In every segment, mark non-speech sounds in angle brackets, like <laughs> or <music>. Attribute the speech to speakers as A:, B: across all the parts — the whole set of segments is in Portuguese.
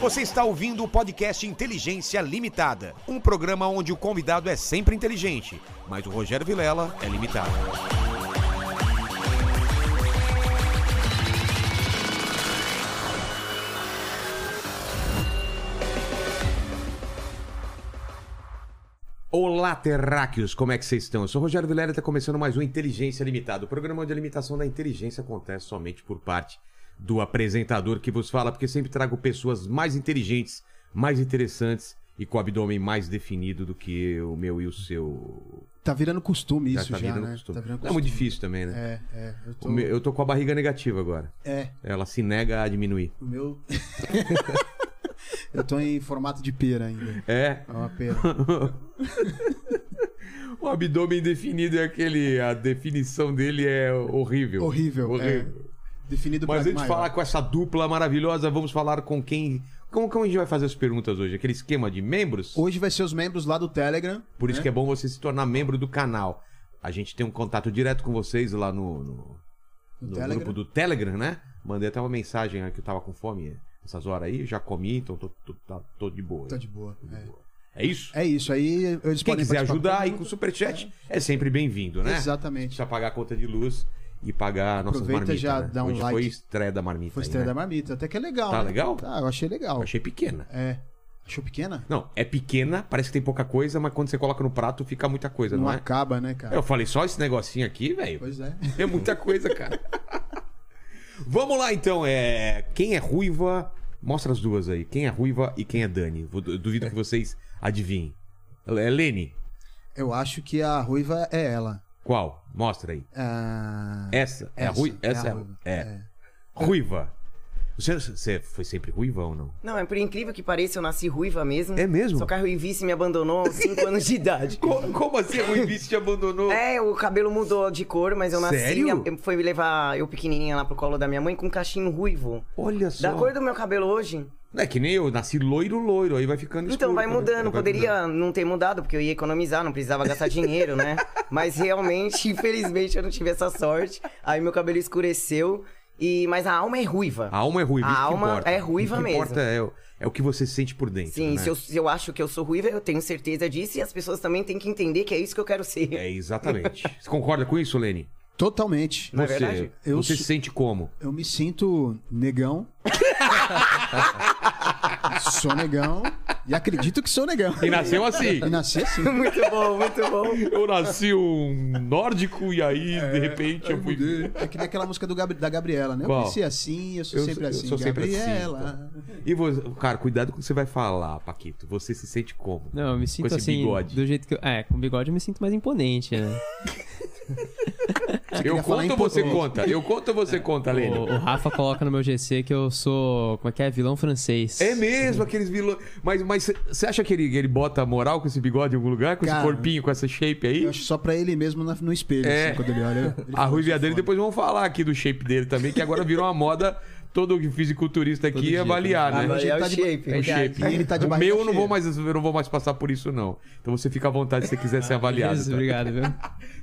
A: Você está ouvindo o podcast Inteligência Limitada, um programa onde o convidado é sempre inteligente, mas o Rogério Vilela é limitado. Olá, terráqueos! Como é que vocês estão? Eu sou o Rogério Vilela e está começando mais um Inteligência Limitada, o programa onde a limitação da inteligência acontece somente por parte do apresentador que vos fala, porque sempre trago pessoas mais inteligentes, mais interessantes e com o abdômen mais definido do que o meu e o seu.
B: Tá virando costume isso já,
A: virando
B: né?
A: costume.
B: Tá virando
A: Não É muito difícil também, né?
B: É, é. Eu tô...
A: O meu- Eu tô com a barriga negativa agora.
B: É,
A: Ela se nega a diminuir.
B: o meu... <laughs> eu tô em formato de pera ainda.
A: É.
B: É
A: <laughs>
B: uma pera.
A: o abdômen definido é aquele. A definição dele é horrível.
B: Horrível, é. Definido
A: Mas
B: pra
A: antes de
B: maior.
A: falar com essa dupla maravilhosa, vamos falar com quem. Como, como a gente vai fazer as perguntas hoje? Aquele esquema de membros?
B: Hoje vai ser os membros lá do Telegram.
A: Por isso que é bom você se tornar membro do canal. A gente tem um contato direto com vocês lá no, no,
B: No
A: no
B: Telegram.
A: grupo do Telegram, né? Mandei até uma mensagem né, que eu tava com fome essas horas aí, já comi, então tô, tô, tá- tô de boa.
B: Tá de boa. É,
A: É isso?
B: É isso, aí eles
A: Quem quiser
B: podem participar
A: ajudar
B: com-
A: aí com o Superchat é, sempre bem-vindo, né?
B: Exatamente.
A: Precisa pagar a conta de luz e pagar a nossa
B: Aproveita
A: marmita.
B: já,
A: né?
B: dá um
A: Hoje
B: like.
A: foi estreia da marmita.
B: Foi
A: aí,
B: estreia
A: né?
B: da marmita. Até que é legal.
A: Tá
B: né?
A: legal?
B: Tá, eu achei legal.
A: Eu Achei pequena.
B: É. Achou pequena?
A: Não, é pequena, parece que tem pouca coisa, mas quando você coloca no prato fica muita coisa, não,
B: Não
A: é?
B: acaba, né, cara?
A: Eu falei, só esse negocinho aqui, velho.
B: Pois é.
A: É muita coisa,
B: <laughs>
A: cara. Vamos lá, então. É... Quem é ruiva... Mostra as duas aí. Quem é ruiva e quem é Dani. Vou- eu duvido que vocês adivinhem. É Lene.
B: Eu acho que a ruiva é ela.
A: Qual? Mostra aí.
B: Ah,
A: Essa. É a
B: Essa,
A: ruiva.
B: é a
A: Essa é, a
B: ruiva.
A: é. Ruiva. Você, você foi sempre ruiva ou não?
C: Não, é por incrível que pareça, eu nasci ruiva mesmo.
A: É mesmo?
C: Só que a ruivice me abandonou aos 5 anos de
A: <laughs>
C: idade.
A: Como, assim a ruivice te abandonou?
C: É, o cabelo mudou de cor, mas eu nasci.
A: Sério?
C: eu- Foi me levar eu pequenininha lá pro colo da minha mãe com um cachinho ruivo.
A: Olha só.
C: Da cor do meu cabelo hoje.
A: Não É que nem eu, nasci loiro, loiro, aí vai ficando
C: Então
A: escuro
C: vai
A: também.
C: mudando. Poderia
A: né? mudando.
C: não ter mudado, porque eu ia economizar, não precisava gastar
A: <laughs>
C: dinheiro, né? Mas realmente, infelizmente, eu não tive essa sorte. Aí meu cabelo escureceu. E... Mas a alma é ruiva.
A: A alma é ruiva,
C: A
A: isso que
C: alma
A: importa.
C: é
A: o
C: ruiva
A: que
C: mesmo.
A: importa é, o- é o que você sente por dentro,
C: Sim,
A: né?
C: se, eu, se eu acho que eu sou ruiva, eu tenho certeza disso. E as pessoas também têm que entender que é isso que eu quero ser.
A: É,
C: <laughs>
A: exatamente. Você concorda com isso, Lene?
B: Totalmente.
C: Não é
A: você,
C: verdade?
B: Eu
A: você
B: sou-
A: se sente como?
B: Eu me sinto negão.
A: <laughs>
B: sou negão. E acredito que sou negão.
A: E nasceu <laughs> assim.
B: E nasci assim.
C: <laughs> Muito bom, muito bom.
A: Eu nasci um nórdico e aí, de repente, eu fui...
B: É que naquela música do Gabri- da Gabriela, né?
A: Qual?
B: Eu nasci assim, eu sou
A: Eu
B: sempre
A: sou- eu
B: assim.
A: sou sempre assim,
B: Gabriela.
A: E você... Cara, cuidado com o que você vai falar, Paquito. Você se sente como?
D: Não, eu me sinto
A: esse
D: assim,
A: bigode.
D: do jeito que eu... É, com bigode eu me sinto mais
A: <laughs>
D: imponente, né?
A: eu
B: queria falar
A: conto
B: em
A: ou você
B: português.
A: conta? Eu conto ou você conta,
D: o,
A: Lene?
D: o Rafa coloca no meu GC que eu sou... Como é que é? Vilão francês.
A: É mesmo, aqueles vilões. Mas você acha que ele, ele bota moral com esse bigode em algum lugar? Com esse
B: Cara,
A: corpinho, com essa shape aí?
B: Eu acho só pra ele mesmo na- no espelho,
A: É.
B: assim, quando ele olha. ele
A: A
B: fala,
A: Rui
B: "Sou
A: Viadeiro,
B: foda."
A: depois vamos falar aqui do shape dele também, que agora virou uma moda todo fisiculturista
D: Todo
A: aqui
D: dia,
A: avaliar,
C: Ah,
A: né?
C: mas é o
B: Tá de-
C: shape.
A: É o
C: verdade.
A: shape.
B: E ele tá de
A: o
B: barriga
A: meu eu não vou
B: cheia.
A: mais, eu não vou mais passar por isso não. Então você fica à vontade se você quiser ser avaliado.
D: Beleza,
A: tá?
D: obrigado, viu?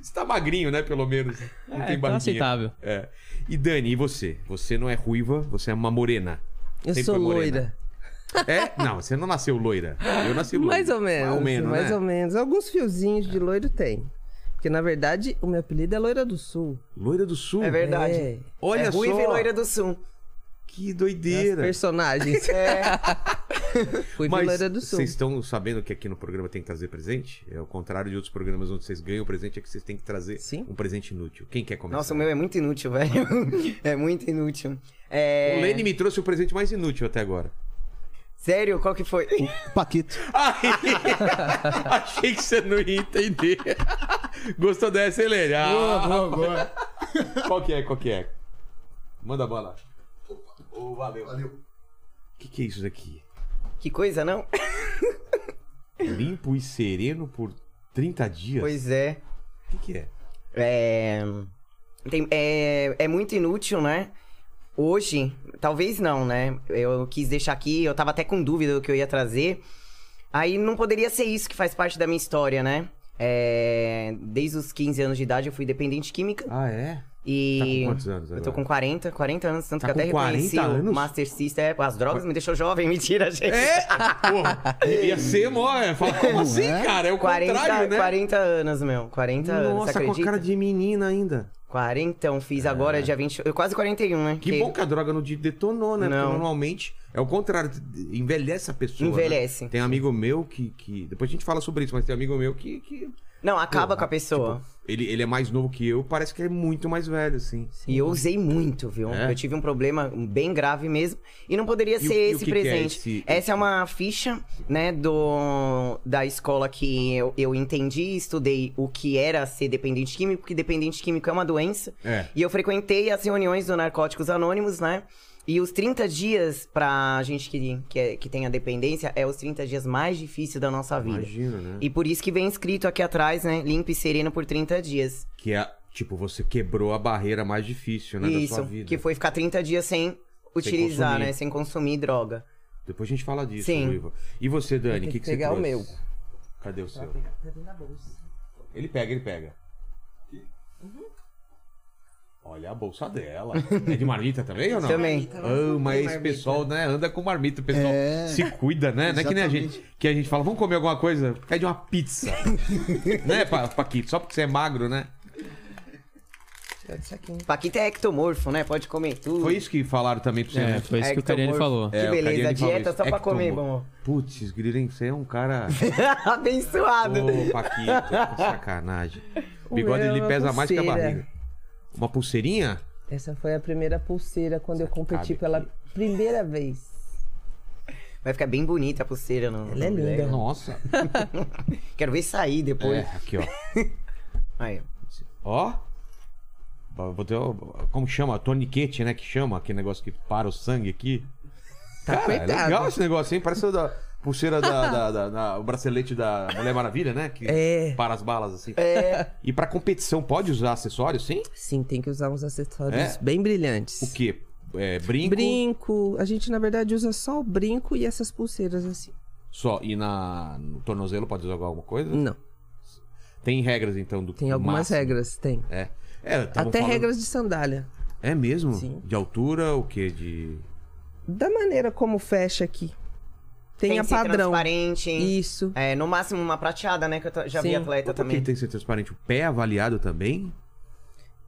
A: Você tá magrinho, né, pelo menos. Não tem
D: É, tá
A: barriguinha.
D: aceitável.
A: É. E Dani, e você? Você não é ruiva, você é uma morena.
E: Eu
A: Sempre
E: sou
A: foi morena.
E: loira.
A: É? Não, você não nasceu loira. Eu nasci loira.
E: Mais ou menos.
A: Mais ou menos,
E: mais
A: né?
E: ou menos. Alguns fiozinhos de loiro tem. Porque, na verdade, o meu apelido é Loira do Sul.
A: Loira do Sul?
C: É verdade.
E: É.
A: Olha
C: é
A: só.
C: ruiva e loira do sul.
A: Que
E: As
A: doideira.
E: personagens.
C: É,
E: Fui pra Loira do Sul.
A: Vocês estão sabendo que aqui no programa tem que trazer presente? É o contrário de outros programas onde vocês ganham presente, é que vocês têm que trazer
E: Sim.
A: um presente inútil. Quem quer começar?
C: Nossa, o meu é muito inútil, velho. <laughs> É muito inútil. É...
A: O Lene me trouxe o presente mais inútil até agora.
C: Sério? Qual que foi?
B: Paquito.
E: <laughs>
A: Ai, achei que você não ia entender. Gostou dessa, hein, Lene? <laughs> Ah, Qual que é? Qual que é? Manda bala. Ô, valeu. Valeu. O que, que é isso daqui?
C: Que coisa, não?
A: Limpo e sereno por 30 dias?
C: Pois é.
A: O que, que é?
C: É... tem- é... é muito inútil, né? Hoje, talvez não, né? Eu quis deixar aqui, eu tava até com dúvida do que eu ia trazer. Aí não poderia ser isso que faz parte da minha história, né? É, Desde os 15 anos de idade eu fui dependente química.
A: Ah, é?
C: E.
A: Tá com quantos anos
C: Eu
A: agora?
C: tô com 40, 40 anos, tanto
A: Tá
C: que
A: com
C: até reconheci
A: 40 anos?
C: o Master System. É, as drogas me deixou jovem, <laughs> mentira, gente.
A: É? <laughs> Porra, devia ser, mó. é, Fala, como assim,
B: é?
A: cara? É o
C: 40,
A: contrário, né?
C: 40 anos, meu. 40 anos, você
A: Nossa, com a
C: acredita?
A: cara de menina ainda.
C: 40, eu fiz agora, dia 20. eu Quase 41, né?
A: Que
C: Porque
A: bom que a droga não de- detonou, né?
C: Não.
A: Porque normalmente é o contrário, envelhece a pessoa. né?
C: Envelhece.
A: Tem amigo meu que, que. Depois a gente fala sobre isso, mas tem um amigo meu que. que
C: Não, acaba
A: Porra,
C: com a pessoa.
A: ele, ele é mais novo que eu, parece que ele é muito mais velho, assim.
C: E eu usei muito, viu?
A: É?
C: Eu tive um problema bem grave mesmo. E não poderia
A: E o-
C: ser
A: e o
C: esse
A: que que é
C: presente.
A: esse-
C: Essa é uma ficha, né, do, da escola que eu, eu entendi, estudei o que era ser dependente químico, porque dependente químico é uma doença.
A: É.
C: E eu frequentei as reuniões do Narcóticos Anônimos, né? E os 30 dias pra gente que, que, é- que tem a dependência é os 30 dias mais difíceis da nossa vida.
A: Imagina, né?
C: E por isso que vem escrito aqui atrás, né? Limpo e sereno por 30 dias.
A: Que é, tipo, você quebrou a barreira mais difícil, né? da
C: Isso,
A: sua vida.
C: que foi ficar 30 dias sem utilizar,
A: consumir.
C: né? Sem consumir droga.
A: Depois a gente fala disso,
C: Sim.
A: Luiva. E você, Dani,
E: que
A: o que, que você
E: pegar o
A: trouxe?
E: meu.
A: Cadê o seu? Ele pega, ele pega. Uhum. Olha a bolsa dela. É de marmita também ou não?
C: Também.
A: Ah, mas esse pessoal, né, anda com marmita. O pessoal
B: É.
A: se cuida, né? Não é que nem a
B: Exatamente.
A: gente. Que a gente fala, vamos comer alguma coisa? Pede uma pizza. né, pa- Paquito? Só porque você é magro, né?
E: É isso aqui.
C: Paquita é ectomorfo, né? Pode comer tudo.
A: Foi isso que falaram também pra você,
D: É,
A: né?
D: foi isso que o
C: Ectomorfo.
D: Cariani falou.
C: Que
A: É, o
C: beleza, a
A: Cariani falou
C: dieta
A: isso.
C: só pra comer,
A: Ectomorfo.
C: bom.
A: Putz, Griren, você é um cara.
C: <laughs> Abençoado.
A: Ô, Paquito,
E: <laughs>
A: que sacanagem. O
E: O
A: bigode
E: meu é
A: ele
E: uma
A: pesa mais que a
E: pulseira.
A: barriga. Uma pulseirinha?
E: é. Essa foi a primeira pulseira quando eu competi
A: cabe
E: pela
A: aqui.
E: primeira vez.
C: Vai ficar bem bonita a pulseira. Não,
E: Ela é
C: não-
E: linda.
A: Nossa.
C: Quero ver sair
A: É,
C: depois.
A: aqui, ó.
C: Aí.
A: Ó. Ó, Vou ter, ó, como chama? Torniquete, né? Que chama aquele negócio que para o sangue aqui. Tá Cara, é
E: coitado.
A: legal esse negócio, hein? Parece o da pulseira
E: <laughs>
A: da, da- da- da- O bracelete da Mulher Maravilha, né? Que
E: É.
A: para as balas, assim. E pra competição, pode usar acessórios, sim?
E: Sim, tem que usar uns acessórios
A: É?
E: bem brilhantes.
A: O quê? É, brinco?
E: Brinco. A gente, na verdade, usa só o brinco e essas pulseiras assim.
A: Só. E na, no tornozelo pode jogar alguma coisa?
E: Não,
A: Tem regras, então, do
E: Hum. tem algumas
A: máximo.
E: regras, tem.
A: É. É, tavam
E: Até
A: falando-
E: regras de sandália.
A: É mesmo?
E: Sim.
A: De altura, o quê? De.
E: Da maneira como fecha aqui. Tem,
C: Tem
E: a
C: que ser
E: padrão.
C: transparente.
E: Isso.
C: É, no máximo uma prateada, né? Que eu ta- já vi
E: Sim.
C: atleta
A: Por que
C: também.
A: tem que ser transparente? O pé é avaliado também?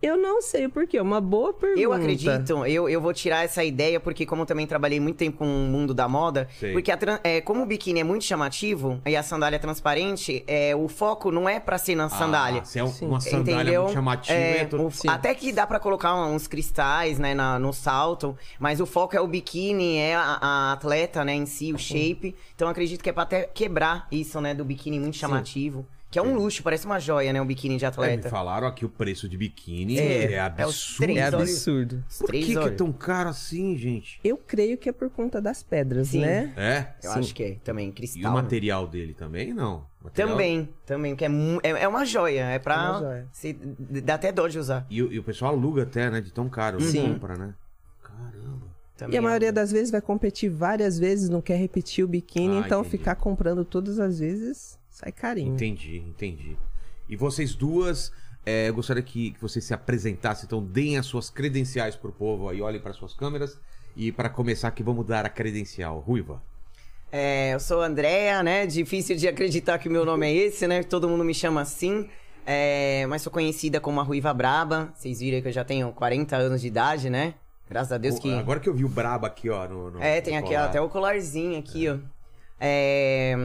E: Eu não sei o porquê, uma boa pergunta.
C: Eu acredito, eu, eu vou tirar essa ideia, porque como eu também trabalhei muito tempo com o mundo da moda,
A: Sei.
C: porque a tran- é, como o biquíni é muito chamativo e a sandália é transparente, é, o foco não é pra ser na sandália.
A: Ah, se é um-
E: Sim.
A: uma sandália
C: entendeu?
A: muito chamativa,
C: É,
A: é todo-
C: o-
E: Sim.
C: até que dá pra colocar um, uns cristais, né, na- no salto, mas o foco é o biquíni, é a, a atleta, né, em si,
A: Uhum.
C: o shape. Então eu acredito que é pra até quebrar isso, né, do biquíni muito chamativo. Que é um luxo, parece uma joia, né? Um biquíni de
A: É, me
C: atleta.
A: falaram aqui o preço de biquíni é,
C: É, é os
A: absurdo.
C: três
E: É
C: Três olhos.
E: absurdo.
C: Os
A: Por que,
C: três
A: que é
C: olhos.
A: tão caro assim, gente?
E: Eu creio que é por conta das pedras,
C: Sim.
E: né?
A: É?
C: Eu
E: Sim.
C: acho que é também,
A: E
C: cristal.
A: o
C: né?
A: material dele também, não? O material-
C: Também, também, que é, mu- é, é uma joia. É pra.
E: É uma joia.
C: se- d- dá até dor de usar.
A: E, o- e o pessoal aluga até, né? De tão caro. não
E: Sim.
A: Compra, né? Caramba.
C: Também
E: E
C: é
E: a maioria
C: uma-
E: das vezes vai competir várias vezes, não quer repetir o biquíni,
A: Ah,
E: então
A: entendi.
E: ficar comprando todas as vezes sai carinho.
A: Entendi, entendi. E vocês duas, é, eu gostaria que, que vocês se apresentassem, então deem as suas credenciais pro povo aí, olhem para suas câmeras. E para começar aqui, vamos dar a credencial. Ruiva.
C: É, eu sou a Andrea, né? Difícil de acreditar que o meu nome é esse, né? Todo mundo me chama assim. É, mas sou conhecida como a Ruiva Braba. Vocês viram que eu já tenho 40 anos de idade, né? Graças a Deus
A: Pô,
C: que.
A: Agora que eu vi o Braba aqui, ó. No, no-
C: É,
A: no
C: tem aqui ó,
A: colar.
C: até o colarzinho aqui, ó. É,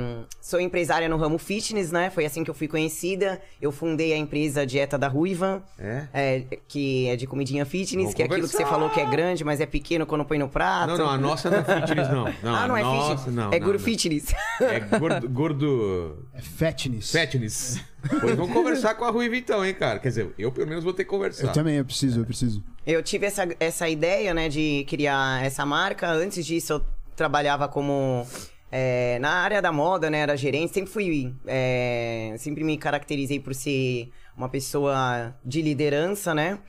C: sou empresária no ramo fitness, né? Foi assim que eu fui conhecida. Eu fundei a empresa Dieta da Ruiva.
A: É?
C: É, que é de comidinha fitness,
A: Vamos
C: que é aquilo que você
A: conversar.
C: falou que é grande, mas é pequeno quando põe no prato.
A: Não, não, a nossa não é fitness,
C: <laughs>
A: não. não
C: um- ah, não
A: a
C: é
A: nossa,
C: fitness?
A: Não,
C: é
A: não,
C: guru
A: não.
C: fitness.
A: É gordo. gordo...
B: É fatness.
C: <laughs>
A: Fatness. Pois vamos conversar com a Ruiva então, hein, cara? Quer dizer, eu pelo menos vou ter que conversar.
B: Eu também, eu preciso, eu preciso.
C: Eu tive essa, essa ideia, né, de criar essa marca. Antes disso, eu trabalhava como. é, na área da moda, né? Era gerente. Sempre fui. eh, é, sempre me caracterizei por ser uma pessoa de liderança, né?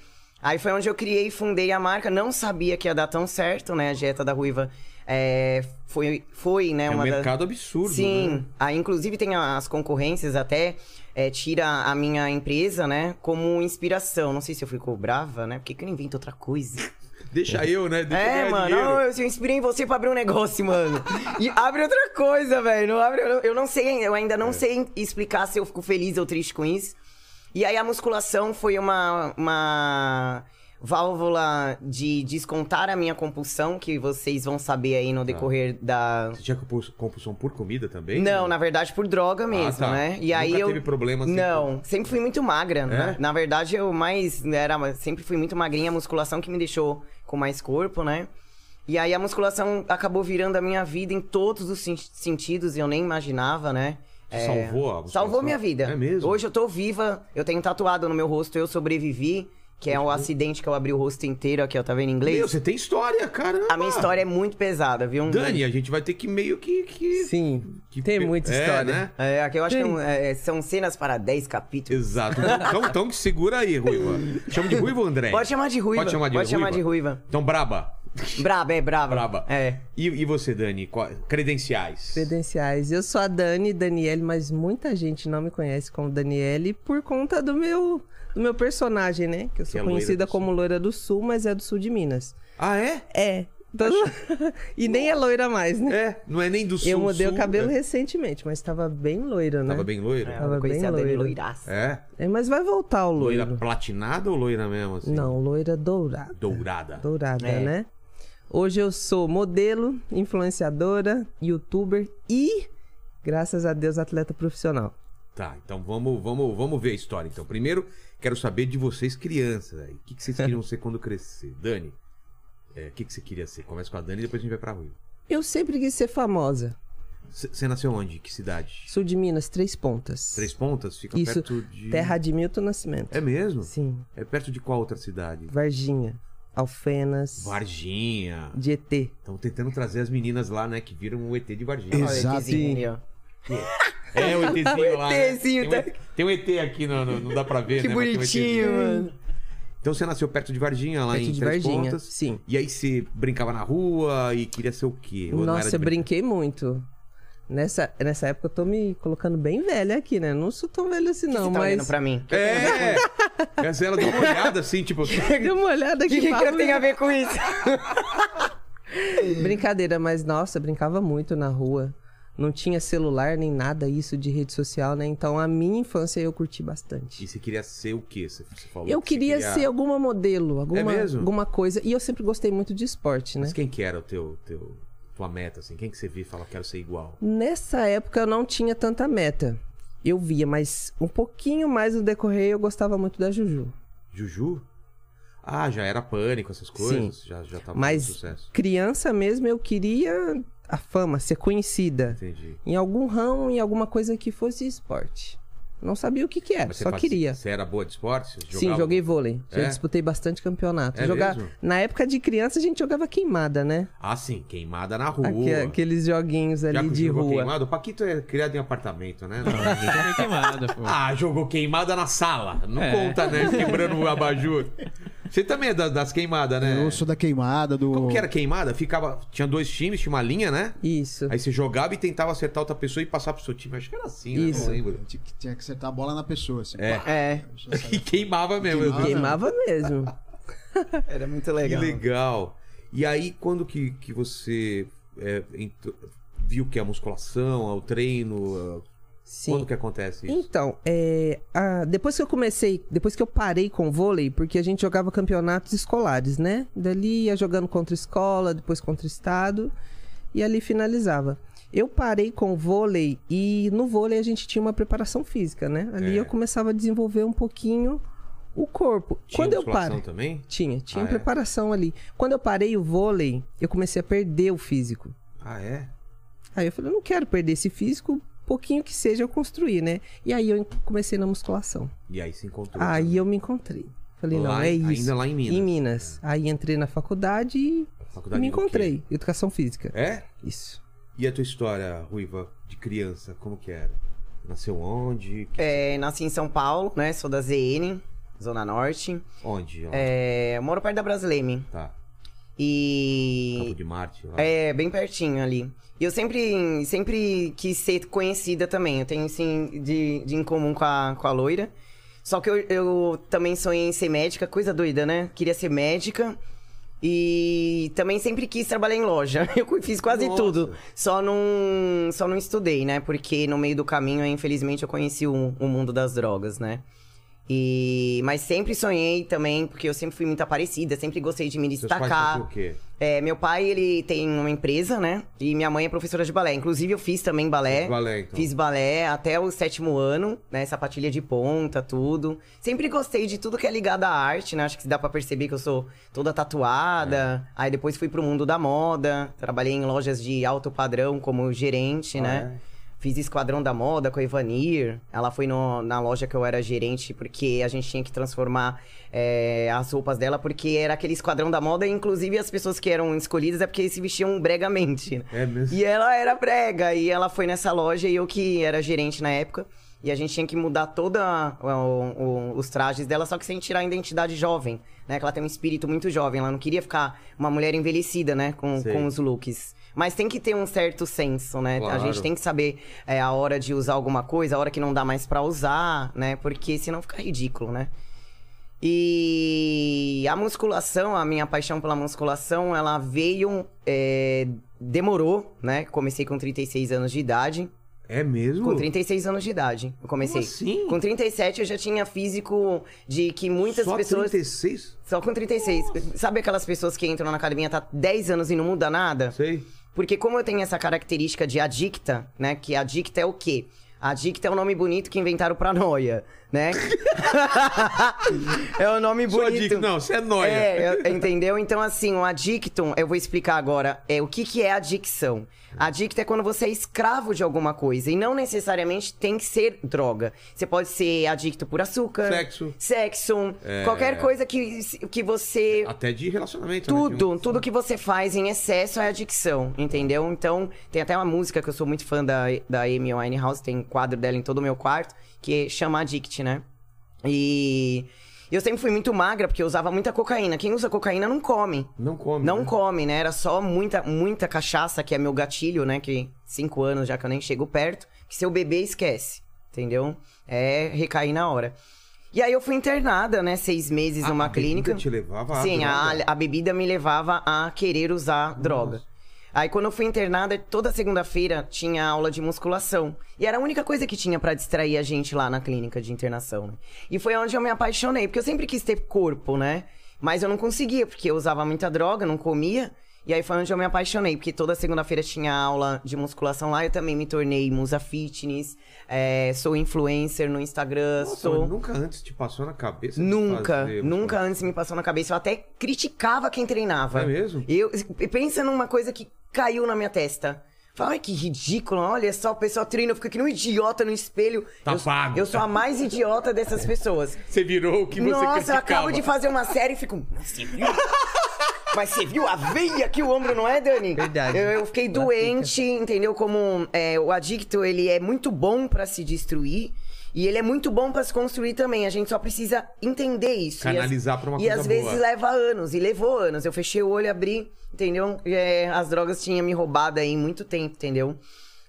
C: Aí foi onde eu criei e fundei a marca. Não sabia que ia dar tão certo, né? A dieta da ruiva é, foi, foi, né?
A: É um
C: uma da-
A: mercado absurdo,
C: Sim,
A: né?
C: Ah, inclusive tem a- as concorrências até, é, tira a minha empresa, né, como inspiração. Não sei se eu fico brava, né, porque que eu não invento
A: <laughs>
C: outra coisa?
A: Deixa eu, né? Deixa eu
C: é,
A: ganhar
C: mano,
A: dinheiro.
C: não, eu, eu inspirei em você pra abrir um negócio, mano. e abre outra coisa, velho, não abre, eu, eu não sei, ainda- eu ainda não
A: É.
C: sei explicar se eu fico feliz ou triste com isso. E aí a musculação foi uma, uma válvula de descontar a minha compulsão, que vocês vão saber aí
A: Tá.
C: no decorrer da,
A: Você tinha compu- compulsão por comida também? Ah,
C: não, na verdade por droga mesmo,
A: tá.
C: né? E
A: Nunca
C: aí eu
A: teve problema, assim,
C: Não, sempre fui muito magra, né?
A: É?
C: Na verdade eu mais era sempre fui muito magrinha, a musculação que me deixou com mais corpo, né? E aí a musculação acabou virando a minha vida em todos os sen- sentidos, e eu nem imaginava, né?
A: Te salvou a musculação?
C: Salvou minha vida.
A: É mesmo?
C: Hoje eu tô viva, eu tenho tatuado no meu rosto, eu sobrevivi, que é o acidente que eu abri o rosto inteiro aqui, ó, tá vendo em inglês?
A: Uhum. Meu, você tem história, caramba.
C: a minha história é muito pesada, viu?
A: Dani, a gente vai ter que meio que. que...
E: Sim,
A: que
E: tem
A: pe-
E: muita
A: É,
E: história.
A: né?
C: É, aqui eu acho que é um- é, são cenas para 10 capítulos.
A: Exato. Então, então que segura aí, Ruiva. Chama de Ruiva, André.
C: Pode chamar de ruiva.
A: Pode chamar de ruiva.
C: ruiva.
A: Então, braba.
C: Braba, é braba.
A: Braba.
C: É.
A: E, e você, Dani? Qua- Credenciais.
E: Credenciais. Eu sou a Dani, Daniele, mas muita gente não me conhece como Daniele por conta do meu, do meu personagem, né?
A: Que
E: Que eu
A: é
E: sou
A: loira
E: conhecida
A: do
E: como Loira do Sul, mas é do sul de Minas.
A: Ah, é?
E: É. Então- <laughs> e nem é loira mais, né?
A: É. Não é nem do sul.
E: eu mudei
A: sul,
E: o cabelo
A: né?
E: recentemente, mas tava bem loira, né?
A: Tava bem loiro?
C: É,
A: É.
E: Tava
C: eu conheci
E: bem
C: a Dani
E: loira.
C: Loiraça.
E: É, mas vai voltar o
A: Loira
E: loiro.
A: platinada ou loira mesmo? Assim?
E: Não, loira dourada.
A: Dourada.
E: Dourada,
C: É.
E: né? Hoje eu sou modelo, influenciadora, youtuber e, graças a Deus, atleta profissional.
A: Tá, então vamos, vamos, vamos ver a história. Então, primeiro, quero saber de vocês, crianças. aí. O que, que
E: <laughs>
A: vocês queriam ser quando crescer? Dani, é, o que, que você queria ser? Começa com a Dani e depois a gente vai pra Rui.
E: Eu sempre quis ser famosa.
A: C- Você nasceu onde? Que cidade?
E: Sul de Minas, Três Pontas.
A: Três Pontas? Fica
E: Isso,
A: perto de.
E: Terra de Milton Nascimento.
A: É mesmo?
E: Sim.
A: É perto de qual outra cidade?
E: Varginha, Alfenas,
A: Varginha.
E: Dietê.
A: Estão tentando trazer as meninas lá, né? Que viram o ET de Varginha.
B: Exato.
C: Olha, vizinho ali, ó.
A: É, o
E: <laughs>
A: ETzinho lá. né?
C: ETzinho,
A: Tem, um, tem um ET aqui, no, no- não dá pra ver,
C: Que
A: né? mas tem um
C: bonitinho,
A: ETzinho.
C: mano.
A: Então você nasceu perto de Varginha, lá
E: Perto
A: em
E: de
A: Três
E: Varginha.
A: Pontas.
E: Sim.
A: E aí você brincava na rua e queria ser o quê? Ou não era
E: Nossa,
A: de
E: eu brinquei muito. Nessa, nessa época eu tô me colocando bem velha aqui, né? Não sou tão velha assim,
C: Por que
E: não,
C: você tá olhando
E: mas.
C: pra
E: <laughs>
C: mim?
A: É! Essa ela deu uma olhada assim, tipo.
E: <laughs> Dê uma olhada
C: O que,
E: aqui.
C: que, que eu
E: Pablo.
C: tenho a ver com isso?
E: Brincadeira, mas nossa, brincava muito na rua. Não tinha celular nem nada isso de rede social, né? Então a minha infância eu curti bastante.
A: E você queria ser o quê? Você você falou.
E: Eu
A: que você É
E: queria ser alguma modelo, alguma,
A: mesmo?
E: alguma coisa. E eu sempre gostei muito de esporte, né?
A: Mas quem que era o teu, teu, tua meta, assim? Quem que você viu e fala, quero ser igual?
E: Nessa época eu não tinha tanta meta. Eu via, mas um pouquinho mais no decorrer eu gostava muito da Juju.
A: Juju? Ah, já era pânico, essas coisas? Já, já tava
E: Mas-
A: fazendo Tá sucesso.
E: Criança mesmo eu queria a fama, ser conhecida.
A: Entendi.
E: Em algum ramo, em alguma coisa que fosse esporte. Não sabia o que que era,
A: Mas você
E: só
A: fazia-
E: queria.
A: Você era boa de esporte? Você
E: Sim,
A: jogava-
E: joguei vôlei. Já
A: É?
E: disputei bastante campeonato.
A: É
E: Jogar...
A: mesmo?
E: Na época de criança, a gente jogava queimada, né?
A: Ah, sim, queimada na rua.
E: Aque- Aqueles joguinhos ali
A: já que
E: de
A: jogou
E: rua.
A: queimada? O Paquito é criado em apartamento, né? Não.
E: <laughs>
D: Eu já meio queimado, pô.
A: Ah, jogou queimada na sala. Não
D: É.
A: conta, né? Quebrando o
E: <laughs>
A: abajur. Você também é da- das, queimadas, né?
B: Eu sou da queimada, do.
A: Como que era queimada? Ficava. Tinha dois times, tinha uma linha, né?
E: Isso.
A: Aí você jogava e tentava acertar outra pessoa e passar pro seu time. Acho que era assim, né?
E: Isso.
A: Não lembro.
B: Tinha que- Tinha que acertar a bola na pessoa, assim.
A: É.
B: Pá,
C: É,
B: a pessoa saía.
A: E queimava mesmo. Edu.
B: Queimava.
E: Queimava mesmo.
C: <laughs> era muito
A: Que
C: legal.
A: legal. E aí, quando que, que você é, entrou- viu que é a musculação, é o treino? é- Quando
E: Sim.
A: que acontece isso?
E: Então, é, ah, depois que eu comecei, depois que eu parei com o vôlei, porque a gente jogava campeonatos escolares, né? Dali ia jogando contra escola, depois contra estado, e ali finalizava. Eu parei com o vôlei e no vôlei a gente tinha uma preparação física, né? Ali
A: É.
E: eu começava a desenvolver um pouquinho o corpo.
A: Tinha
E: Quando eu
A: musculação
E: parei.
A: também?
E: Tinha, tinha
A: Ah, é?
E: preparação ali. Quando eu parei o vôlei, eu comecei a perder o físico.
A: Ah, é?
E: Aí eu falei, eu não quero perder esse físico, pouquinho que seja eu construir, né? E aí eu comecei na musculação.
A: E aí se encontrou.
E: Aí eu me encontrei. Falei, não,
A: Lá-
E: é isso.
A: Ainda lá em Minas.
E: Em Minas. Aí entrei na faculdade e
A: Faculdade
E: me
A: do quê?
E: encontrei. Educação física.
A: É?
E: Isso.
A: E a tua história, Ruiva, de criança, como que era? Nasceu onde?
C: É, nasci em São Paulo, né? Sou da ZN. Zona Norte.
A: Onde? Onde?
C: É, eu moro perto da Brasileme.
A: Tá. Campo
C: E.
A: de Marte. Lá.
C: É, bem pertinho ali. E eu sempre, sempre quis ser conhecida também. Eu tenho, assim, de, de em comum com a, com a loira. Só que eu, eu também sonhei em ser médica, coisa doida, né? Queria ser médica. E também sempre quis trabalhar em loja. <laughs> Eu fiz quase
A: Nossa.
C: tudo. Só não, só não estudei, né? Porque no meio do caminho, infelizmente, eu conheci o, o mundo das drogas, né? E, mas sempre sonhei também, porque eu sempre fui muito aparecida, sempre gostei de me
A: Seus pais
C: destacar.
A: faziam o quê?
C: É, meu pai, ele tem uma empresa, né? E minha mãe é professora de balé. Inclusive, eu fiz também balé.
A: Balé, então.
C: Fiz balé até o sétimo ano, né? Sapatilha de ponta, tudo. Sempre gostei de tudo que é ligado à arte, né? Acho que dá pra perceber que eu sou toda tatuada. Aí depois fui pro mundo da moda. Trabalhei em lojas de alto padrão como gerente,
A: Ah,
C: né? Fiz Esquadrão da Moda com a Ivanir. Ela foi no- na loja que eu era gerente, porque a gente tinha que transformar é, as roupas dela, porque era aquele Esquadrão da Moda, e inclusive as pessoas que eram escolhidas é porque se vestiam bregamente. né?
A: É, é mesmo.
C: E ela era brega, e ela foi nessa loja, e eu que era gerente na época. E a gente tinha que mudar toda a- o- o- os trajes dela, só que sem tirar a identidade jovem, né? Que ela tem um espírito muito jovem, ela não queria ficar uma mulher envelhecida, né? Com,
A: Sei.
C: com os looks. Mas tem que ter um certo senso, né? A
A: Claro.
C: gente tem que saber é, a hora de usar alguma coisa, a hora que não dá mais pra usar, né? Porque senão fica ridículo, né? E a musculação, a minha paixão pela musculação, ela veio. é, demorou, né? Comecei com 36 anos de idade.
A: É mesmo?
C: Com 36 anos de idade, eu comecei.
A: Como assim?
C: Com 37 eu já tinha físico de que muitas
A: Só
C: pessoas.
A: 36?
C: Só com 36. Sabe aquelas pessoas que entram na academia tá 10 anos e não muda nada?
A: Sei.
C: Porque como eu tenho essa característica de adicta, né? Que adicta é o quê? Adicta é um nome bonito que inventaram pra noia, né? <laughs> é um nome
A: Só
C: bonito.
A: dica, não, você é nóia.
C: É, eu- entendeu? Então, assim, o adictum, eu vou explicar agora é, o que, que é adicção. Adicto é quando você é escravo de alguma coisa e não necessariamente tem que ser droga. Você pode ser adicto por açúcar,
A: Sexo.
C: sexo, qualquer coisa que, que você.
A: Até de relacionamento. né? Tem
C: Tudo,
A: um-
C: tudo que você faz em excesso é adicção, entendeu? Então, tem até uma música que eu sou muito fã da, da Amy Winehouse, tem um quadro dela em todo o meu quarto, que chama Addict, né? E eu sempre fui muito magra, porque eu usava muita cocaína. Quem usa cocaína não come.
A: Não come.
C: Não
A: né?
C: come, né? Era só muita, muita cachaça, que é meu gatilho, né? Que cinco anos já que eu nem chego perto. Que seu bebê esquece, entendeu? É recair na hora. E aí eu fui internada, né? Seis meses
A: Ah,
C: numa
A: a bebida
C: clínica.
A: te levava à
C: Sim, a,
A: droga.
C: a bebida me levava a querer usar droga. Aí quando eu fui internada, toda segunda-feira tinha aula de musculação. E era a única coisa que tinha pra distrair a gente lá na clínica de internação, né? E foi onde eu me apaixonei, porque eu sempre quis ter corpo, né? Mas eu não conseguia, porque eu usava muita droga, não comia. E aí foi onde eu me apaixonei, porque toda segunda-feira tinha aula de musculação lá. Eu também me tornei musa fitness, eh, sou influencer no Instagram,
A: Nossa,
C: sou...
A: mas nunca antes te passou na cabeça? de
C: Nunca,
A: fazer-
C: nunca antes me passou na cabeça. Eu até criticava quem treinava.
A: É mesmo?
C: Eu, e pensa numa coisa que caiu na minha testa. Fala, ai, que ridículo, olha só, o pessoal treina, fica que nem um idiota no espelho.
A: Tá
C: eu,
A: pago.
C: eu sou a mais idiota dessas pessoas.
A: Você virou o que você
C: Nossa, eu
A: criticava.
C: acabo de fazer uma série e fico. "Mas Você viu? Mas você viu a veia que o ombro não é, Dani?
E: Verdade.
C: Eu, eu fiquei doente, entendeu? Como é, o adicto, ele é muito bom pra se destruir. E ele é muito bom pra se construir também. A gente só precisa entender isso. E as-
A: Canalizar pra uma
C: E
A: coisa
C: às vezes
A: boa.
C: leva anos. E levou anos. Eu fechei o olho, abri, entendeu? É, as drogas tinham me roubado aí muito tempo, entendeu?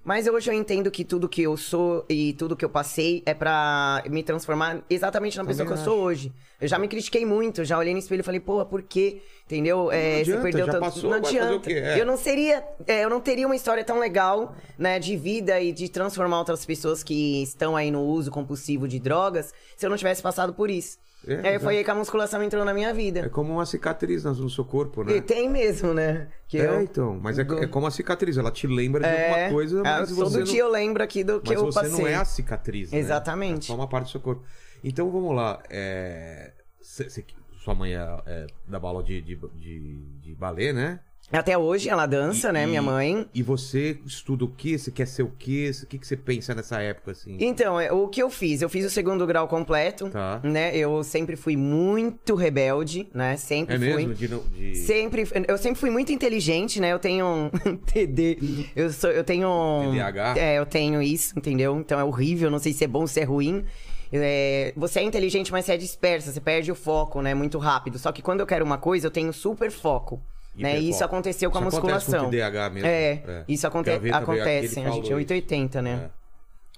C: Mas hoje eu entendo que tudo que eu sou e tudo que eu passei é pra me transformar exatamente na pessoa que eu
A: acho.
C: sou hoje. Eu já me critiquei muito, já olhei no espelho e falei, porra, por quê? Entendeu? É,
A: Não
C: você
A: adianta,
C: perdeu
A: já
C: tanto-
A: passou, vai
C: não
A: fazer
C: adianta.
A: o quê? É.
C: Eu não seria, é, eu não teria uma história tão legal, né, de vida e de transformar outras pessoas que estão aí no uso compulsivo de drogas, se eu não tivesse passado por isso.
A: É,
C: É, aí foi
A: exato.
C: aí que a musculação entrou na minha vida.
A: É como uma cicatriz nas- no seu corpo, né?
C: E tem mesmo, né? Então, Que
A: é,
C: eu-
A: então. Mas é,
C: do-
A: é como a cicatriz, ela te lembra de alguma
C: é,
A: coisa, mas
C: é,
A: você
C: todo
A: não...
C: dia eu lembro aqui do que
A: mas
C: eu
A: você
C: passei.
A: não é a cicatriz, né?
C: Exatamente.
A: É só uma parte do seu corpo. Então, vamos lá. é, cê- cê- Sua mãe é, é da bala de, de, de, de balé, né?
C: Até hoje ela dança,
A: E-
C: né,
A: e-
C: minha mãe.
A: E você estuda o quê? Você quer ser o quê? O que, que você pensa nessa época, assim?
C: Então, é, o que eu fiz? Eu fiz o segundo grau completo,
A: Tá.
C: né? Eu sempre fui muito rebelde, né? Sempre
A: É
C: fui.
A: mesmo? De, não- de...
C: Sempre, eu sempre fui muito inteligente, né? Eu tenho um <laughs> TD, eu sou, eu tenho um-
A: TDAH?
C: É, eu tenho isso, entendeu? Então é horrível, não sei se é bom ou se é ruim. é, você é inteligente, mas você é dispersa, você perde o foco, né? Muito rápido. Só que quando eu quero uma coisa, eu tenho super foco. Né? E
A: Hiperfoco.
C: isso aconteceu com a
A: Isso acontece
C: musculação.
A: com o TDAH mesmo.
C: É,
A: É.
C: isso aconte
A: Gaveta veio aqui,
C: acontece.
A: ele
C: A gente é
A: falou
C: 880, né?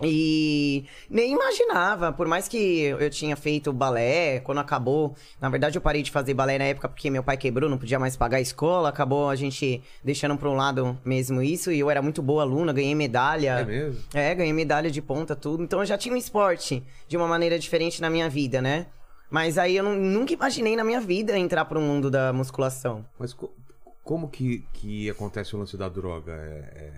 A: É.
C: E nem imaginava, por mais que eu tinha feito balé, quando acabou. Na verdade, eu parei de fazer balé na época porque meu pai quebrou, não podia mais pagar a escola. Acabou a gente deixando pra um lado mesmo isso. E eu era muito boa aluna, ganhei medalha.
A: É mesmo?
C: É, ganhei medalha de ponta, tudo. Então eu já tinha um esporte de uma maneira diferente na minha vida, né? Mas aí eu nu- nunca imaginei na minha vida entrar pro mundo da musculação.
A: Mas co- como que, que acontece o lance da droga? É, é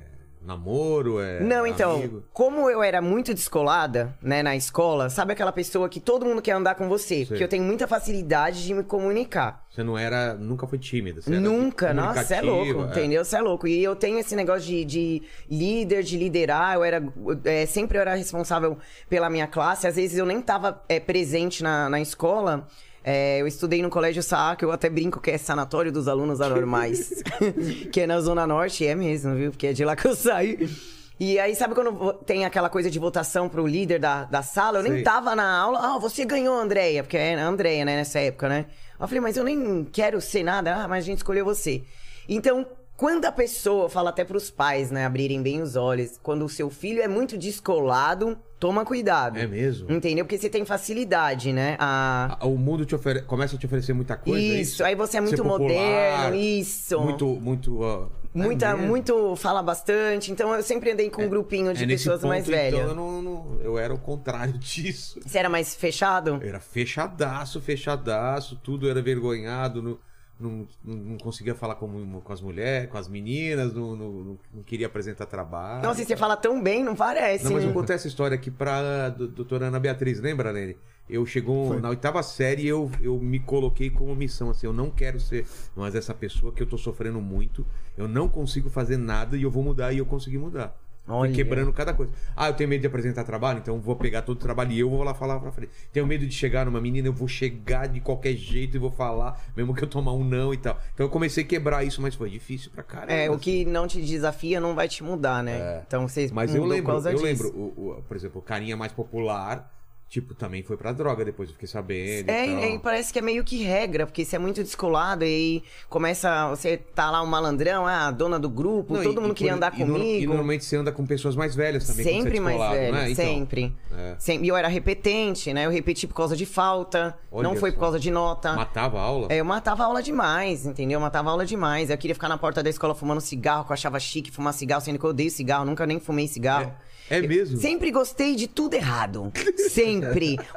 A: namoro? É
C: Não, então,
A: amigo?
C: como eu era muito descolada, né, na escola, sabe aquela pessoa que todo mundo quer andar com você? Porque eu tenho muita facilidade de me comunicar.
A: Você não era. Nunca foi tímida. Você era tipo,
C: Nunca, nossa, você é louco,
A: comunicativa,
C: entendeu? Você é louco. E eu tenho esse negócio de, de líder, de liderar. Eu era. é, sempre eu era responsável pela minha classe. Às vezes eu nem tava é, presente na, na escola. É, eu estudei no Colégio Saak, eu até brinco que é sanatório dos
A: <laughs>
C: alunos anormais. <laughs> que é na Zona Norte, é mesmo, viu? Porque é de lá que eu saí. E aí, sabe quando vo- tem aquela coisa de votação pro líder da, da sala? Eu
A: Sei.
C: nem tava na aula. Ah, você ganhou, Andréia. Porque é a Andréia, né, nessa época, né? Eu falei, mas eu nem quero ser nada. Ah, mas a gente escolheu você. Então, quando a pessoa, eu falo até pros pais, né, abrirem bem os olhos. Quando o seu filho é muito descolado, toma cuidado.
A: É mesmo?
C: Entendeu? Porque você tem facilidade, né? A...
A: Ah, O mundo te ofere- começa a te oferecer muita coisa. é
C: Isso, aí você é
A: Ser
C: muito
A: popular,
C: moderno, isso.
A: Muito. muito ah, é
C: Muita,
A: mesmo?
C: muito fala bastante. Então eu sempre andei com um grupinho de
A: É nesse
C: pessoas mais
A: ponto,
C: velhas.
A: Então, eu, não- não- eu era o contrário <laughs> disso.
C: Você era mais fechado?
A: Eu era fechadaço, fechadaço, tudo era vergonhado. Não, não, não- não conseguia falar com, com as mulheres, com as meninas, não, não- não- não queria apresentar trabalho.
C: Nossa, e você fala tão bem, não parece.
A: Ah, então. Não, mas
C: né?
A: eu contei essa história aqui pra do- doutora Ana Beatriz, lembra, Lene? Eu chegou
B: Foi.
A: na oitava série eu, eu me coloquei como missão, assim, eu não quero ser mais essa pessoa que eu tô sofrendo muito, eu não consigo fazer nada e eu vou mudar e eu consegui mudar. Fui
C: Olha.
A: quebrando cada coisa. Ah, eu tenho medo de apresentar trabalho, então eu vou pegar todo o trabalho e eu vou lá falar pra frente. Tenho medo de chegar numa menina, eu vou chegar de qualquer jeito e vou falar, mesmo que eu tomar um não e tal. Então eu comecei a quebrar isso, mas foi difícil pra caramba.
C: É, o
A: assim.
C: que não te desafia não vai te mudar, né? Então vocês
A: Mas eu
C: mudou por
A: lembro,
C: causa
A: eu
C: disso.
A: lembro, o, o- por exemplo, o carinha mais popular, tipo, também foi pra droga depois, eu fiquei sabendo.
C: É,
A: então.
C: e- e parece que é meio que regra, porque você é muito descolado e aí começa. Você tá lá um malandrão, ah, a dona do grupo,
A: Não,
C: todo
A: e-
C: mundo
A: e
C: queria
A: quando-
C: andar
A: e no- E
C: comigo.
A: normalmente você anda com pessoas mais velhas também. quando você
C: sempre
A: é
C: mais
A: descolado,
C: velho,
A: né? Então,
C: sempre.
A: É.
C: Sempre. E eu era repetente, né? Eu repeti por causa de falta,
A: Olha
C: não foi
A: só.
C: por causa de nota.
A: Matava a aula.
C: É, eu matava aula demais, entendeu? Eu matava aula demais. Eu queria ficar na porta da escola fumando cigarro, que eu achava chique fumar cigarro, sendo que eu odeio cigarro, nunca nem fumei cigarro.
A: É mesmo?
C: Sempre gostei de tudo errado. Sempre.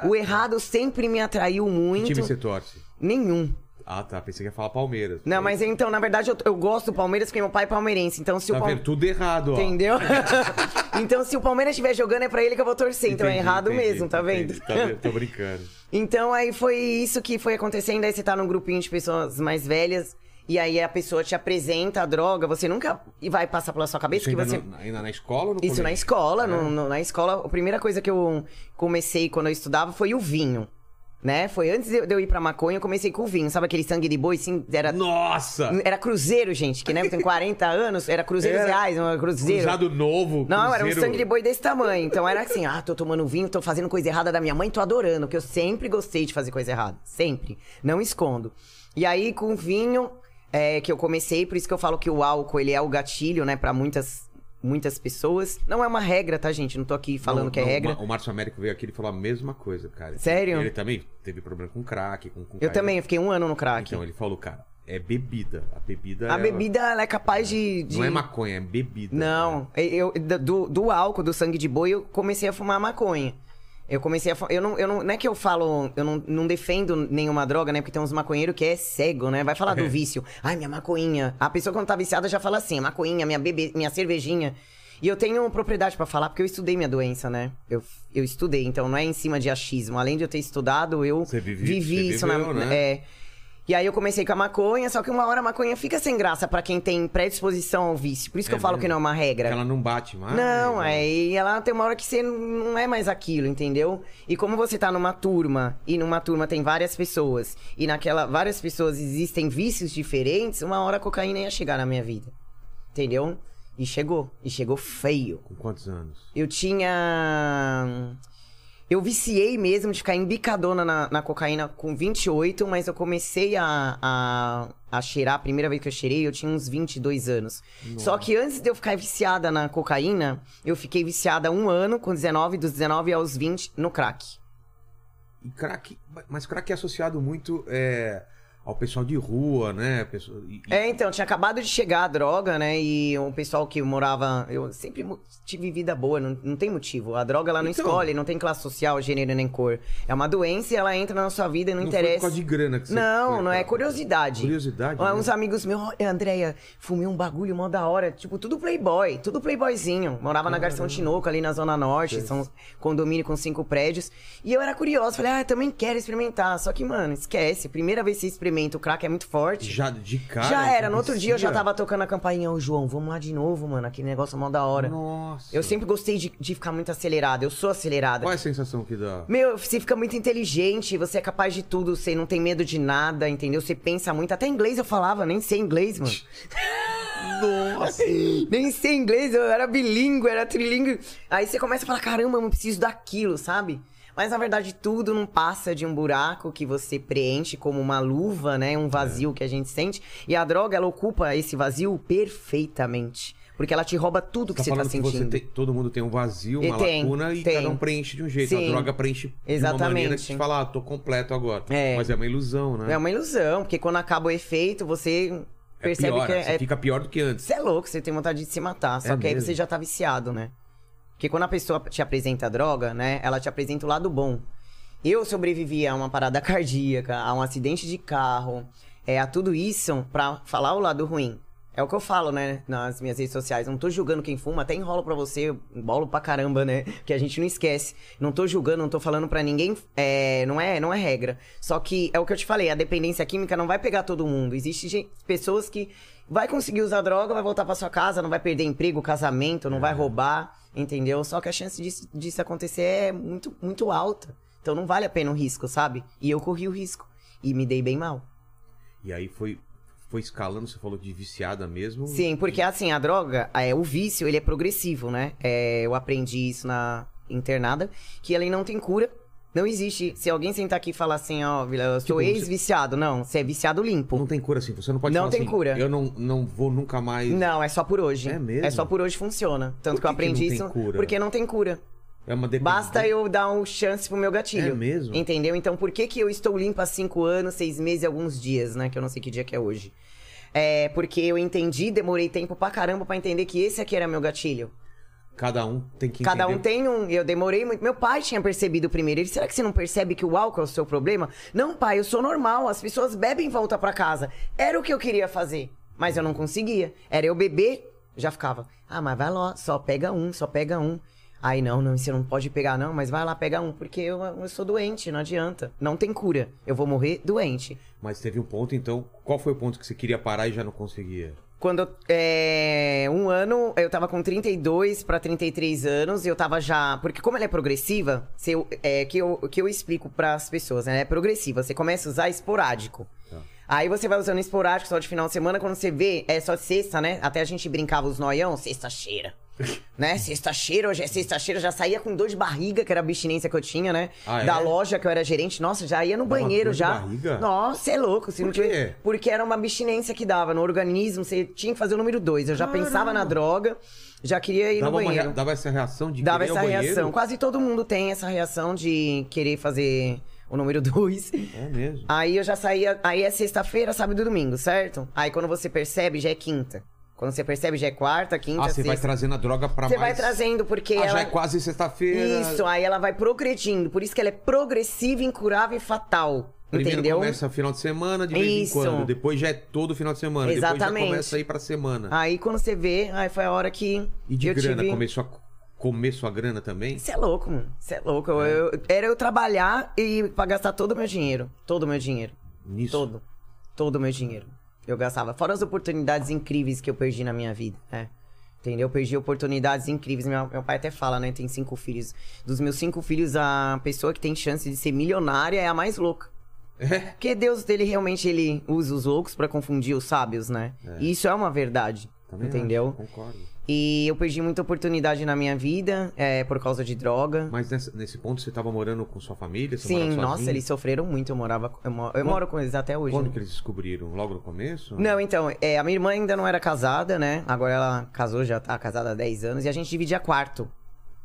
C: o errado sempre me atraiu
A: Que time
C: muito.
A: você torce?
C: Nenhum.
A: Ah, tá. Pensei que ia falar Palmeiras.
C: Não, mas então, na verdade, eu, eu gosto do Palmeiras porque meu pai é palmeirense. Então, se
A: Tá
C: o Palmeiras.
A: vendo? Tudo errado, ó.
C: Entendeu? <laughs> então, se o Palmeiras estiver jogando, é pra ele que eu vou torcer. então é
A: Entendi,
C: errado
A: entendi,
C: mesmo, tá vendo?
A: entendi. Tá vendo? Tô brincando.
C: <laughs> Então aí foi isso que foi acontecendo. Aí você tá num grupinho de pessoas mais velhas. E aí a pessoa te apresenta a droga. Você nunca vai passar pela sua cabeça
A: Isso
C: que
A: ainda,
C: você.
A: no- ainda na escola ou no É.
C: Isso na
A: colégio?
C: escola, no- no- na escola, a primeira coisa que eu comecei quando eu estudava foi o vinho, né? Foi antes de eu de eu ir pra maconha, eu comecei com o vinho. Sabe aquele sangue de boi, assim, era,
A: Nossa!
C: era cruzeiro, gente, que né, tem 40 anos, era cruzeiros
A: Era
C: reais, não era cruzeiro.
A: Cruzado novo.
C: Não, era
A: cruzeiro-
C: um sangue de boi desse tamanho. Então era assim, ah, tô tomando vinho, tô fazendo coisa errada da minha mãe, tô adorando, porque eu sempre gostei de fazer coisa errada. Sempre. Não escondo. E aí, com o vinho, é, que eu comecei, por isso que eu falo que o álcool, ele é o gatilho, né, pra muitas, muitas pessoas. Não é uma regra, tá, gente? Não tô aqui falando
A: Não,
C: que é
A: não,
C: regra.
A: O Ma- o Márcio Américo veio aqui e falou a mesma coisa, cara.
C: Sério?
A: Ele também teve problema com crack, com, com
C: Eu
A: cocaína.
C: também, eu fiquei um ano no crack.
A: Então, ele falou, cara, é bebida. A bebida
C: A
A: ela-
C: bebida, ela é capaz de... de-
A: Então, Não é maconha, é bebida.
C: Não, é, eu, eu- do, do álcool, do sangue de boi, eu comecei a fumar maconha. Eu comecei a. fu- Eu não, eu não, não é que eu falo. Eu não, não defendo nenhuma droga, né? Porque tem uns maconheiros que é cego, né?
A: <laughs>
C: Vai falar do vício. Ai, minha maconhinha. A pessoa quando tá viciada já fala assim: maconhinha, minha, bebe, minha cervejinha. E eu tenho propriedade pra falar, porque eu estudei minha doença, né? Eu, eu estudei, então não é em cima de achismo. Além de eu ter estudado, eu
A: Você vive-
C: vivi
A: você
C: isso
A: viveu,
C: na.
A: né?
C: É. E aí eu comecei com a maconha, só que uma hora a maconha fica sem graça pra quem tem predisposição ao vício. Por isso que
A: É
C: eu falo
A: mesmo?
C: que não é uma regra.
A: Porque ela não bate mais.
C: Não, é
A: né?
C: aí ela tem uma hora que você não é mais aquilo, entendeu? E como você tá numa turma, e numa turma tem várias pessoas, e naquela várias pessoas existem vícios diferentes, uma hora a cocaína ia chegar na minha vida. Entendeu? E chegou. E chegou feio.
A: Com quantos anos?
C: Eu tinha. Eu viciei mesmo de ficar embicadona na, na cocaína com 28, mas eu comecei a, a, a cheirar, a primeira vez que eu cheirei, eu tinha uns 22 anos. Só que antes de eu ficar viciada na cocaína, eu fiquei viciada um ano, com 19, dos 19 aos 20, no crack.
A: E crack, mas crack é associado muito é, ao pessoal de rua, né? Pessoa- e- e-
C: É, então, tinha acabado de chegar a droga, né? E o pessoal que morava. Eu sempre mu- tive vida boa, não, não tem motivo. A droga ela não
A: Então.
C: escolhe, não tem classe social, gênero nem cor. É uma doença e ela entra na sua vida e não,
A: foi
C: interessa.
A: por causa de grana que você
C: Não,
A: foi
C: não é
A: pra-
C: curiosidade. é um
A: Curiosidade,
C: Ó,
A: né?
C: Uns amigos meus, "Olha, Andréia, fumei um bagulho mó da hora. Tipo, tudo playboy, tudo playboyzinho. Morava na Garção Tinoco, ali na Zona Norte, são condomínio com cinco prédios. E eu era curiosa, falei, ah, eu também quero experimentar. Só que, mano, esquece. Primeira vez que você experimenta, o crack é muito forte.
A: Já de cara.
C: já era, no outro dia eu já
A: vicia.
C: tava tocando a campainha, ô João, vamos lá de novo, mano, aquele negócio é mó da hora.
A: Nossa.
C: Eu sempre gostei de, de ficar muito acelerada, eu sou acelerada.
A: Qual é a sensação que dá?
C: Meu, você fica muito inteligente, você é capaz de tudo, você não tem medo de nada, entendeu? Você pensa muito. Até inglês eu falava, nem sei inglês, mano.
A: <laughs> Nossa.
C: nem sei inglês, eu era bilíngue, era trilingue. Aí você começa a falar, caramba, eu não preciso daquilo, sabe? Mas na verdade tudo não passa de um buraco que você preenche como uma luva, né? Um vazio
A: É.
C: que a gente sente. E a droga, ela ocupa esse vazio perfeitamente. Porque ela te rouba tudo que
A: Tá
C: você tá
A: falando que
C: sentindo.
A: você tem- todo mundo tem um vazio, uma
C: E tem,
A: lacuna e
C: tem.
A: cada um preenche de um jeito. A
C: Sim.
A: droga preenche de uma maneira que
C: Exatamente.
A: te fala, ah, tô completo agora.
C: É.
A: Mas é uma ilusão, né?
C: É uma ilusão, porque quando acaba o efeito, você
A: É
C: percebe
A: pior,
C: que
A: você
C: é,
A: fica pior do que antes.
C: Você é louco, você tem vontade de se matar. Só
A: É
C: que aí
A: mesmo?
C: você já tá viciado, né? Porque quando a pessoa te apresenta a droga, né? Ela te apresenta o lado bom. Eu sobrevivi a uma parada <laughs> cardíaca, a um acidente de carro, é, a tudo isso pra falar o lado ruim. É o que eu falo, né, nas minhas redes sociais. Não tô julgando quem fuma, até enrolo pra você, bolo pra caramba, né? <laughs> Que a gente não esquece. Não tô julgando, não tô falando pra ninguém. É, não é, não é regra. Só que é o que eu te falei, a dependência química não vai pegar todo mundo. Existe gente- pessoas que vai conseguir usar droga, vai voltar pra sua casa, não vai perder emprego, casamento, não
A: É.
C: vai roubar, entendeu? Só que a chance disso, disso acontecer é muito, muito alta. Então não vale a pena o risco, sabe? E eu corri o risco. E me dei bem mal.
A: E aí foi, foi escalando, você falou de viciada mesmo.
C: Sim, porque assim, a droga, é, o vício, ele é progressivo, né? É, eu aprendi isso na internada, que ele não tem cura. Não existe. Se alguém sentar aqui e falar assim, ó, Vila, eu sou
A: Tipo,
C: ex-viciado. Não, você é viciado limpo.
A: Não tem cura assim, você não pode
C: Não
A: falar
C: tem
A: assim,
C: cura.
A: Eu não, não vou nunca mais.
C: Não, é só por hoje.
A: É mesmo?
C: É só por hoje funciona.
A: Por
C: Tanto que eu
A: que que não
C: aprendi
A: tem
C: isso
A: cura?
C: porque não tem cura.
A: É uma dependência.
C: Basta eu dar um chance pro meu gatilho.
A: É mesmo?
C: Entendeu? Então, por que que eu estou limpa há cinco anos, seis meses e alguns dias, né? Que eu não sei que dia que é hoje. É porque eu entendi, demorei tempo pra caramba pra entender que esse aqui era meu gatilho.
A: Cada um tem que
C: Cada
A: entender
C: um tem um. Eu demorei muito. Meu pai tinha percebido primeiro. Ele, será que você não percebe que o álcool é o seu problema? Não, pai, eu sou normal. As pessoas bebem e voltam pra casa. Era o que eu queria fazer, mas eu não conseguia. Era eu beber, já ficava. Ah, mas vai lá, só pega um, só pega um. Aí, não, não, você não pode pegar, não, mas vai lá pegar um, porque eu, eu sou doente, não adianta. Não tem cura. Eu vou morrer doente.
A: Mas teve um ponto, então. Qual foi o ponto que você queria parar e já não conseguia?
C: Quando eu- é, um ano, eu tava com 32 pra 33 anos, e eu tava já. Porque, como ela é progressiva, se eu- é que eu, que eu explico pras pessoas, né? Ela é progressiva. Você começa a usar esporádico.
A: Tá.
C: Aí você vai usando esporádico só de final de semana, quando você vê, é só sexta, né? Até a gente brincava os
A: <laughs>
C: noião, sexta-cheira. né? Sexta-cheira, hoje é sexta-feira, já saía com dor de barriga, que era a abstinência que eu tinha, né?
A: Ah, é?
C: Da loja que eu era gerente. Nossa, já ia no
A: Dava
C: banheiro
A: dor de
C: já.
A: barriga?
C: Nossa, é louco. Se
A: Por
C: não tiver-
A: quê?
C: porque era uma abstinência que dava no organismo, você tinha que fazer o número dois. Eu já pensava na droga, já queria ir
A: Dava,
C: no
A: uma rea-
C: banheiro.
A: dava essa reação de
C: Dava
A: querer ir
C: essa
A: ao banheiro?
C: reação. Quase todo mundo tem essa reação de querer fazer o número dois.
A: É mesmo.
C: Aí eu já saía. Aí é sexta-feira, sábado e domingo, certo? Aí quando você percebe, já é quinta. Quando você percebe, já é quarta, quinta,
A: Ah, você
C: sexta.
A: vai trazendo a droga pra
C: Você
A: mais...
C: vai trazendo, porque
A: Ah,
C: ela.
A: já é quase sexta-feira.
C: Isso, aí ela vai progredindo. Por isso que ela é progressiva, incurável e fatal.
A: Primeiro
C: entendeu?
A: começa final de semana, de vez
C: Isso.
A: em quando. Depois já é todo final de semana. Depois já
C: Exatamente.
A: começa a ir pra semana.
C: Aí quando você vê, aí foi a hora que.
A: e de
C: eu
A: grana,
C: tive...
A: começou a... Começou a grana também?
C: Você é louco, mano. Você é louco. Eu- eu- era eu trabalhar e pra gastar todo o meu dinheiro. Todo o meu dinheiro.
A: Nisso.
C: Todo. Todo o meu dinheiro. Eu gastava. Fora as oportunidades incríveis que eu perdi na minha vida. É. Entendeu? Eu perdi oportunidades incríveis. Meu, meu pai até fala, né? Tem cinco filhos. Dos meus cinco filhos, a pessoa que tem chance de ser milionária é a mais louca.
A: É.
C: Porque Deus dele realmente ele usa os loucos pra confundir os sábios, né? E isso é uma verdade.
A: Também
C: Entendeu?
A: acho, Tá concordo.
C: E eu perdi muita oportunidade na minha vida é, por causa de droga.
A: Mas nessa- nesse ponto você tava morando com sua família? Você
C: Sim,
A: morava
C: nossa,
A: sozinho?
C: eles sofreram muito. Eu morava. Eu, mo- eu
A: Quando-
C: moro com eles até hoje.
A: Quando
C: né?
A: que eles descobriram? Logo no começo?
C: Não, então, é, a minha irmã ainda não era casada, né? Agora ela casou, já tá casada há 10 anos, e a gente dividia quarto,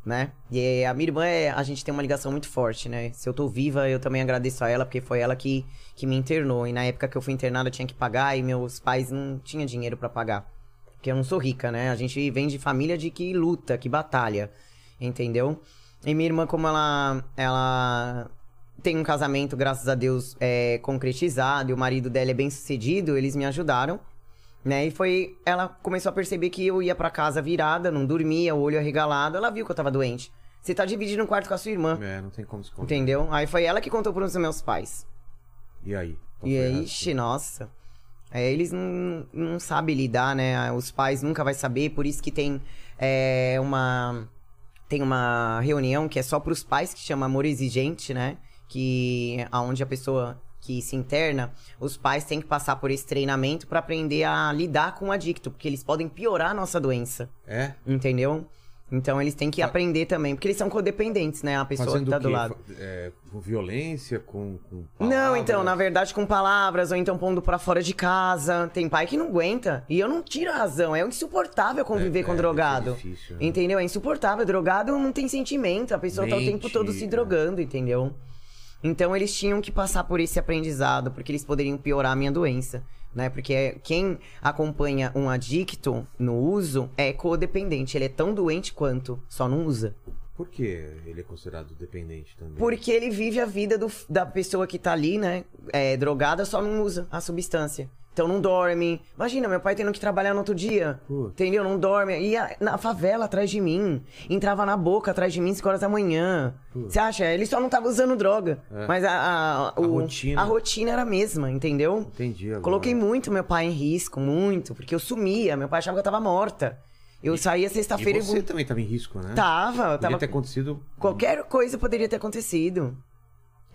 C: né? E a minha irmã, é- a gente tem uma ligação muito forte, né? Se eu tô viva, eu também agradeço a ela, porque foi ela que, que me internou. E na época que eu fui internada, eu tinha que pagar, e meus pais não tinham dinheiro pra pagar. Porque eu não sou rica, né? A gente vem de família de que luta, que batalha, entendeu? E minha irmã, como ela, ela tem um casamento, graças a Deus, é, concretizado, e o marido dela é bem sucedido, eles me ajudaram. Né? E foi. Ela começou a perceber que eu ia pra casa virada, não dormia, o olho arregalado. Ela viu que eu tava doente. Você tá dividindo um quarto com a sua irmã.
A: É, não tem como esconder.
C: Entendeu? Aí foi ela que contou pros meus pais.
A: E aí? Qual
C: E
A: foi a-
C: aí, ixi, nossa. É, eles não, não sabem lidar, né? Os pais nunca vai saber, por isso que tem é, uma tem uma reunião que é só pros pais que chama amor exigente, né? Que aonde a pessoa que se interna, os pais têm que passar por esse treinamento pra aprender a lidar com o adicto, porque eles podem piorar a nossa doença,
A: É?
C: entendeu? Então eles têm que aprender também, porque eles são codependentes, né? A pessoa
A: Fazendo
C: que tá
A: o
C: do
A: quê?
C: lado.
A: Fa- é, com violência, com, com
C: Não, então, na
A: palavras?
C: verdade, com palavras, ou então pondo pra fora de casa. Tem pai que não aguenta. E eu não tiro a razão. É insuportável conviver
A: É,
C: com
A: é,
C: drogado.
A: é difícil, né?
C: Entendeu? É insuportável. Drogado não tem sentimento. A pessoa tá o tempo
A: Mente,
C: todo se
A: né?
C: drogando, entendeu? Então eles tinham que passar por esse aprendizado, porque eles poderiam piorar a minha doença. Né? Porque é- quem acompanha um adicto no uso é codependente. Ele é tão doente quanto, só não usa.
A: Por que ele é considerado dependente também?
C: Porque ele vive a vida do- da pessoa que tá ali, né? É, drogada, só não usa a substância. Então não dorme. Imagina, meu pai tendo que trabalhar no outro dia.
A: Putz.
C: Entendeu? Não dorme. Ia na favela atrás de mim. Entrava na boca atrás de mim 5 horas da manhã. Você acha? Ele só não tava usando droga.
A: É.
C: Mas a, a- o-
A: rotina.
C: a rotina era a mesma, entendeu?
A: Entendi agora.
C: Coloquei muito meu pai em risco, muito. Porque eu sumia. Meu pai achava que eu tava morta. Eu saía sexta-feira
A: E
C: e.
A: você também estava em risco, né?
C: Tava, eu
A: Podia
C: tava
A: ter acontecido...
C: Qualquer coisa poderia ter acontecido.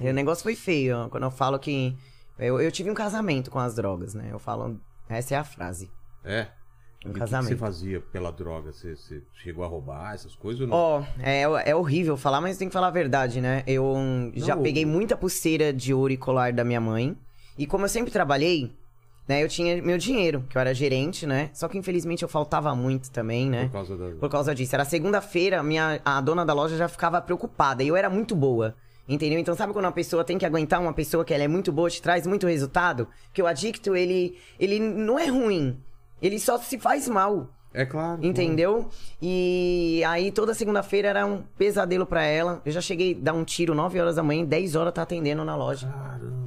C: O negócio foi feio. ó, Quando eu falo que. Eu, eu tive um casamento com as drogas, né? Eu falo. Essa é a frase.
A: É. E
C: Um
A: o que
C: casamento.
A: que você fazia pela droga? Você, você chegou a roubar essas coisas ou não?
C: Ó, é, é horrível falar, mas tem que falar a verdade, né? Eu hum, já
A: Não.
C: peguei muita pulseira de ouro e colar da minha mãe. E como eu sempre trabalhei, né? Eu tinha meu dinheiro, que eu era gerente, né? Só que infelizmente eu faltava muito também, né?
A: Por causa da...
C: Por causa disso. Era segunda-feira, minha a dona da loja já ficava preocupada. E eu era muito boa. Entendeu? Então, sabe quando uma pessoa tem que aguentar uma pessoa que ela é muito boa, te traz muito resultado? Que o adicto, ele, ele não é ruim. Ele só se faz mal.
A: É claro.
C: Entendeu? E aí toda segunda-feira era um pesadelo pra ela. Eu já cheguei a dar um tiro 9 horas da manhã, 10 horas tá atendendo na loja.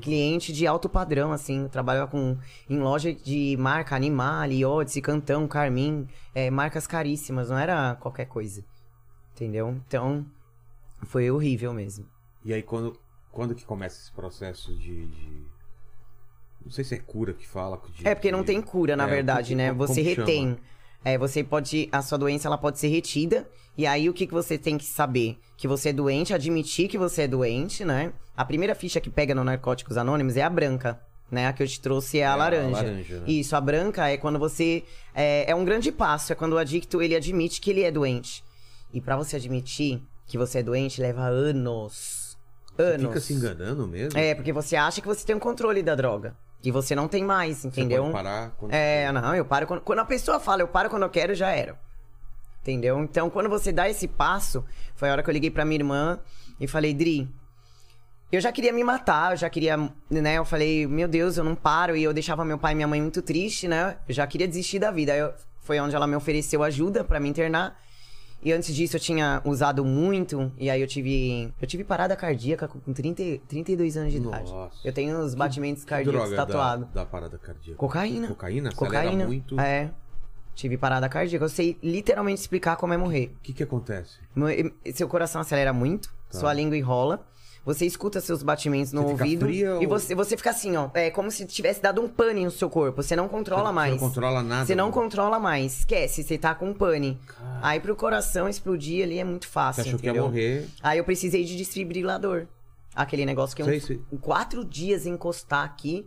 C: Cliente de alto padrão, assim. Eu Trabalhava com, em loja de marca Animale, Odyssey, Cantão, Carmin. é, marcas caríssimas, não era qualquer coisa. Entendeu? Então, foi horrível mesmo.
A: E aí quando, quando que começa esse processo de... de- Não sei se é cura que fala. de-
C: É porque não
A: de-
C: tem cura, na
A: É,
C: verdade,
A: como-
C: né?
A: como-
C: Você
A: como chama?
C: retém. É, você pode. A sua doença ela pode ser retida. E aí o que, que você tem que saber? Que você é doente, admitir que você é doente, né? A primeira ficha que pega no Narcóticos Anônimos é a branca, né? A que eu te trouxe é a
A: É, a
C: laranja.
A: laranja, né?
C: Isso, a branca é quando você. É, é um grande passo, é quando o adicto ele admite que ele é doente. E pra você admitir que você é doente, leva anos.
A: Você
C: Anos.
A: fica se enganando mesmo?
C: É, porque você acha que você tem o controle da droga. E você não tem mais,
A: Você
C: entendeu?
A: pode parar quando...
C: É, não, eu paro quando, quando a pessoa fala, eu paro quando eu quero, já era. Entendeu? Então, quando você dá esse passo, foi a hora que eu liguei pra minha irmã e falei, Dri, eu já queria me matar, eu já queria, né? Eu falei, meu Deus, eu não paro. E eu deixava meu pai e minha mãe muito triste, né? Eu já queria desistir da vida. Aí eu- foi onde ela me ofereceu ajuda pra me internar. E antes disso eu tinha usado muito, e aí eu tive. Eu tive parada cardíaca com 30, 32 anos de idade.
A: Nossa.
C: Eu tenho os batimentos
A: Que
C: cardíacos
A: droga da-
C: tatuados.
A: Da, parada cardíaca.
C: Cocaína.
A: Cocaína? Acelera
C: Cocaína.
A: muito.
C: É. Tive parada cardíaca. Eu sei literalmente explicar como é morrer.
A: O que que acontece?
C: Meu- Seu coração acelera muito,
A: Tá.
C: sua língua enrola. Você escuta seus batimentos no
A: Você fica
C: ouvido.
A: fria
C: E
A: ou-
C: você, você fica assim, ó. É como se tivesse dado um pane no seu corpo. Você não controla
A: Você
C: mais.
A: não controla nada.
C: Você não
A: né?
C: controla mais. Esquece, você tá com pane. Aí pro coração explodir ali é muito
A: Você
C: fácil.
A: achou que ia
C: entendeu?
A: morrer.
C: Aí eu precisei de desfibrilador. Aquele negócio que é
A: Sei,
C: uns
A: sei.
C: quatro dias encostar aqui.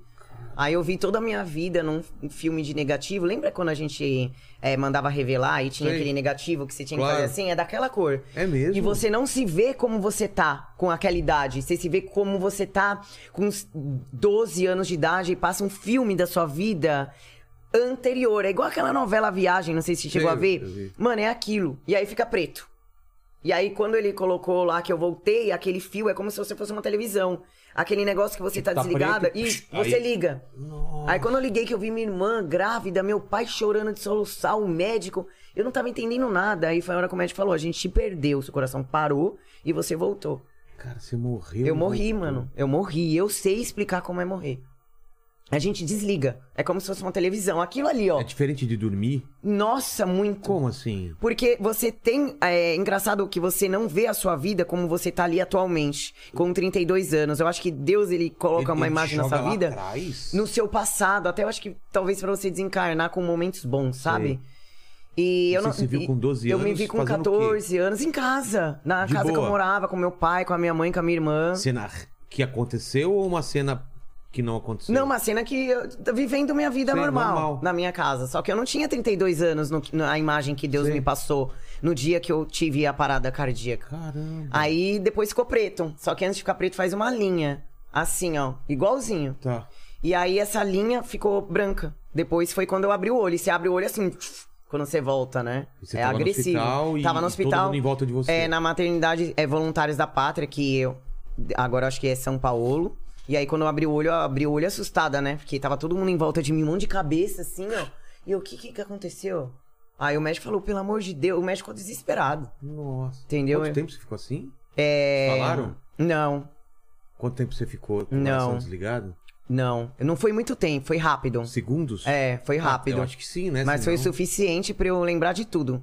C: Aí eu vi toda a minha vida num filme de negativo. Lembra quando a gente é, mandava revelar e tinha
A: Sim.
C: aquele negativo que você tinha
A: Claro.
C: que fazer assim? É daquela cor.
A: É mesmo?
C: E você não se vê como você tá com aquela idade. Você se vê como você tá com uns 12 anos de idade e passa um filme da sua vida anterior. É igual aquela novela Viagem, não sei se você chegou
A: Sim,
C: a ver.
A: eu vi.
C: Mano, é aquilo. E aí fica preto. E aí, quando ele colocou lá que eu voltei, aquele fio é como se você fosse uma televisão. Aquele negócio que você tá,
A: Tá
C: desligada
A: preto,
C: e
A: aí-
C: você liga. Aí, quando eu liguei que eu vi minha irmã grávida, meu pai chorando de soluçar, o médico, eu não tava entendendo nada. Aí foi a hora que o médico falou: a gente te perdeu, seu coração parou e você voltou.
A: Cara, você morreu.
C: Eu, morri,
A: voltou.
C: mano. Eu morri. Eu sei explicar como é morrer. A gente desliga. É como se fosse uma televisão. Aquilo ali, ó.
A: É diferente de dormir?
C: Nossa, muito.
A: Como assim?
C: Porque você tem. É engraçado que você não vê a sua vida como você tá ali atualmente, com 32 anos. Eu acho que Deus, ele coloca
A: Ele-
C: uma
A: ele
C: imagem na
A: joga
C: sua
A: lá
C: vida
A: atrás?
C: no seu passado. Até eu acho que talvez pra você desencarnar com momentos bons, sabe? E
A: E
C: eu
A: você
C: não.
A: se viu
C: e-
A: com 12
C: eu me
A: anos
C: vi com
A: fazendo o quê?
C: 14 anos em casa. Na
A: De
C: casa que eu
A: boa.
C: morava, com meu pai, com a minha mãe, com a minha irmã.
A: Cena que aconteceu ou uma cena que não aconteceu?
C: Não, uma cena que eu tô vivendo minha vida
A: Sim,
C: normal,
A: normal.
C: na minha casa. Só que eu não tinha 32 anos no, na imagem que Deus
A: Sim.
C: me passou no dia que eu tive a parada cardíaca.
A: Caramba.
C: Aí depois ficou preto. Só que antes de ficar preto faz uma linha. Assim, ó. Igualzinho.
A: Tá.
C: E aí essa linha ficou branca. Depois foi quando eu abri o olho. E você abre o olho assim. Quando você volta, né?
A: E você
C: é
A: tava no
C: agressivo.
A: hospital e-
C: tava no
A: e todo
C: hospital.
A: mundo em volta de você.
C: É, na maternidade é Voluntários da Pátria, que eu. Agora eu acho que é São Paulo. E aí quando eu abri o olho, eu abri o olho assustada, né? Porque tava todo mundo em volta de mim, um monte de cabeça assim, ó. E eu, o que que que aconteceu? Aí o médico falou, pelo amor de Deus. O médico ficou desesperado.
A: Nossa.
C: Entendeu?
A: Quanto tempo você ficou assim?
C: É...
A: Falaram?
C: Não,
A: Quanto tempo você ficou com o
C: Não.
A: coração desligado?
C: Não, não foi muito tempo, foi rápido.
A: Segundos?
C: É, foi
A: Ah,
C: rápido.
A: eu acho que sim, né?
C: Mas foi o
A: Senão-
C: suficiente pra eu lembrar de tudo.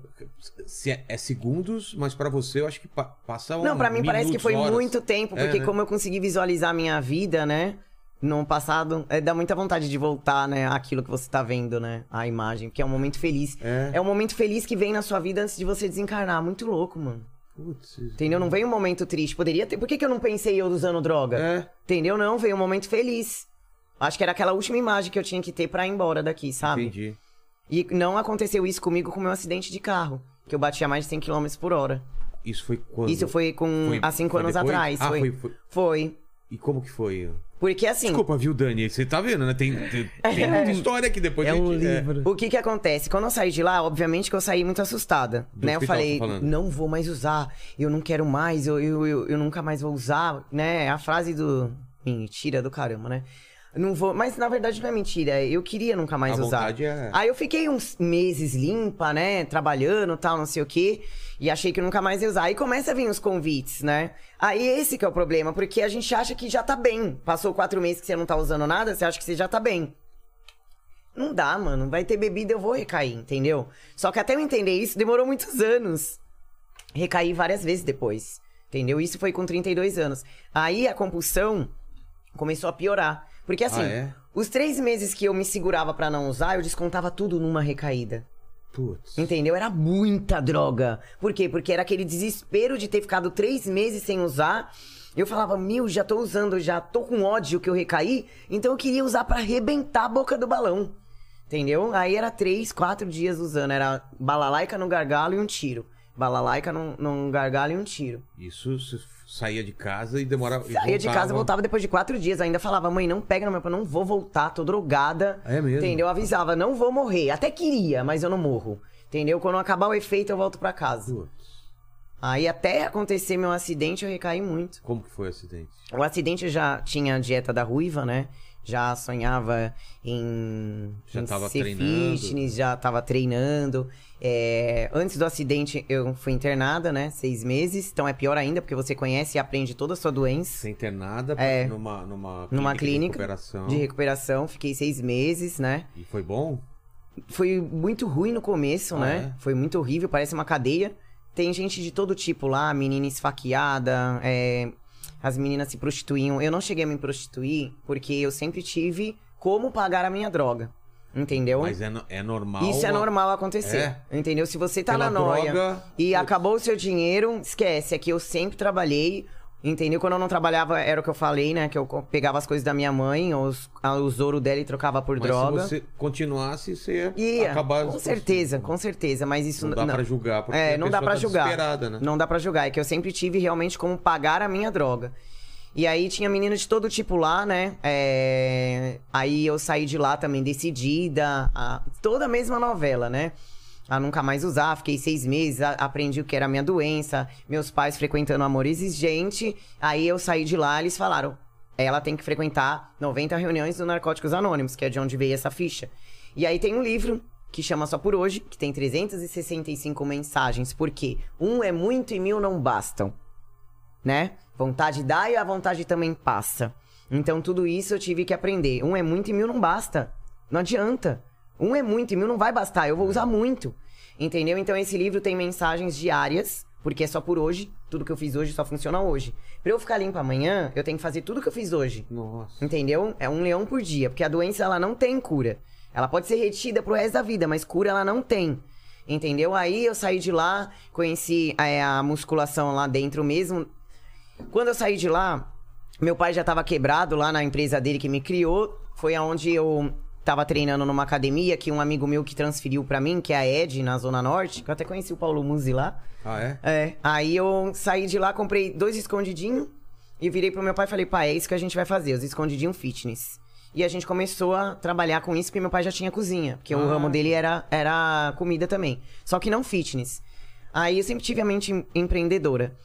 A: Se é, é segundos, mas pra você eu acho que pa passa um
C: não, pra mim parece que
A: minutos,
C: foi
A: horas.
C: muito tempo,
A: É,
C: porque
A: né?
C: como eu consegui visualizar minha vida, né? No passado, é, dá muita vontade de voltar, né? Aquilo que você tá vendo, né? A imagem, porque é um momento feliz.
A: É.
C: É um momento feliz que vem na sua vida antes de você desencarnar. Muito louco, mano.
A: Putz.
C: Entendeu? Não veio um momento triste. Poderia ter. Por que, que eu não pensei eu usando droga?
A: É.
C: Entendeu? Não, veio um momento feliz. Acho que era aquela última imagem que eu tinha que ter pra ir embora daqui, sabe?
A: Entendi.
C: E não aconteceu isso comigo com o meu acidente de carro, que eu bati a mais de 100 km por hora.
A: Isso foi quando?
C: Isso foi com
A: Foi-
C: há 5
A: foi
C: anos
A: depois?
C: atrás.
A: Ah,
C: foi.
A: foi- foi-
C: Foi.
A: E como que foi?
C: Porque assim,
A: Desculpa, viu, Dani? Você tá vendo, né? Tem,
C: <laughs>
A: tem,
C: É.
A: tem muita história aqui depois.
E: É
A: gente,
E: um livro.
C: o que que acontece? Quando eu saí de lá, obviamente que eu saí muito assustada,
A: Do
C: né? Eu
A: hospital,
C: falei,
A: tá falando.
C: não vou mais usar, eu não quero mais, eu, eu, eu, eu nunca mais vou usar, né? A frase do... Mentira do caramba, né? Não vou... Mas na verdade não é mentira, eu queria nunca mais Ah,
A: A
C: usar.
A: vontade é-
C: Aí eu fiquei uns meses limpa, né? Trabalhando tal, não sei o quê. E achei que nunca mais ia usar. Aí começa a vir os convites, né? Aí esse que é o problema, porque a gente acha que já tá bem. Passou quatro meses que você não tá usando nada, você acha que você já tá bem. Não dá, mano. Vai ter bebida, eu vou recair, entendeu? Só que até eu entender isso, demorou muitos anos. Recaí várias vezes depois, entendeu? Isso foi com 32 anos. Aí a compulsão começou a piorar. Porque assim,
A: Ah, é?
C: os três meses que eu me segurava pra não usar, eu descontava tudo numa recaída.
A: Putz.
C: Entendeu? Era muita droga. Por quê? Porque era aquele desespero de ter ficado três meses sem usar. Eu falava, meu, já tô usando, já tô com ódio que eu recaí, então eu queria usar pra arrebentar a boca do balão. Entendeu? Aí era três, quatro dias usando. Era balalaica no gargalo e um tiro. Balalaica num, num gargalo e um tiro.
A: Isso você saía de casa e demorava. e
C: Saía de casa, voltava depois de quatro dias. Ainda falava, mãe, não pega no meu pé, não vou voltar, tô drogada.
A: É mesmo?
C: Entendeu? Eu avisava, não vou morrer. Até queria, mas eu não morro. Entendeu? Quando acabar o efeito, eu volto pra casa.
A: Putz.
C: Aí até acontecer meu acidente, eu recaí muito.
A: Como que foi o acidente?
C: O acidente eu já tinha a dieta da ruiva, né? Já sonhava em,
A: Já
C: em
A: tava
C: ser
A: treinando.
C: fitness, já tava treinando. É, antes do acidente, eu fui internada, né? Seis meses. Então é pior ainda, porque você conhece e aprende toda a sua doença.
A: Sem ter nada
C: É.
A: numa, numa
C: Numa clínica
A: de recuperação.
C: De recuperação, fiquei seis meses, né?
A: E foi bom?
C: Foi muito ruim no começo,
A: Ah,
C: né? Foi muito horrível, parece uma cadeia. Tem gente de todo tipo lá, menina esfaqueada, é, as meninas se prostituíam. Eu não cheguei a me prostituir porque eu sempre tive como pagar a minha droga, entendeu?
A: Mas é, no- é normal.
C: Isso é
A: uma-
C: normal acontecer, entendeu? Se você tá
A: Pela
C: na noia
A: droga,
C: e
A: putz.
C: acabou o seu dinheiro, esquece. É que eu sempre trabalhei Entendeu? Quando eu não trabalhava, era o que eu falei, né? Que eu co- pegava as coisas da minha mãe, os, a- os ouro dela e trocava por
A: Mas
C: droga.
A: se você continuasse, você ia
C: Ia,
A: acabar... né?
C: com certeza, com certeza. Mas isso
A: Não dá pra julgar, porque
C: É,
A: a
C: não dá
A: pessoa
C: pra
A: tá
C: julgar.
A: desesperada, né?
C: Não dá pra julgar. É que eu sempre tive realmente como pagar a minha droga. E aí tinha menino de todo tipo lá, né? É, Aí eu saí de lá também decidida. a- Toda a mesma novela, né? A nunca mais usar, fiquei seis meses, a- aprendi o que era a minha doença, meus pais frequentando amor exigente. Aí eu saí de lá, eles falaram: ela tem que frequentar 90 reuniões do Narcóticos Anônimos, que é de onde veio essa ficha. E aí tem um livro que chama Só por Hoje, que tem 365 mensagens, porque um é muito e mil não bastam, né? Vontade dá e a vontade também passa. Então tudo isso eu tive que aprender. Um é muito e mil não basta. Não adianta. Um é muito e mil não vai bastar, eu vou usar muito. Entendeu? Então esse livro tem mensagens diárias, porque é só por hoje, tudo que eu fiz hoje só funciona hoje. Pra eu ficar limpo amanhã, eu tenho que fazer tudo que eu fiz hoje.
A: Nossa.
C: Entendeu? É um leão por dia, porque a doença ela não tem cura. Ela pode ser retida pro resto da vida, mas cura ela não tem. Entendeu? Aí eu saí de lá, conheci é, a musculação lá dentro mesmo. Quando eu saí de lá, meu pai já tava quebrado lá na empresa dele que me criou. Foi aonde eu tava treinando numa academia que um amigo meu que transferiu pra mim, que é a Ed, na Zona Norte, que eu até conheci o Paulo Musi lá.
A: Ah, é?
C: É, aí eu saí de lá, comprei dois escondidinhos e virei pro meu pai e falei, pai, é isso que a gente vai fazer, os escondidinhos fitness. E a gente começou a trabalhar com isso, porque meu pai já tinha cozinha, porque o
A: Ah.
C: ramo dele era, era comida também. Só que não fitness. Aí eu sempre tive a mente em- empreendedora.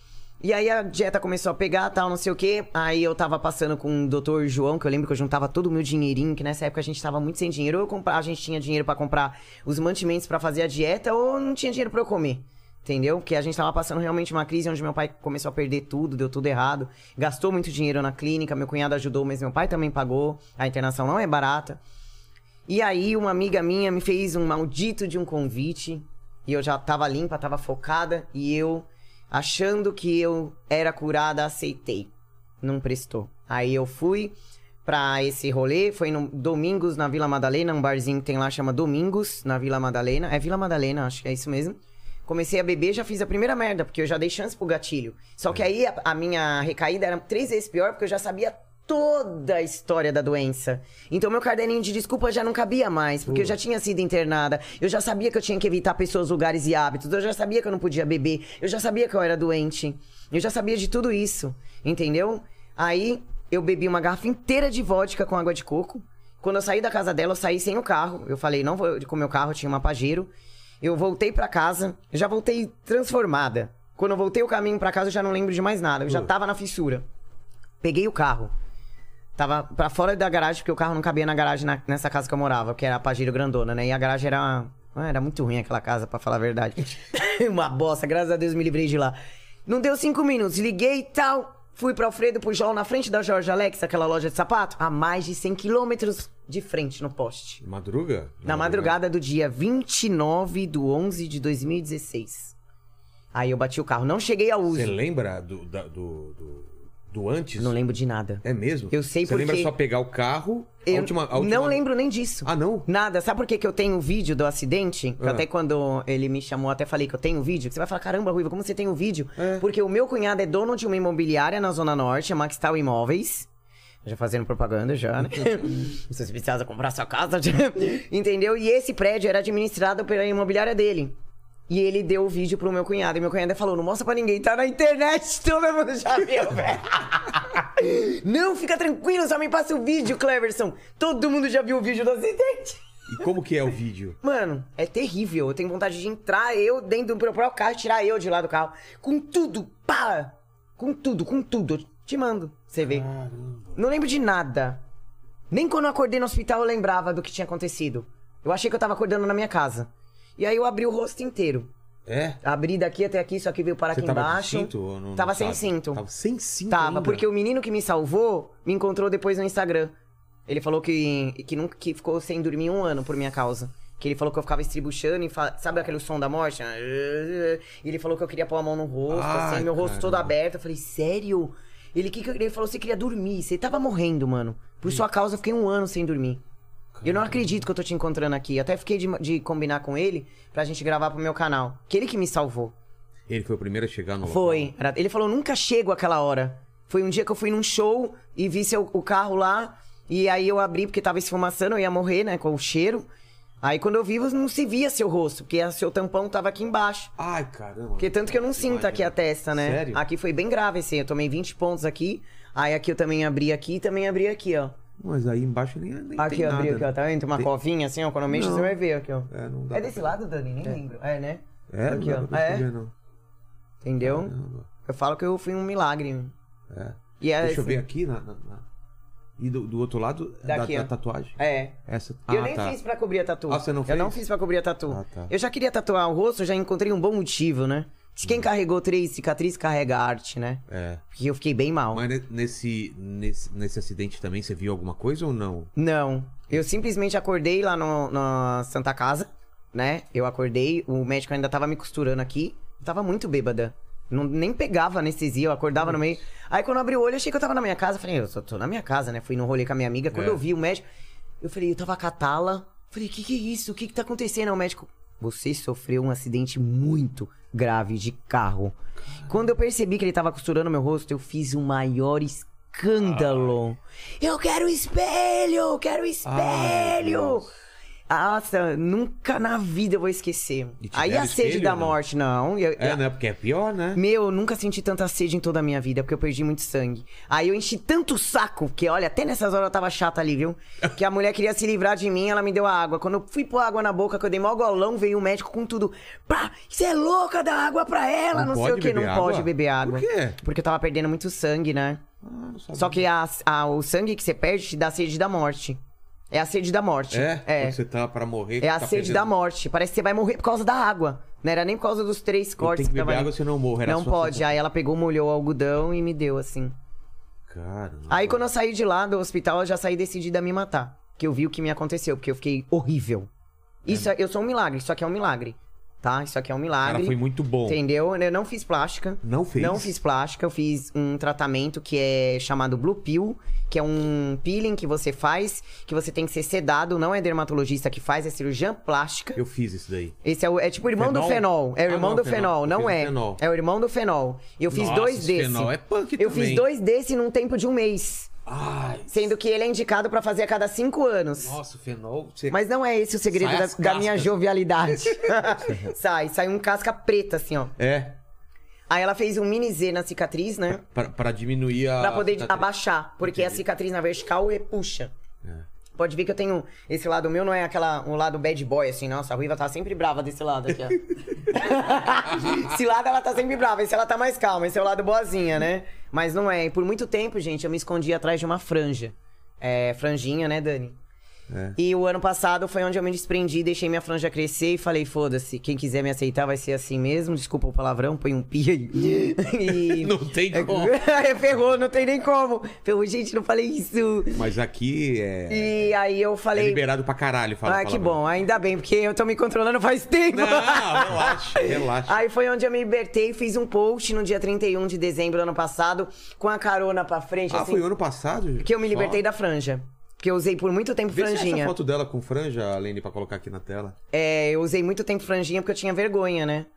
C: E aí a dieta começou a pegar, tal, não sei o quê. Aí eu tava passando com o doutor João, que eu lembro que eu juntava todo o meu dinheirinho, que nessa época a gente tava muito sem dinheiro. Ou eu compra- a gente tinha dinheiro pra comprar os mantimentos pra fazer a dieta, ou não tinha dinheiro pra eu comer. Entendeu? Porque a gente tava passando realmente uma crise onde meu pai começou a perder tudo, deu tudo errado. Gastou muito dinheiro na clínica, meu cunhado ajudou, mas meu pai também pagou. A internação não é barata. E aí, uma amiga minha me fez um maldito de um convite. E eu já tava limpa, tava focada. E eu, achando que eu era curada, aceitei. Não prestou. Aí eu fui pra esse rolê. Foi no Domingos, na Vila Madalena. Um barzinho que tem lá, chama Domingos, na Vila Madalena. É Vila Madalena, acho que é isso mesmo. Comecei a beber, já fiz a primeira merda, porque eu já dei chance pro gatilho. Só que aí a, a minha recaída era três vezes pior, porque eu já sabia toda a história da doença. Então meu caderninho de desculpa já não cabia mais, porque eu já tinha sido internada, eu já sabia que eu tinha que evitar pessoas, lugares e hábitos, eu já sabia que eu não podia beber, eu já sabia que eu era doente, eu já sabia de tudo isso, entendeu? Aí eu bebi uma garrafa inteira de vodka com água de coco. Quando eu saí da casa dela, eu saí sem o carro. Eu falei, não vou com o meu carro, eu tinha uma Pajero. Eu voltei pra casa, eu já voltei transformada. Quando eu voltei o caminho pra casa, eu já não lembro de mais nada. Eu já tava na fissura. Peguei o carro. Tava pra fora da garagem, porque o carro não cabia na garagem na- nessa casa que eu morava, que era a Pajero Grandona, né? E a garagem era. Ah, era muito ruim aquela casa, pra falar a verdade. <laughs> Uma bosta, graças a Deus me livrei de lá. Não deu cinco minutos, liguei e tal. Fui pra Alfredo Pujol, na frente da Jorge Alex, aquela loja de sapato, a mais de 100 quilômetros de frente no poste.
A: Madruga?
C: Na madrugada do dia 29 do 11 de 2016. Aí eu bati o carro. Não cheguei ao uso.
A: Você lembra do, da- do, do, do antes?
C: Não lembro de nada.
A: É mesmo?
C: Eu sei
A: Você lembra
C: porque-
A: só pegar o carro? a
C: Eu
A: última- a última-
C: não lembro nem disso.
A: Ah, não?
C: Nada. Sabe por que, que eu tenho o vídeo do acidente? Que
A: Ah.
C: Até quando ele me chamou, eu até falei que eu tenho o vídeo. Que você vai falar, caramba, Ruiva, como você tem o vídeo?
A: É.
C: Porque o meu cunhado é dono de uma imobiliária na Zona Norte, a Maxtal Imóveis. Já fazendo propaganda, já, né?
A: <laughs>
C: Se você precisa comprar sua casa, já. entendeu? E esse prédio era administrado pela imobiliária dele. E ele deu o vídeo pro meu cunhado. E meu cunhado falou: não mostra pra ninguém, tá na internet, <laughs> todo mundo já viu,
A: <laughs>
C: velho. Não, fica tranquilo, só me passa o vídeo, Cleverson. Todo mundo já viu o vídeo do acidente.
A: E como que é o vídeo?
C: Mano, é terrível. Eu tenho vontade de entrar eu dentro do meu próprio carro e tirar eu de lá do carro. Com tudo, pá! Com tudo, com tudo. Eu te mando, você vê. Não lembro de nada. Nem quando eu acordei no hospital eu lembrava do que tinha acontecido. Eu achei que eu tava acordando na minha casa. E aí eu abri o rosto inteiro.
A: É?
C: Abri daqui até aqui, só que veio parar
A: Você
C: Tá aqui
A: tava
C: embaixo.
A: sem cinto? ou não-
C: tava
A: não
C: sem
A: sabe?
C: cinto.
A: Tava sem cinto
C: Tava,
A: ainda?
C: porque o menino que me salvou me encontrou depois no Instagram. Ele falou que, que, nunca, que ficou sem dormir um ano por minha causa. Que ele falou que eu ficava estribuchando e fa- sabe aquele som da morte? E ele falou que eu queria pôr a mão no rosto,
A: Ai,
C: assim, meu rosto todo
A: Ah, caramba.
C: aberto. Eu falei, sério? Ele, que, que eu- ele falou que você queria dormir, você tava morrendo, mano. Por sua causa eu fiquei um ano sem dormir. Eu não acredito que eu tô te encontrando aqui. Até fiquei de, de combinar com ele pra gente gravar pro meu canal. Que ele que me salvou.
A: Ele foi o primeiro a chegar no local.
C: Foi. Era- Ele falou, nunca chego àquela hora. Foi um dia que eu fui num show e vi seu, o carro lá. E aí eu abri porque tava esfumaçando, eu ia morrer, né? Com o cheiro. Aí quando eu vi, não se via seu rosto, porque a- seu tampão tava aqui embaixo.
A: Ai, caramba.
C: Porque tanto que eu não sinto aqui a testa, né?
A: Sério?
C: Aqui foi bem grave, assim. Eu tomei 20 pontos aqui. Aí aqui eu também abri aqui e também abri aqui, ó.
A: Mas aí embaixo nem, nem
C: Aqui
A: tem
C: eu
A: nada.
C: abri aqui, ó. Tá vendo? Tem uma
A: Tem-
C: covinha assim, ó. Quando eu mexo,
A: Não.
C: você vai ver aqui, ó.
A: É, não dá
C: É desse lado, Dani? Nem lembro. É, né?
A: É,
C: Aqui,
A: não dá
C: ó.
A: pra É.
C: É.
A: perceber, não.
C: Entendeu? Eu falo que eu fui um milagre.
A: É.
C: E é
A: Deixa eu
C: assim,
A: ver aqui na... na- na- E do, do outro lado, da-
C: Daqui,
A: da,
C: ó.
A: tatuagem?
C: É.
A: Essa...
C: E eu
A: Ah,
C: nem
A: tá.
C: fiz pra cobrir a tatu.
A: Ah, você não
C: Eu
A: fez?
C: não fiz pra cobrir a tatu.
A: Ah, tá.
C: Eu já queria tatuar o rosto, eu já encontrei um bom motivo, né? De
A: Hum.
C: quem carregou três cicatrizes carrega a arte, né?
A: É.
C: Porque eu fiquei bem mal.
A: Mas ne- nesse, nesse, nesse acidente também, você viu alguma coisa ou não?
C: Não. Eu simplesmente acordei lá no- na Santa Casa, né? Eu acordei, o médico ainda tava me costurando aqui. Eu tava muito bêbada. Não, nem pegava anestesia, eu acordava no meio. Aí quando eu abri o olho, eu achei que eu tava na minha casa. Eu Falei, eu só tô na minha casa, né? Fui no rolê com a minha amiga. Quando
A: É.
C: eu vi o médico, eu falei, eu tava catala. Falei, que que é isso? O que que tá acontecendo? Aí O médico, você sofreu um acidente muito grave de carro. Quando eu percebi que ele tava costurando meu rosto, eu fiz o maior escândalo. Eu quero espelho! Eu
A: Ai,
C: quero
A: meu
C: espelho!
A: Deus.
C: Nossa, nunca na vida eu vou esquecer.
A: E te
C: Aí
A: deram
C: a sede
A: espelho,
C: da
A: não?
C: morte, não. Eu-
A: É,
C: eu-
A: né? Porque é pior, né?
C: Meu, eu nunca senti tanta sede em toda a minha vida, porque eu perdi muito sangue. Aí eu enchi tanto o saco, que olha, até nessas horas eu tava chata
A: <laughs>
C: ali, viu? Que a mulher queria se livrar de mim, ela me deu a água. Quando eu fui pôr água na boca, que eu dei mó golão, veio o médico com tudo. Pá, você é louca, dá água pra ela, não, sei o
A: pode
C: que, não
A: beber
C: pode
A: água?
C: beber água.
A: Por quê?
C: Porque eu tava perdendo muito sangue, né?
A: Ah, não sabia.
C: Só que a- a- o sangue que você perde te dá sede da morte. É a sede da morte.
A: É?
C: É.
A: Quando Você tá pra morrer.
C: É a
A: tá
C: sede
A: perdendo-
C: da morte. Parece que você vai morrer por causa da água. Não era nem por causa dos três cortes
A: Tem que
C: tava
A: beber
C: ali.
A: água, senão eu morro. Era
C: Não
A: só-
C: pode. é. Aí ela pegou, molhou o algodão e me deu, assim.
A: Tá Caramba.
C: Aí quando eu saí de lá do hospital, eu já saí decidida a me matar. Que eu vi o que me aconteceu, porque eu fiquei horrível. Isso, é- eu sou um milagre, isso aqui é um milagre. Tá? Isso aqui é um
A: Cara,
C: milagre.
A: foi muito bom.
C: Entendeu? Eu não fiz plástica.
A: Não fez?
C: Não fiz plástica, eu fiz um tratamento que é chamado Blue Pill, que é um peeling que você faz, que você tem que ser sedado, não é dermatologista que faz, é cirurgiã plástica.
A: Eu fiz isso daí.
C: Esse é, o, é tipo o irmão do
A: Fenol?
C: fenol. É o
A: Ah,
C: irmão
A: não,
C: do
A: fenol.
C: fenol,
A: Eu
C: não
A: fiz o
C: é.
A: fenol.
C: É o irmão do fenol. Eu fiz
A: Nossa,
C: dois
A: esse
C: desse.
A: fenol é punk
C: Eu
A: também.
C: fiz dois desse num tempo de um mês.
A: Ai.
C: Sendo que ele é indicado pra fazer a cada cinco anos.
A: Nossa, o fenol. Você...
C: Mas não é esse o segredo
A: Sai
C: da,
A: as
C: da minha
A: cascas. <laughs>
C: jovialidade. sai, sai um casca preta, assim, ó.
A: É.
C: Aí ela fez um mini Z na cicatriz, né?
A: Pra, pra diminuir a.
C: Pra poder
A: cicatriz.
C: abaixar, porque a cicatriz na vertical repuxa.
A: É.
C: Pode ver que eu tenho. Esse lado meu não é aquela, um lado bad boy, assim, nossa. A Ruiva tá sempre brava desse lado
A: <laughs>
C: aqui, ó. esse lado ela tá sempre brava, esse ela tá mais calma, esse é o lado boazinha, né? Mas não é. E por muito tempo, gente, eu me escondi atrás de uma franja. É, franjinha, né, Dani?
A: É.
C: E o ano passado foi onde eu me desprendi, deixei minha franja crescer e falei: foda-se, quem quiser me aceitar vai ser assim mesmo. Desculpa o palavrão, põe um pi aí. <laughs> E-
A: <laughs> Não tem
C: é,
A: como.
C: <laughs> é, ferrou, não tem nem como. Ferrou, gente, não falei isso.
A: Mas aqui é.
C: E aí eu
A: é
C: falei.
A: liberado pra caralho falar.
C: ah, que
A: palavrão.
C: bom, ainda bem, porque eu tô me controlando faz <laughs> tempo.
A: Não,
C: <laughs>
A: relaxa, relaxa.
C: Aí foi onde eu me libertei, fiz um post no dia 31 de dezembro do ano passado, com a carona pra frente,
A: Ah,
C: assim,
A: foi ano passado?
C: que eu me
A: Só?
C: libertei da franja. Porque eu usei por muito tempo
A: Vê se acha
C: franjinha.
A: a foto dela com franja, Aline, pra colocar aqui na tela.
C: É, eu usei muito tempo franjinha porque eu tinha vergonha, né?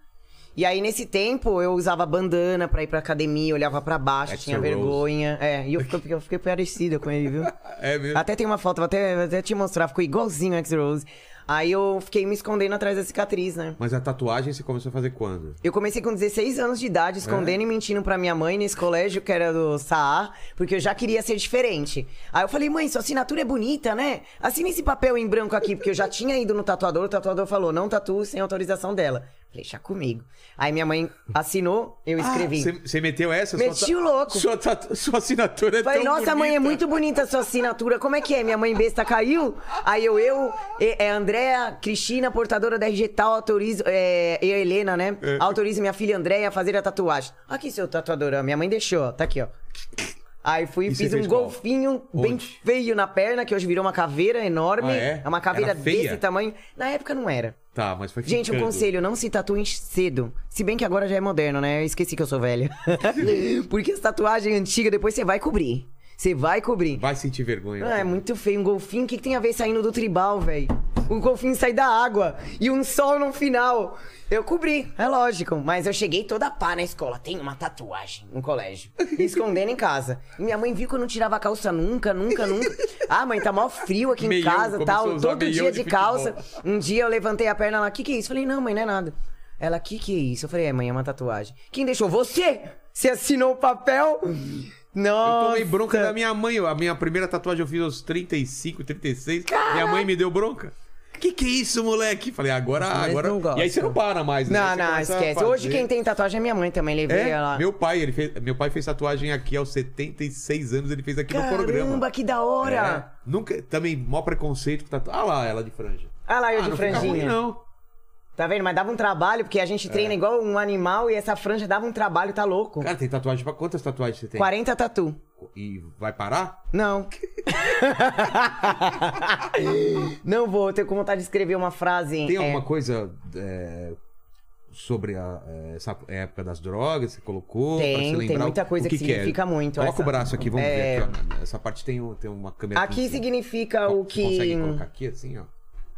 C: E aí, nesse tempo, eu usava bandana pra ir pra academia, olhava pra baixo,
A: Axl
C: tinha
A: Rose.
C: vergonha.
A: <laughs>
C: É, e eu fico- eu fiquei, parecida com ele, viu?
A: É mesmo?
C: Até tem uma foto, vou até, vou até te mostrar, ficou igualzinho o X-Rose. Aí eu fiquei me escondendo atrás da cicatriz, né?
A: Mas a tatuagem você começou a fazer quando?
C: Eu comecei com 16 anos de idade, escondendo e mentindo pra minha mãe nesse colégio que era do Saar, porque eu já queria ser diferente. Aí eu falei, mãe, sua assinatura é bonita, né? Assina esse papel em branco aqui, porque eu já tinha ido no tatuador, o tatuador falou, não tatue sem autorização dela. Falei, já comigo. Aí minha mãe assinou, eu Ah, escrevi.
A: Ah, Você você meteu essa? Sua
C: Meti
A: ta-
C: o louco.
A: Sua, tatu- sua assinatura é
C: Falei,
A: tão
C: nossa, mãe, é
A: bonita."
C: muito bonita a sua assinatura. Como é que é? Minha mãe besta caiu? Aí eu, eu, e- é Andréa, Cristina, portadora da RG tal, autorizo, é, e a Helena, né? Autorizo minha filha Andréa a fazer a tatuagem. Aqui, seu tatuador, ó, minha mãe deixou, ó, tá aqui, ó. Aí fui
A: E
C: e
A: você
C: fiz
A: fez
C: um
A: qual?
C: golfinho bem
A: Onde?
C: feio na perna, que hoje virou uma caveira enorme.
A: Ah, é?
C: é uma caveira
A: Era feia?
C: desse tamanho. Na época não era.
A: Tá, mas foi
C: Gente, um
A: ficando.
C: conselho, não se tatuem cedo. Se bem que agora já é moderno, né? Eu esqueci que eu sou velha. <laughs> Porque as tatuagens antigas, depois você vai cobrir. Você vai cobrir.
A: Vai sentir vergonha.
C: é
A: né?
C: Ah, é muito feio. Um golfinho, o que, que tem a ver saindo do tribal, velho? o golfinho sair da água e um sol no final. Eu cobri, é lógico. Mas eu cheguei toda pá na escola. Tenho uma tatuagem no colégio. Me escondendo em casa. E minha mãe viu que eu não tirava calça nunca, nunca, nunca. Ah, mãe, tá mó frio aqui em
A: Meião,
C: casa
A: começou a
C: tal.
A: usar
C: Todo
A: meião
C: dia
A: de
C: de calça.
A: futebol.
C: Um dia eu levantei a perna lá, que que é isso? Falei, não, mãe, não é nada. Ela, que que é isso? Eu falei, é, mãe, é uma tatuagem. Quem deixou? Você! Você assinou o papel? Não.
A: Eu tomei bronca da minha mãe. A minha primeira tatuagem eu fiz aos 35, 36. Minha mãe me deu bronca. Que que é isso, moleque? Falei, agora,
E: Mas
A: agora.
E: não gosta.
A: E aí você não para mais, né?
C: Não,
A: Você
C: não,
A: começa a
C: esquece.
A: fazer.
C: Hoje quem tem tatuagem é minha mãe também, levei
A: É,
C: ela.
A: meu pai, ele fez, meu pai fez tatuagem aqui aos 76 anos, ele fez aqui no programa.
C: Caramba, que da hora!
A: É, nunca, também, mó preconceito com tatuagem. Ah lá, ela de franja.
C: Olha lá, eu
A: ah,
C: de
A: não fica ruim,
C: franjinha.
A: não. É.
C: Tá vendo? Mas dava um trabalho, porque a gente treina igual um animal e essa franja dava um trabalho, tá louco.
A: Cara, tem tatuagem pra quantas tatuagens você tem?
C: 40 tatu.
A: E vai parar? <laughs>
C: Não. não vou, eu tenho com vontade de escrever uma frase.
A: Tem
C: é,
A: alguma coisa é, sobre a, é, essa época das drogas? Você colocou? pra
C: É, Tem,
A: se
C: tem
A: lembrar o-
C: muita coisa
A: o que,
C: que
A: é?
C: significa muito,
A: Coloca
C: essa.
A: o braço aqui, vamos
C: É.
A: ver aqui. Ó. Essa parte tem, um- tem uma câmera.
C: Aqui
A: significa
C: significa o
A: Você consegue
C: que.
A: colocar É. aqui assim, ó?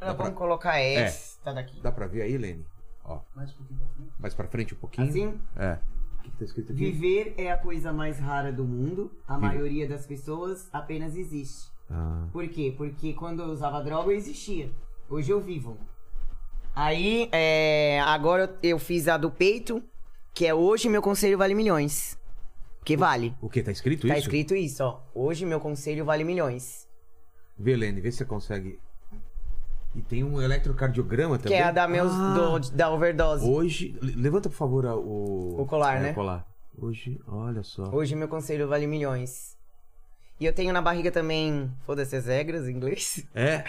C: Ah, Vamos colocar esta daqui.
A: Dá pra ver aí, Lene? Ó,
B: Mais um pouquinho pra frente.
A: mais pra frente um pouquinho.
C: Assim?
A: É. O que que tá escrito aqui?
C: Viver é a coisa mais rara do mundo. A maioria das pessoas apenas existe.
A: Ah.
C: Por quê? Porque quando eu usava droga eu existia. Hoje eu vivo. Aí, é, agora eu eu fiz a do peito, que é hoje meu conselho vale milhões. Porque vale.
A: O que? Tá escrito
C: Tá
A: isso?
C: escrito isso, ó. Hoje meu conselho vale milhões.
A: Vê, Lene, vê se você consegue. E tem um eletrocardiograma
C: Que
A: também.
C: é a da, meus,
A: Ah.
C: do- da overdose.
A: Hoje. le- Levanta, por favor, a- o.
C: O colar,
A: é,
C: né?
A: O colar. Hoje, olha só.
C: Hoje meu conselho vale milhões. E eu tenho na barriga também, foda-se as regras em inglês.
A: É.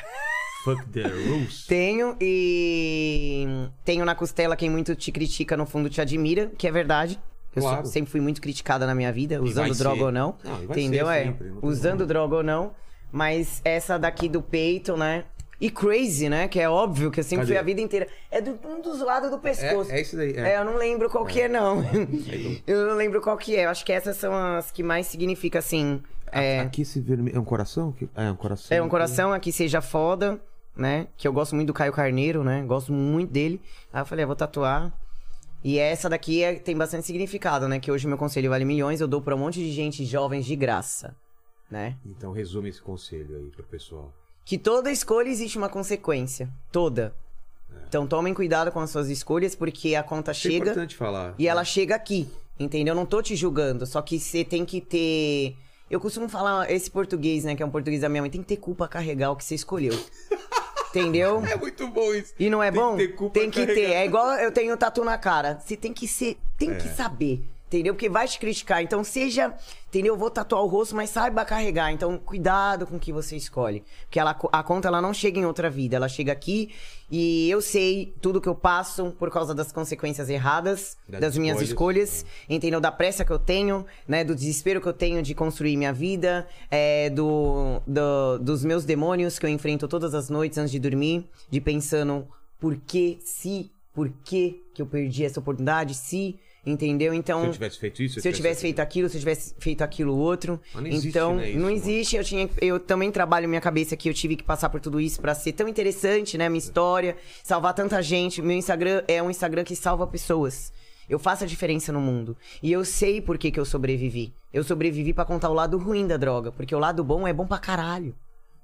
A: Fuck the rules.
C: Tenho e tenho na costela quem muito te critica no fundo te admira, que é verdade. Eu sou-
A: Claro.
C: sempre fui muito criticada na minha vida,
A: vai
C: usando
A: ser.
C: droga ou não.
A: Não, e vai
C: entendeu?
A: ser
C: É,
A: sempre, não tem
C: usando
A: como.
C: droga ou não. Mas essa daqui do peito, né? E crazy, né? Que é óbvio que eu sempre
A: Cadê?
C: fui a vida inteira. É do, um dos lados do pescoço.
A: É, é isso daí.
C: É,
A: É.
C: eu não lembro qual que é, não. <laughs> eu não lembro qual que é. Eu acho que essas são as que mais significa, assim. é-
A: Aqui esse vermelho. É um coração? Que- É um coração.
C: é um coração aqui seja foda, né? Que eu gosto muito do Caio Carneiro, né? Gosto muito dele. Aí eu falei, ah, vou tatuar. E essa daqui é- tem bastante significado, né? Que hoje meu conselho vale milhões, eu dou pra um monte de gente jovens de graça, né?
A: Então resume esse conselho aí pro pessoal.
C: Que toda escolha existe uma consequência, toda. Então tomem cuidado com as suas escolhas porque a
A: É.
C: conta
A: Isso é
C: chega
A: importante falar.
C: e ela chega aqui, entendeu? Não tô te julgando, só que você tem que ter. Eu costumo falar esse português, né? Que é um português da minha mãe. Tem que ter culpa a carregar o que você escolheu. entendeu?
A: É muito bom isso.
C: E não é
A: Tem que
C: bom?
A: ter culpa
C: tem que ter.
A: carregada. É.
C: É igual eu tenho tatu na cara. Você tem que ser. Tem que saber. Entendeu? Porque vai te criticar. Então, seja. Entendeu? Eu vou tatuar o rosto, mas saiba carregar. Então, cuidado com o que você escolhe. Porque ela, a conta ela não chega em outra vida. Ela chega aqui e eu sei tudo que eu passo por causa das consequências erradas
A: Das
C: das, minhas
A: escolhas.
C: escolhas entendeu? Da pressa que eu tenho, né? Do desespero que eu tenho de construir minha vida, é, do, do- dos meus demônios que eu enfrento todas as noites antes de dormir, de pensando por que, se, por que que eu perdi essa oportunidade, se, entendeu? Então.
A: Se eu tivesse feito isso,
C: Se eu tivesse feito aquilo, se eu tivesse feito aquilo outro.
A: Mas não existe,
C: então,
A: né, isso,
C: não
A: mano?
C: existe. Eu, tinha, eu também trabalho minha cabeça que eu tive que passar por tudo isso pra ser tão interessante, né? Minha história, salvar tanta gente. Meu Instagram é um Instagram que salva pessoas. Eu faço a diferença no mundo. E eu sei por que, que eu sobrevivi. Eu sobrevivi pra contar o lado ruim da droga. Porque o lado bom é bom pra caralho.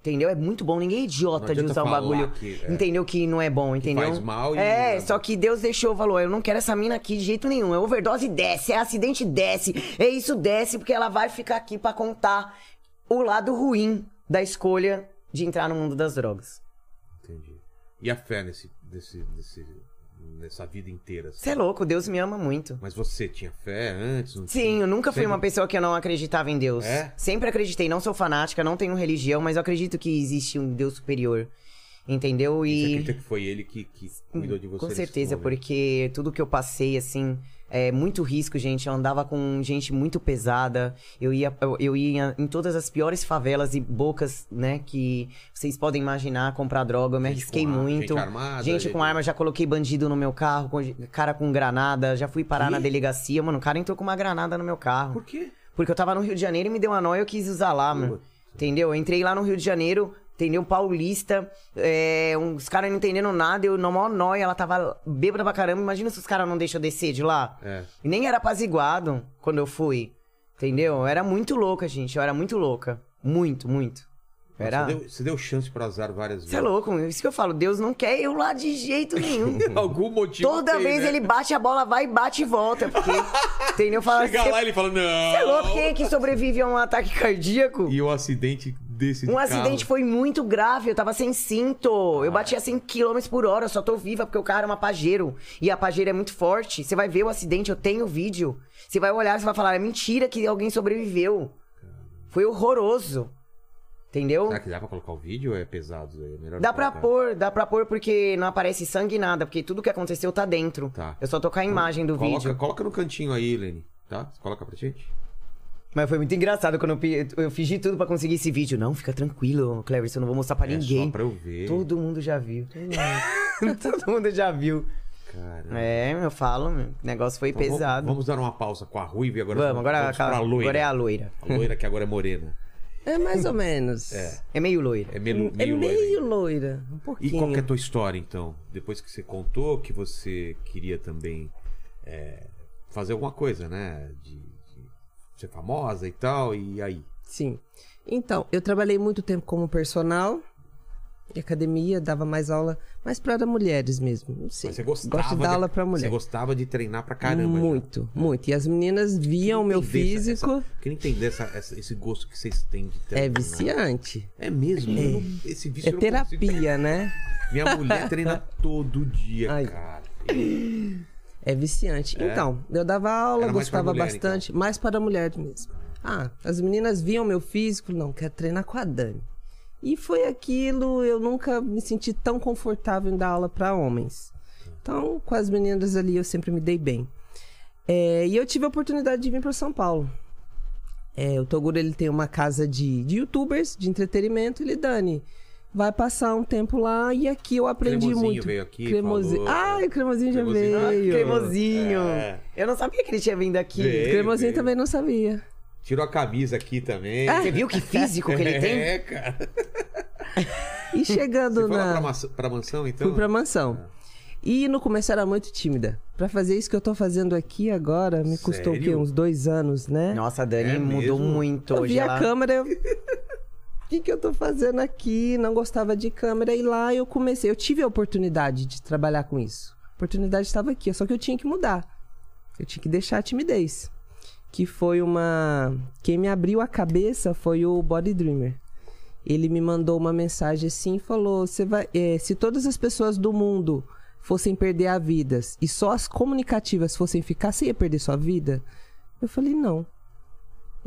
C: Entendeu? É muito bom. Ninguém é idiota de
A: adianta
C: usar um
A: falar
C: bagulho.
A: que, é.
C: Entendeu? Que não é bom, entendeu?
A: faz mal e-
C: É, só que Deus deixou o valor. Eu não quero essa mina aqui de jeito nenhum. É overdose desce, é acidente desce, é isso desce, porque ela vai ficar aqui pra contar o lado ruim da escolha de entrar no mundo das drogas.
A: Entendi. E a fé nesse, nesse, nesse, nessa vida inteira? assim?
C: Você é louco, Deus me ama muito.
A: Mas você tinha fé antes? Não
C: Sim, eu nunca fui
A: Sempre-
C: uma pessoa que eu não acreditava em Deus.
A: É?
C: Sempre acreditei, não sou fanática, não tenho religião, mas eu acredito que existe um Deus superior. Entendeu?
A: Você
C: E
A: acredita é que foi ele que, que cuidou de você?
C: Com
A: nesse
C: certeza,
A: momento?
C: porque tudo que eu passei, assim, é muito risco, gente. Eu andava com gente muito pesada. Eu ia, eu, eu ia em todas as piores favelas e bocas, né, que vocês podem imaginar comprar droga. Eu me
A: Gente
C: arrisquei
A: com ar-
C: muito.
A: gente armada,
C: Gente com
A: gente-
C: arma, já coloquei bandido no meu carro, com- cara com granada, já fui parar na delegacia, mano. O cara entrou com uma granada no meu carro.
A: Por quê?
C: Porque eu tava no Rio de Janeiro e me deu uma nóia, eu quis usar lá, mano.
A: Puta.
C: Entendeu? Eu entrei lá no Rio de Janeiro, Entendeu? Um Paulista. É, um- os caras não entendendo nada. Eu, na maior nóia, ela tava bêbada pra caramba. Imagina se os caras não deixam eu descer de lá.
A: É.
C: E nem era apaziguado quando eu fui. Entendeu? Eu era muito louca, gente. Eu era muito louca. Muito, muito. Eu
A: Você
C: Era...
A: deu, você deu chance pro azar várias
C: Você é
A: vezes.
C: louco, isso que eu falo. Deus não quer eu lá de jeito
A: <laughs>
C: nenhum.
A: Algum motivo.
C: Toda
A: tem,
C: vez
A: Tipo né?
C: ele bate a bola, vai, bate e volta. Porque, entendeu? Fala
A: Chega
C: assim,
A: lá e ele fala, não.
C: "Cê é louco, quem é que sobrevive a um ataque cardíaco?
A: E o acidente desse de
C: Um
A: carro.
C: acidente foi muito grave, eu tava sem
A: Ah, é.
C: cinto. Eu bati a 100 km por hora, eu só tô viva porque o cara é uma pajeiro. E a pajeira é muito forte. Você vai ver o acidente, eu tenho o vídeo. Você vai olhar, você vai falar, é mentira que alguém sobreviveu. Foi horroroso. Entendeu?
A: Será que dá pra colocar o vídeo ou é pesado? É melhor
C: um- Dá
A: não
C: pra
A: colocar?
C: pôr, dá pra pôr porque não aparece sangue e nada, porque tudo que aconteceu tá dentro.
A: Tá.
C: Eu só tô com a imagem do
A: Coloca,
C: vídeo.
A: coloca no cantinho aí, Lene. Tá? Coloca pra gente.
C: Mas foi muito engraçado quando eu, pe- eu fiz de tudo pra conseguir esse vídeo. Não, fica tranquilo, Cleverson, eu não vou mostrar pra
A: É
C: ninguém.
A: só pra eu ver.
C: Todo mundo já viu. Todo mundo já viu.
A: Caramba.
C: É, eu falo, meu, o negócio foi
A: Então, vamos-
C: pesado.
A: Vamos
C: Vamos,
A: dar uma pausa com a ruiva e agora
C: agora,
A: vamos
C: aquela-
A: pra loira.
C: agora é a loira.
A: A loira que agora é morena.
E: É mais ou menos. É,
C: É meio loira.
A: É melu- meio, loira.
E: meio loira. Um
A: E
E: pouquinho.
A: qual que é a tua história, então? Depois que você contou que você queria também é, fazer alguma coisa, né? De, de ser famosa e tal, e aí?
E: Sim. Então, eu trabalhei muito tempo como personal e academia, dava mais aula, mas para mulheres mesmo. Não sei.
A: Mas você gostava
E: Gosto de dar aula para
A: Você
E: mulher.
A: gostava de treinar pra caramba. já.
E: muito, muito. E as meninas viam o meu
A: Entender essa-
E: físico.
A: essa- Queria entender essa- essa- esse gosto que vocês têm de
E: É
A: treinar.
E: viciante.
A: É mesmo? Eu não- esse vício
E: É
A: eu não consigo-
E: terapia, né?
A: Minha mulher
E: <laughs>
A: treina todo dia,
E: Ai.
A: cara.
E: É viciante. Então, eu dava aula,
A: Era mais pra
E: gostava
A: mulher, então?
E: bastante, mais para a mulher mesmo. Ah, as meninas viam meu físico, não, quero treinar com a Dani. E foi aquilo, eu nunca me senti tão confortável em dar aula para homens. Então, com as meninas ali, eu sempre me dei bem. É, e eu tive a oportunidade de vir para São Paulo. É, o Toguro ele tem uma casa de, de youtubers, de entretenimento. Ele, Dani, vai passar um tempo lá e aqui eu aprendi
A: Cremosinho
E: muito.
A: veio aqui,
E: Cremosinho. Ah,
A: falou.
E: Ai, o Cremosinho já
A: Cremosinho.
E: veio.
A: Ah,
C: Ai, cremosinho.
A: É.
C: Eu não sabia que ele tinha vindo aqui.
A: Veio.
E: Cremosinho
A: veio.
E: também não sabia.
A: Tirou a camisa aqui também.
E: Ah,
C: Você viu que físico que ele tem?
A: <laughs> É, cara. <laughs>
E: E
A: Você
E: chegando
A: foi lá pra,
E: na.
A: maçã- pra mansão, então?
E: Fui pra mansão. E no começo era muito tímida. Pra fazer isso que eu tô fazendo aqui agora, me custou o quê?
A: Sério?
E: Uns dois anos, né?
C: Nossa, a Dani
A: É
C: mudou
A: mesmo?
C: muito
E: eu
C: hoje.
E: vi a
C: ela-
E: câmera. eu- O que, que eu tô fazendo aqui? Não gostava de câmera. E lá eu comecei. Eu tive a oportunidade de trabalhar com isso. A oportunidade estava aqui, só que eu tinha que mudar. Eu tinha que deixar a timidez. Que foi uma. Quem me abriu a cabeça foi o Body Dreamer. Ele me mandou uma mensagem assim e falou: "Você vai, eh, se todas as pessoas do mundo fossem perder a vida e só as comunicativas fossem ficar, você ia perder sua vida? Eu falei: não.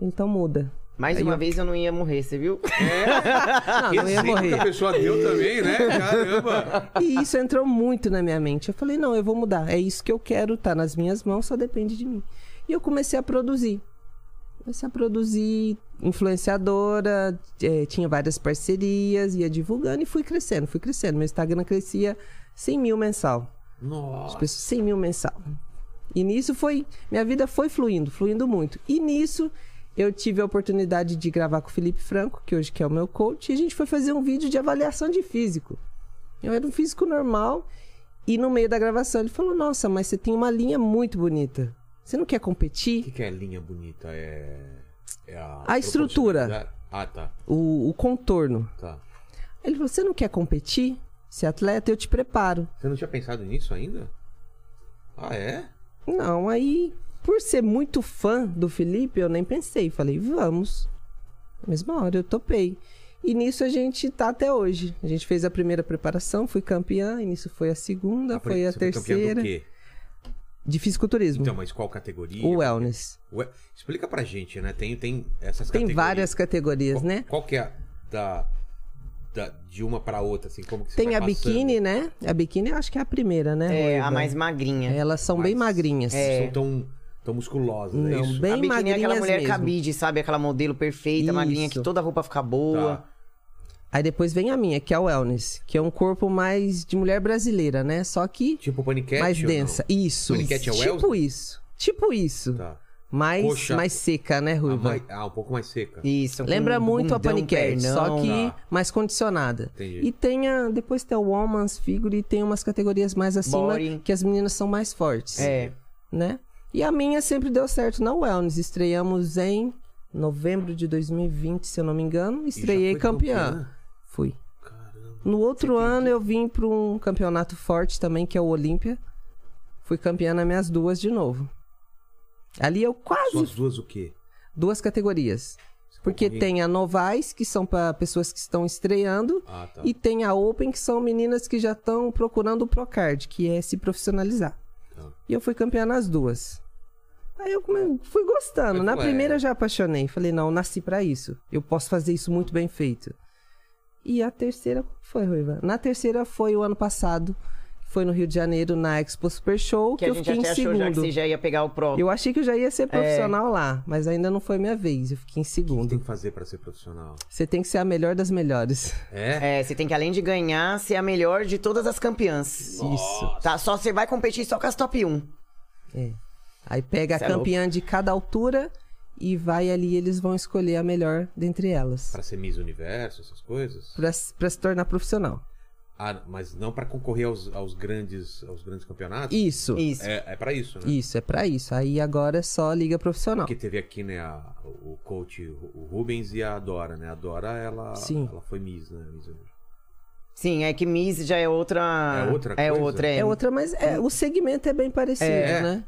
E: Então muda.
C: Mais uma vez eu não ia morrer, você viu?
E: Ah, Não, não ia
A: Esse que a
E: morrer.
A: pessoa deu também, <laughs> né? Caramba.
E: E isso entrou muito na minha mente. Eu falei, não, eu vou mudar. É isso que eu quero, tá nas minhas mãos, só depende de mim. E eu comecei a produzir. Comecei a produzir influenciadora, eh, tinha várias parcerias, ia divulgando e fui crescendo, fui crescendo. Meu Instagram crescia 100 mil mensal. As
A: Nossa.
E: pessoas, 100 mil mensal. E nisso foi. Minha vida foi fluindo, fluindo muito. E nisso eu tive a oportunidade de gravar com o Felipe Franco, que hoje que é o meu coach, e a gente foi fazer um vídeo de avaliação de físico. Eu era um físico normal, e no meio da gravação ele falou: Nossa, mas você tem uma linha muito bonita. Você não quer
A: O que,
E: competir?
A: que é linha bonita? É. é a
E: A estrutura.
A: proporcionalidade? Ah, tá.
E: O, o contorno.
A: Tá.
E: Ele falou: Você não quer competir? Ser atleta, eu te preparo.
A: Você não tinha pensado nisso ainda? Ah, é?
E: Não, aí, por ser muito fã do Felipe, eu nem pensei. Falei, vamos. Na mesma hora, eu topei. E nisso a gente tá até hoje. A gente fez a primeira preparação, fui campeã, e nisso foi a segunda,
A: Apre-
E: foi a
A: Ah, você campeã
E: terceira.
A: Do quê?
E: De fisiculturismo.
A: Então, mas qual categoria?
E: o wellness.
A: Ué, Explica pra gente, né? Tem, tem essas
E: Tem
A: categorias.
E: várias categorias,
A: Qual-
E: né?
A: Qual que é a da, da- de uma pra outra, assim, como que você
E: Tem
A: vai
E: a
A: passando?
E: biquíni, né? A biquíni eu acho que é a primeira,
C: É,
E: né? Ruiva?
C: a mais magrinha.
E: Elas são bem
A: Mas-
E: magrinhas.
A: Não são tão, tão musculosas, é
E: é. Não,
A: isso?
E: bem
C: a biquíni é aquela
E: magrinhas
C: mulher
E: mesmo.
C: cabide, sabe? Aquela modelo perfeita, magrinha,
E: Isso.
C: que toda a roupa fica boa.
A: Tá.
E: Aí depois vem a minha, que é a wellness, que é um corpo mais de mulher brasileira, né? Só que
A: Tipo paniquete
E: mais
A: ou não?
E: densa. Isso.
A: Paniquete é
E: Tipo
A: Wellesley?
E: isso. Tipo isso.
A: Tá.
E: Mais,
A: Coxa.
E: mais seca, né,
A: Ah,
E: Ruiva?
A: mais- ah, um pouco mais seca.
C: Isso. com
A: um
E: Lembra muito a
C: bundão,
E: paniquete, só
C: pernão.
E: que
A: Tá.
E: mais condicionada.
A: Entendi.
E: E tem a. Depois tem o Woman's Figure e tem umas categorias mais acima
C: Body.
E: que as meninas são mais fortes.
C: É.
E: Né? E a minha sempre deu certo na Wellness. Estreamos em novembro de 2020, se eu não me engano.
A: E já
E: Estreiei
A: foi então
E: campeã.
A: né?
E: Fui. No outro ano eu vim para um campeonato forte também, que é o Olímpia. Fui campeã nas minhas duas de novo. Ali eu quase
A: Suas duas o quê?
E: duas categorias. Porque
A: concorrente.
E: tem a Novais, que são para pessoas que estão estreando,
A: Ah, tá.
E: e tem a Open, que são meninas que já estão procurando o Procard, que é se profissionalizar.
A: Tá.
E: E eu fui campeã nas duas. Aí eu come- fui gostando.
A: Mas
E: Na
A: não é-
E: primeira eu já apaixonei. Falei, não, eu nasci pra isso. Eu posso fazer isso muito bem feito. E a terceira qual foi, Ruiva? Na terceira foi o ano passado. que Foi no Rio de Janeiro, na Expo Super Show, que,
C: Que a
E: eu
C: gente
E: fiquei
C: até
E: em
C: achou
E: segundo.
C: já que você já É. ia pegar o próprio.
E: Eu achei que eu já ia ser profissional lá, mas ainda não foi minha vez. Eu fiquei em
A: O que tem
E: segundo.
A: que fazer pra ser profissional?
E: Você tem que ser a melhor das melhores.
A: É?
C: É, você tem que, além de ganhar, ser a melhor de todas as campeãs.
E: Isso.
C: Tá, só você vai competir só com as top 1.
E: É. Aí pega
C: Cê
E: a
C: é
E: campeã de cada altura e vai ali e eles vão escolher a melhor dentre elas.
A: Pra ser Miss Universo, essas coisas?
E: Pra, s- pra se tornar profissional.
A: Ah, mas não pra concorrer aos, aos grandes aos grandes campeonatos?
E: Isso.
C: Isso.
A: É, é para isso, né?
E: Isso, é pra isso. Aí agora é só liga profissional.
A: Porque teve aqui, né, a- o coach o Rubens e a Dora, né? A Dora, ela,
E: Sim.
A: ela foi Miss, né? Miss Universo.
C: Sim, é que Miss já é outra.
A: É outra
C: É
A: coisa?
C: outra, é.
E: É outra, mas é, o segmento é bem parecido,
A: É.
E: né?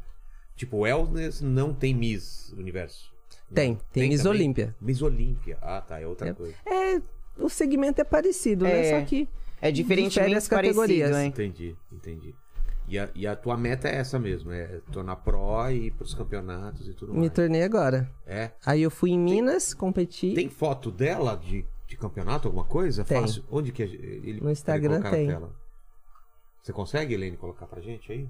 A: Tipo, wellness não tem Miss Universo.
E: Tem, tem, Miss
A: também?
E: Olímpia.
A: Miss Olímpia. Ah, tá, é outra coisa.
E: É, o segmento é parecido,
C: É.
E: né? Só que
C: É
E: Difere
C: diferentemente
E: as
C: parecido,
E: categorias.
C: hein?
A: Entendi, entendi. E a, e a tua meta é essa mesmo, é tornar pró e ir pros campeonatos e tudo
E: me
A: mais.
E: tornei agora.
A: É.
E: Aí eu fui em Minas, competi.
A: Tem foto dela de, de campeonato, alguma coisa?
E: Tem.
A: Fácil. Onde que a- ele
E: No Instagram
A: ele colocar na
E: tem.
A: tela? Você consegue, Helene, colocar pra gente aí?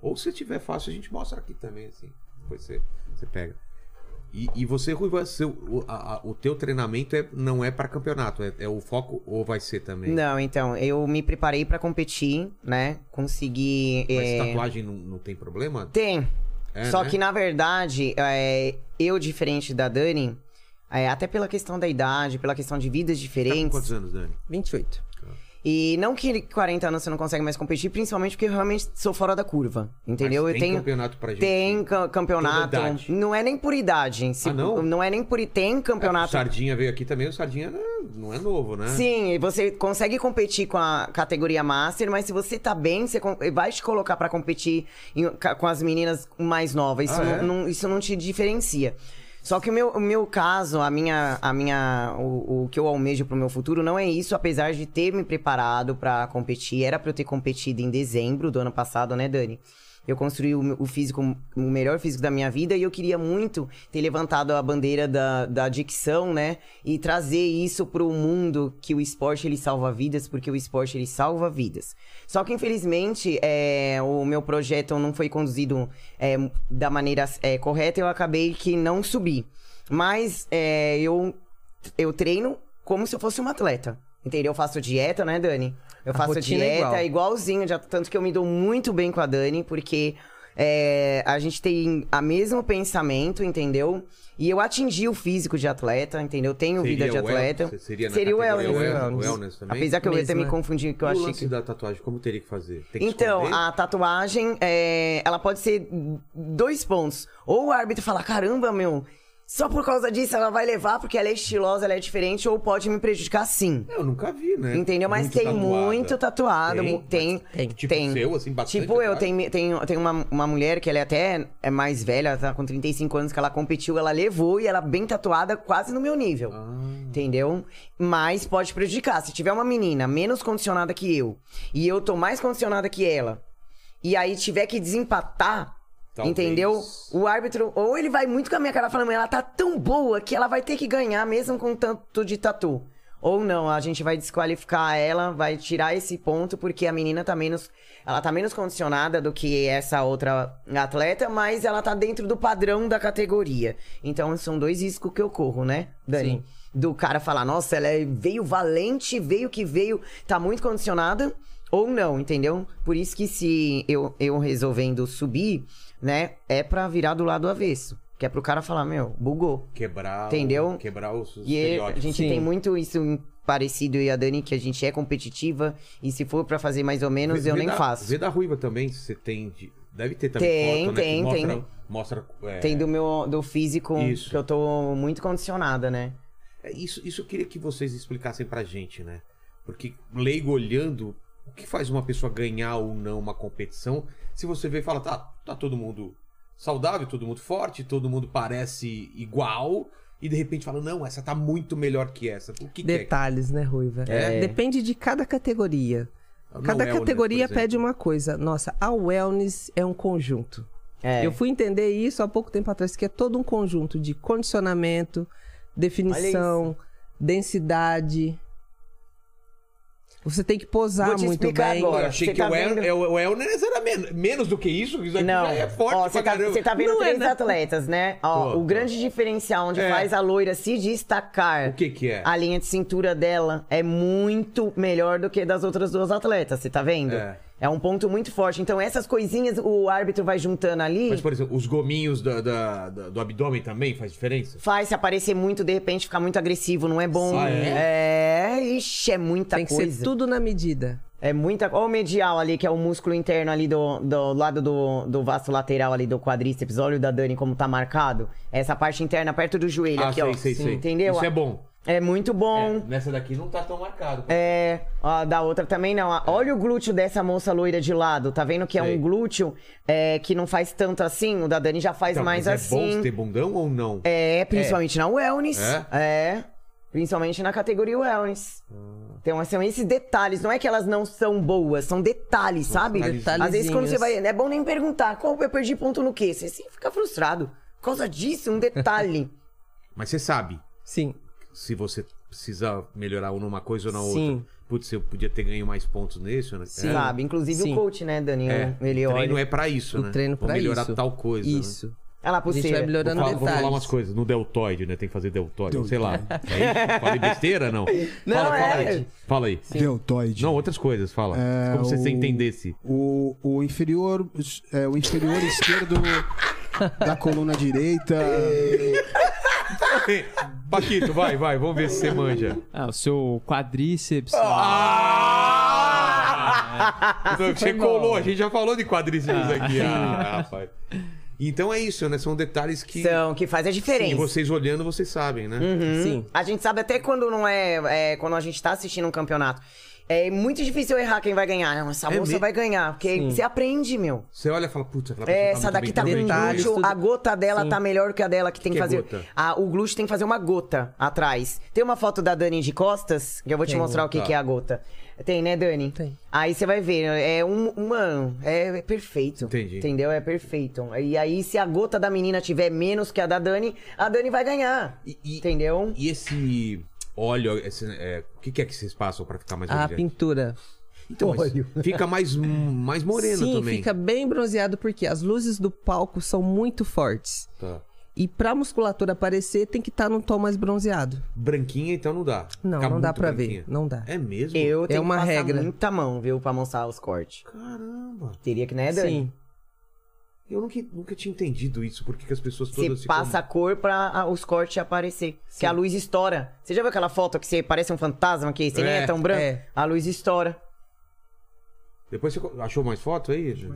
A: Ou se tiver fácil, a gente mostra aqui também, assim. Depois você, você pega. E, e você, Rui, vai ser, o, a- a- o teu treinamento é, não é pra campeonato, é, é o foco ou vai ser também?
C: Não, então, eu me preparei pra competir, né? Consegui.
A: Mas
C: é,
A: tatuagem não, não tem problema?
C: Tem.
A: É,
C: Só
A: né?
C: que, na verdade, é, eu, diferente da Dani, é, até pela questão da idade, pela questão de vidas
A: Tá com
C: diferentes.
A: quantos anos, Dani?
E: 28.
C: E não que 40 anos você não consegue mais competir, principalmente porque eu realmente sou fora da curva. Entendeu?
A: Mas
C: eu
A: tem
C: tenho.
A: campeonato pra gente.
C: Tem ca- campeonato.
A: Toda idade.
C: Não é nem por idade. Se-
A: Ah, não?
C: é nem por. Tem
A: O
C: campeonato.
A: Sardinha veio aqui também, o Sardinha não é- não é novo, né?
C: Sim, e você consegue competir com a categoria Master, mas se você tá bem, você com- vai te colocar pra competir em- ca- com as meninas mais novas. Isso,
A: Ah,
C: não,
A: é?
C: não- isso não te diferencia. Só que o meu, o meu caso, a minha, a minha, o, o que eu almejo pro meu futuro não é isso, apesar de ter me preparado pra competir. Era pra eu ter competido em dezembro do ano passado, né, Dani? Eu construí o, meu- o físico, o melhor físico da minha vida e eu queria muito ter levantado a bandeira da, da adicção, né? E trazer isso pro mundo que o esporte ele salva vidas, porque o esporte ele salva vidas. Só que infelizmente é, o meu projeto não foi conduzido é, da maneira é, correta e eu acabei que não subi. Mas é, eu, eu treino como se eu fosse uma atleta. Entendeu? Eu faço dieta, né, Dani? Eu
E: A
C: faço
E: rotina
C: dieta,
E: é igual.
C: igualzinho, já, tanto que eu me dou muito bem com a Dani, porque é, a gente tem a mesmo pensamento, entendeu? E eu atingi o físico de atleta, entendeu? Tenho vida de
A: o wel-
C: atleta.
A: se- Seria, na
C: Seria o
A: categoria
C: wellness.
A: wel-
E: Wellness.
A: wellness também?
C: Apesar que eu ia
E: Mesmo,
C: até me
E: né?
C: confundir,
A: E
C: que eu
A: o
C: achei
A: lance
C: que...
A: da tatuagem, como teria que fazer? Tem que
C: Então,
A: esconder?
C: a tatuagem, é, ela pode ser dois pontos. Ou o árbitro fala, caramba, meu, só por causa disso ela vai levar porque ela é estilosa, ela é diferente, ou pode me prejudicar sim.
A: Eu nunca vi, né?
C: Entendeu? Mas
A: Muito
C: tem
A: tatuada.
C: muito tatuado.
A: Tem?
C: mu- Tem, tem,
A: Tipo seu, assim, bastante
C: Tipo eu,
A: tatuagem?
C: tem, tem, tem uma, uma mulher que ela é até é mais velha, ela tá com 35 anos, que ela competiu, ela levou e ela bem tatuada, quase no meu nível.
A: Ah,
C: Entendeu? Mas pode prejudicar. Se tiver uma menina menos condicionada que eu e eu tô mais condicionada que ela, e aí tiver que desempatar,
A: Talvez.
C: entendeu? O árbitro, ou ele vai muito com a minha cara falando, "Mas ela tá tão boa que ela vai ter que ganhar mesmo com tanto de tatu. Ou não, a gente vai desqualificar ela, vai tirar esse ponto, porque a menina tá menos. Ela tá menos condicionada do que essa outra atleta, mas ela tá dentro do padrão da categoria. Então são dois riscos que eu corro, né, Dani?
E: Sim.
C: do cara falar, nossa, ela é- veio valente, veio que veio, tá muito condicionada, ou não, entendeu? Por isso que se eu, eu resolvendo subir, né? É pra virar do lado avesso. Que é pro cara falar, meu, bugou.
A: Quebrar. o-
C: Entendeu?
A: Quebrar os os
C: E é- a
A: estereótipos.
C: gente
D: Sim.
C: tem muito isso em- parecido e a Dani, que a gente é competitiva. E se for pra fazer mais ou menos,
A: Vê-
C: eu
A: vê
C: nem
A: da-
C: faço.
A: Vê da ruiva também, se você tem. de- Deve ter também
C: Tem,
A: foto, né, que
C: tem, tem.
A: mostra, Mostra. é,
C: Tem do meu do físico,
A: Isso.
C: que eu tô muito condicionada, né?
A: é, Isso, isso eu queria que vocês explicassem pra gente, né? Porque leigo olhando, o que faz uma pessoa ganhar ou não uma competição? Se você vê e fala, tá, tá todo mundo saudável, todo mundo forte, todo mundo parece igual, e de repente fala, não, essa tá muito melhor que essa. O que, que é?
E: Detalhes, né, Ruiva?
A: É.
E: Depende de cada categoria.
A: Não
E: Cada
A: é o
E: categoria
A: Nerd, por
E: pede
A: exemplo.
E: uma coisa. Nossa, a wellness é um conjunto.
C: É.
E: Eu fui entender isso há pouco tempo atrás, que é todo um conjunto de condicionamento, definição, densidade. Você tem que posar
C: Vou te
E: muito
C: explicar
E: bem.
A: Eu
C: agora.
A: achei
C: Você
A: que
C: tá
A: o El-
C: vendo?
A: é o Elner era men- menos do que isso, isso aqui
C: Não,
A: já é forte
C: Ó,
A: pra
C: você tá,
A: caramba.
C: você tá vendo
E: Não é
C: três
E: nada-
C: atletas, né? Ó,
A: Tô,
C: o
A: tô.
C: grande diferencial onde
A: É.
C: faz a loira se destacar.
A: O que que é?
C: A linha de cintura dela é muito melhor do que das outras duas atletas, você tá vendo?
A: É.
C: É. um ponto muito forte. Então, essas coisinhas o árbitro vai juntando ali,
A: Mas, por exemplo, os gominhos da- da- da- do abdômen também faz diferença?
C: faz se aparecer muito, de repente ficar muito agressivo, não é bom.
A: Ah,
C: é? ixi, é muita
E: Tem que
C: coisa.
E: ser tudo na medida.
C: É muita. Olha o medial ali, que é o músculo interno ali do, do lado do, do vasto lateral ali do quadríceps. Olha o da Dani como tá marcado. Essa parte interna perto do joelho
A: ah,
C: aqui,
A: sei,
C: ó.
A: sei, sei.
C: Entendeu?
A: Isso é bom.
C: É muito bom.
A: É, nessa daqui não tá tão marcado.
C: É, a da outra também não. A- Olha o glúteo dessa moça loira de lado. Tá vendo que é
A: Sei.
C: um glúteo é, que não faz tanto assim? O da Dani já faz
A: Então,
C: mais
A: mas é
C: assim.
A: bom ter bundão ou não?
C: É, principalmente na wellness.
A: É?
C: É? Principalmente na categoria wellness. Então, são esses detalhes. Não é que elas não são boas, são detalhes, sabe?
E: detalhezinhos.
C: Às vezes, quando você vai. É bom nem perguntar qual eu perdi ponto no quê. Você sempre fica frustrado. Por causa disso,
A: <laughs>
C: um detalhe.
A: Mas você sabe
E: Sim.
A: se você precisa melhorar ou numa coisa ou na
E: Sim.
A: outra. Putz, eu podia ter ganho mais pontos nesse ou naquele.
C: sabe? Inclusive
E: Sim.
C: o coach, né, Dani?
A: É,
C: Ele
A: o
C: olha.
A: treino é pra isso,
E: O
A: né?
E: treino
A: Vou
E: pra
A: melhorar
E: isso.
A: tal coisa. né?
E: Isso.
C: Olha lá,
E: A gente vai
C: pulseira.
A: Vou
E: melhorando
A: falar, vou
E: detalhes.
A: falar umas coisas, no deltoide, né? Tem que fazer deltoide, sei lá.
B: Deltoide.
A: É isso? Falei besteira, não?
C: Não,
A: fala, fala
C: é.
A: aí. Fala aí.
B: Deltoide.
A: Não, outras coisas, fala.
B: É,
A: Como se você
B: o- <laughs>
A: entendesse.
B: O, o inferior, é, o inferior esquerdo da coluna direita.
A: Paquito, vai, vai, vamos ver se você manja.
D: Ah, o seu quadríceps.
A: Ah, Não, você
D: foi bom.
A: colou, a gente já falou de quadríceps aqui. Ah, rapaz. Então é isso, né? São detalhes que
C: São, que faz a diferença.
A: e vocês olhando, vocês sabem, né?
E: Sim.
C: Uhum. A gente sabe até quando não é, é, Quando a gente tá assistindo um campeonato. É muito difícil errar quem vai ganhar. Não, essa
A: É
C: moça
A: me-
C: vai ganhar. Porque você aprende, meu.
A: Você olha e fala, putz,
E: É,
A: aquela pessoa tá
C: Essa
A: muito
C: daqui
A: bem
C: tá
A: também,
C: com
A: né?
E: Detalhes,
C: glúteo,
E: tudo.
C: a gota dela
E: Sim.
C: tá melhor que a dela que tem que,
A: que é
C: fazer.
A: gota?
C: Ah, o glúteo tem que fazer uma gota atrás. Tem uma foto da Dani de costas, que eu vou te
E: Tem,
C: mostrar o que,
A: tá.
C: que é a gota. Tem, né, Dani?
E: Tem.
C: Aí você vai ver, é um. Mano, é perfeito.
A: Entendi.
C: Entendeu? É perfeito. E aí, se a gota da menina tiver menos que a da Dani, a Dani vai ganhar.
A: E- e-
C: Entendeu?
A: E esse óleo, esse, é, o que que é que vocês passam pra ficar mais
E: A
A: brilhante?
E: Ah, pintura.
A: Então, mas
E: <laughs>
A: fica mais, mais moreno
E: Sim,
A: também.
E: fica bem bronzeado porque as luzes do palco são muito fortes.
A: Tá.
E: E pra musculatura aparecer, tem que estar num tom mais bronzeado.
A: Branquinha, então não dá.
E: Não,
A: Fica
E: não dá
A: muito
E: pra
A: branquinha.
E: ver. Não dá.
A: É mesmo?
C: Eu tenho
E: uma
C: que passar
E: regra.
C: muita mão, viu, pra mostrar os cortes.
A: Caramba.
C: Teria que, né, Dani?
E: Sim.
A: Eu nunca, nunca tinha entendido isso. Por que que as pessoas
C: Você
A: todas ficam-
C: passa a cor pra ah, os cortes aparecer. Que a luz estoura. Você já viu aquela foto que você parece um fantasma, que você nem
A: É,
C: é tão branco?
E: é.
C: A luz estoura.
A: Depois você co- achou mais foto aí? Ju?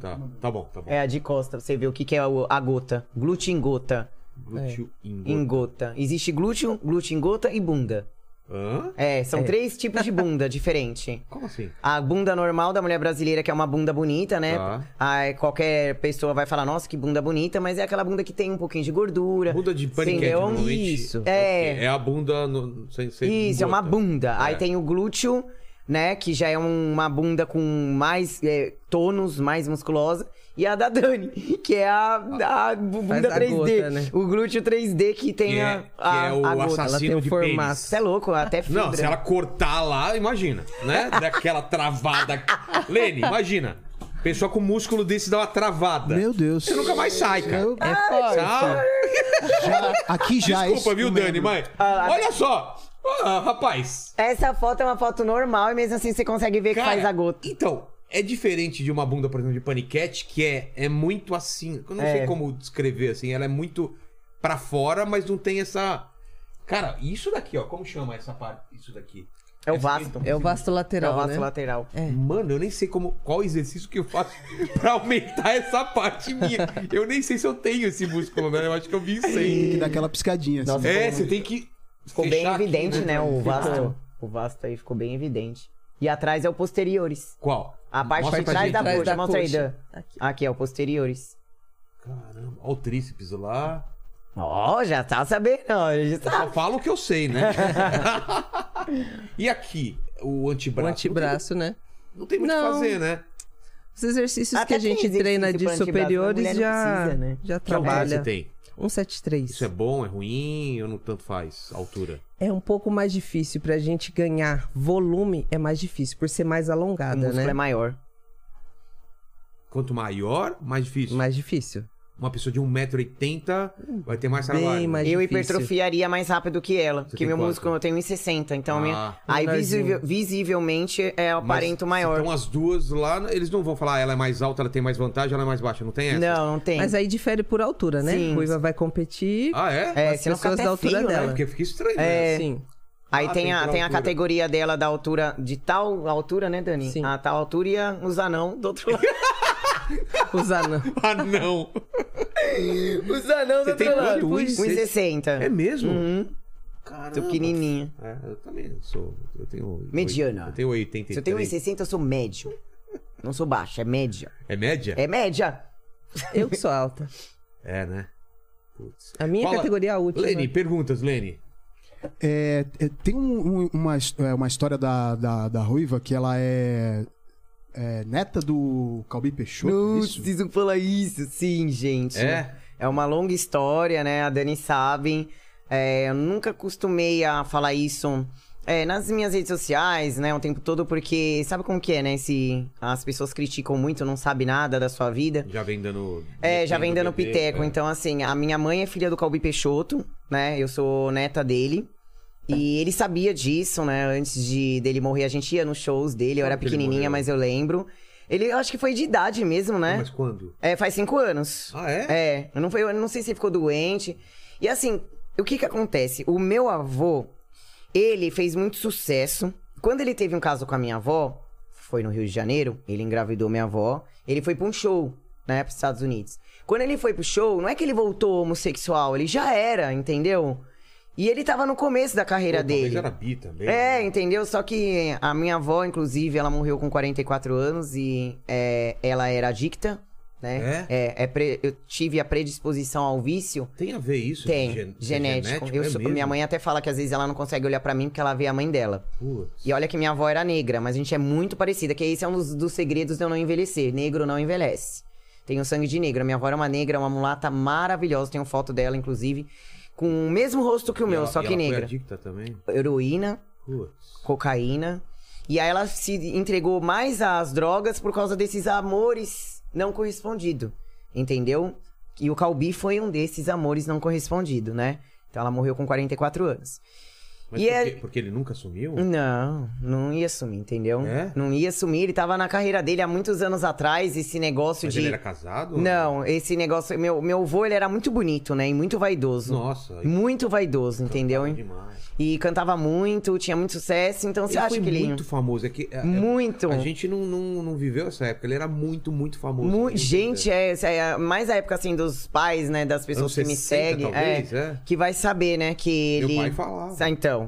A: Tá, tá bom, tá bom.
C: É a de costa, você vê o que, que é o- a gota. Glúteo em gota.
A: Glúteo
C: é.
A: engorda.
C: Em gota. Existe glúteo, glúteo em gota e bunda.
A: Hã?
C: É, são três tipos de bunda <laughs> diferente.
A: Como assim?
C: A bunda normal da mulher brasileira, que é uma bunda bonita, né?
A: Tá.
C: Aí qualquer pessoa vai falar, nossa, que bunda bonita, mas é aquela bunda que tem um pouquinho de gordura.
A: Bunda de paniquete,
C: Entendeu?
A: normalmente.
E: Isso.
A: É. o
C: um É.
A: quê? É a bunda no- sem ser
C: Isso, é uma bunda. Aí
A: É.
C: tem o glúteo, né? Que já é um- uma bunda com mais é, tônus, mais musculosa. E a da Dani, <laughs> que é a, a bunda
E: a
C: 3D.
E: gota, né?
C: O glúteo 3D que tem
A: Que é,
C: a,
A: que
C: a,
A: é o
C: a gota.
E: Ela
A: assassino
E: tem um
A: de
E: formato.
A: pênis.
C: Você é louco, até fibra.
A: Não, se ela cortar lá, imagina, né? Daquela
C: <laughs>
A: travada. Lene, imagina. Pessoa com músculo desse dá uma travada.
B: Meu Deus.
A: Você nunca mais sai, cara. Ah,
B: Eu-
A: Sabe?
B: já- aqui já
A: Desculpa,
B: esse
A: viu,
B: membro.
A: Dani, mas.
C: ah.
A: Olha só! Ah, rapaz!
C: Essa foto é uma foto normal e mesmo assim você consegue ver que
A: cara,
C: faz a gota.
A: Então, É diferente de uma bunda, por exemplo, de paniquete, que é, é muito assim. Eu não
C: É.
A: sei como descrever, assim. Ela é muito pra fora, mas não tem essa. Cara, isso daqui, ó. Como chama essa parte? Isso daqui.
C: É o vasto.
E: É o vasto
C: É o
E: lateral,
C: vasto
E: né?
C: lateral.
E: É.
A: Mano, eu nem sei como, qual exercício que eu faço <laughs> pra aumentar essa parte minha. Eu nem sei se eu tenho esse músculo, né? Eu acho que eu vi
C: <laughs>
B: Tem que
A: sem.
B: dar aquela piscadinha. assim.
C: Nossa,
A: É, você tem que.
C: Ficou bem
A: fechar aqui,
C: evidente, né? O
A: Ficou.
C: vasto. O vasto aí ficou bem evidente. E atrás é o posteriores.
A: Qual?
C: A parte
A: Mostra
C: de
A: pra
C: trás
A: gente. né?
C: da
E: Atrás
C: coxa.
E: da
C: Mostra aí,
E: coxa.
C: Dan. Aqui é o posteriores.
A: Caramba, olha o tríceps lá.
C: Ó, já tá sabendo. ó, Já
A: Eu
C: tá.
A: só falo o que eu sei, né? e aqui, o
E: O
A: antebraço.
E: antebraço, né?
A: Não tem, não tem muito o que
E: Não.
A: fazer, né?
E: Os exercícios
C: Até
E: que a
C: tem
E: gente
C: exercício
E: treina
C: pro
E: de
C: antebraço, mas
E: superiores
C: mulher não
E: já,
C: precisa, né?
E: já
A: Que altura você
E: trabalha.
A: tem? Isso é
E: 173.
A: bom, é ruim, ou não tanto faz? Altura.
E: É um pouco mais difícil pra gente ganhar volume, é mais difícil, por ser mais
C: O
E: alongada,
C: músculo
E: né?
C: é maior.
A: Quanto maior, mais difícil.
E: Mais difícil.
A: Uma pessoa de 1,80m vai ter mais trabalho.
E: Bem mais
C: Eu
E: difícil.
C: hipertrofiaria mais rápido que ela.
A: Você
C: Porque
A: tem
C: meu
A: quanto?
C: músculo eu tenho 1,60. Então,
A: Ah.
C: minha... aí
E: Menorzinho.
C: visível- visivelmente é
A: Mas
C: aparento maior.
A: Então as duas lá, eles não vão falar, "Ah, ela é mais alta, ela tem mais vantagem, ela é mais baixa. Não tem essa?
C: Não, não tem.
E: Mas aí difere por altura, né?
C: Sim.
E: Ruiva vai competir.
A: Ah, é?
C: É,
E: as
C: senão fica
E: pessoas
C: até
E: da altura
C: feio, né?
A: É,
E: dela.
A: porque fica estranho,
C: É.
A: né?
E: Sim.
C: Aí
A: Ah,
C: tem,
A: tem
C: a,
A: por
C: tem a
A: altura.
C: categoria dela da altura, de tal altura, né, Dani?
E: Sim.
C: A tal altura e a- os anão do outro lado.
E: Os anãos.
A: <laughs> Ah, não!
C: <laughs> os anão
A: Você tem quanto?
C: Tipo
A: 1,60?
C: 1,60.
A: É mesmo?
C: Uhum,
A: Caramba.
C: sou pequenininha.
A: É, eu também sou. Eu tenho.
C: Mediana.
A: Eu tenho 83.
C: Se eu tenho 1,60, eu sou médio. Não sou baixo, é média.
A: É média?
C: É média!
E: Eu que sou alta.
A: É, né? Putz.
E: A minha
A: Fala-
E: categoria é a última.
A: Lene, perguntas, Lene.
B: É, é, tem um- um- uma, his- é, uma história da, da, da Ruiva que ela é, é neta do Calbi Peixoto. é isso?
C: precisam falar isso, sim, gente.
A: É?
C: É uma longa história, né? A Dani sabe. É, eu nunca costumei a falar isso é, nas minhas redes sociais, né? O tempo todo, porque sabe como que é, né? Se as pessoas criticam muito, não sabem nada da sua vida.
A: Já vem dando.
C: É, já vem dando
A: PT,
C: piteco.
A: é.
C: Então, assim, a minha mãe é filha do Calbi Peixoto, né? Eu sou neta dele. E ele sabia disso, né? Antes de dele morrer, a gente ia nos shows dele. Eu
A: Quando
C: era
A: que ele morreu?
C: pequenininha, mas eu lembro. Ele, eu acho que foi de idade mesmo, né?
A: Ah, Mas quando?
C: É, faz cinco anos.
A: Ah, é?
C: É, eu não, foi, eu não sei se ele ficou doente. E assim, o que que acontece? O meu avô, ele fez muito sucesso. Quando ele teve um caso com a minha avó, foi no Rio de Janeiro, ele engravidou minha avó, ele foi pra um show, né, pros Estados Unidos. Quando ele foi pro show, não é que ele voltou homossexual, ele já era, entendeu? E ele tava no começo da carreira
A: Pô, talvez
C: dele.
A: era bi também.
C: É,
A: né?
C: entendeu? Só que a minha avó, inclusive, ela morreu com 44 anos e é, ela era adicta, né? É? é pre- Eu tive a predisposição ao vício.
A: Tem a ver isso?
C: Tem,
A: Gen-
C: genético. Eu
A: é
C: sou-
A: mesmo?
C: minha mãe até fala que às vezes ela não consegue olhar pra mim porque ela vê a mãe dela.
A: Putz.
C: E olha que minha avó era negra, mas a gente é muito parecida, que esse é um dos, dos segredos de eu não envelhecer. Negro não envelhece. Tenho sangue de negra. Minha avó era uma negra, uma mulata maravilhosa. Tenho foto dela, inclusive, com o mesmo rosto que o
A: E
C: meu,
A: ela-
C: só
A: e
C: que
A: ela Foi
C: negra.
A: adicta também?
C: Heroína,
A: Putz.
C: cocaína. E aí ela se entregou mais às drogas por causa desses amores não correspondidos, entendeu? E o Calbi foi um desses amores não correspondidos, né? Então ela morreu com 44 anos.
A: Mas
C: E
A: por
C: é-
A: quê? porque ele nunca sumiu?
C: Não, não ia sumir, entendeu?
A: É?
C: Não ia sumir, ele tava na carreira dele há muitos anos atrás, esse negócio
A: Mas
C: de...
A: ele era né? casado?
C: Não, esse negócio... Meu, meu avô, ele era muito bonito, né? E muito vaidoso.
A: Nossa. aí
C: Muito vaidoso, entendeu?
A: cantava Demais.
C: E cantava muito, tinha muito sucesso, então você
A: ele
C: acha
A: foi
C: que ele...
A: muito famoso. É que, é- é-
C: Muito.
A: A gente não, não, não viveu essa época. Ele era muito, muito famoso.
C: Mu-
A: Muito,
C: gente,
A: né?
C: é, é mais a época assim dos pais, né? Das pessoas
A: Anos
C: que me
A: 60,
C: seguem.
A: talvez,
C: é,
A: é.
C: Que vai saber, né? Que
A: Meu
C: ele.
A: pai falava.
C: Ah, Então.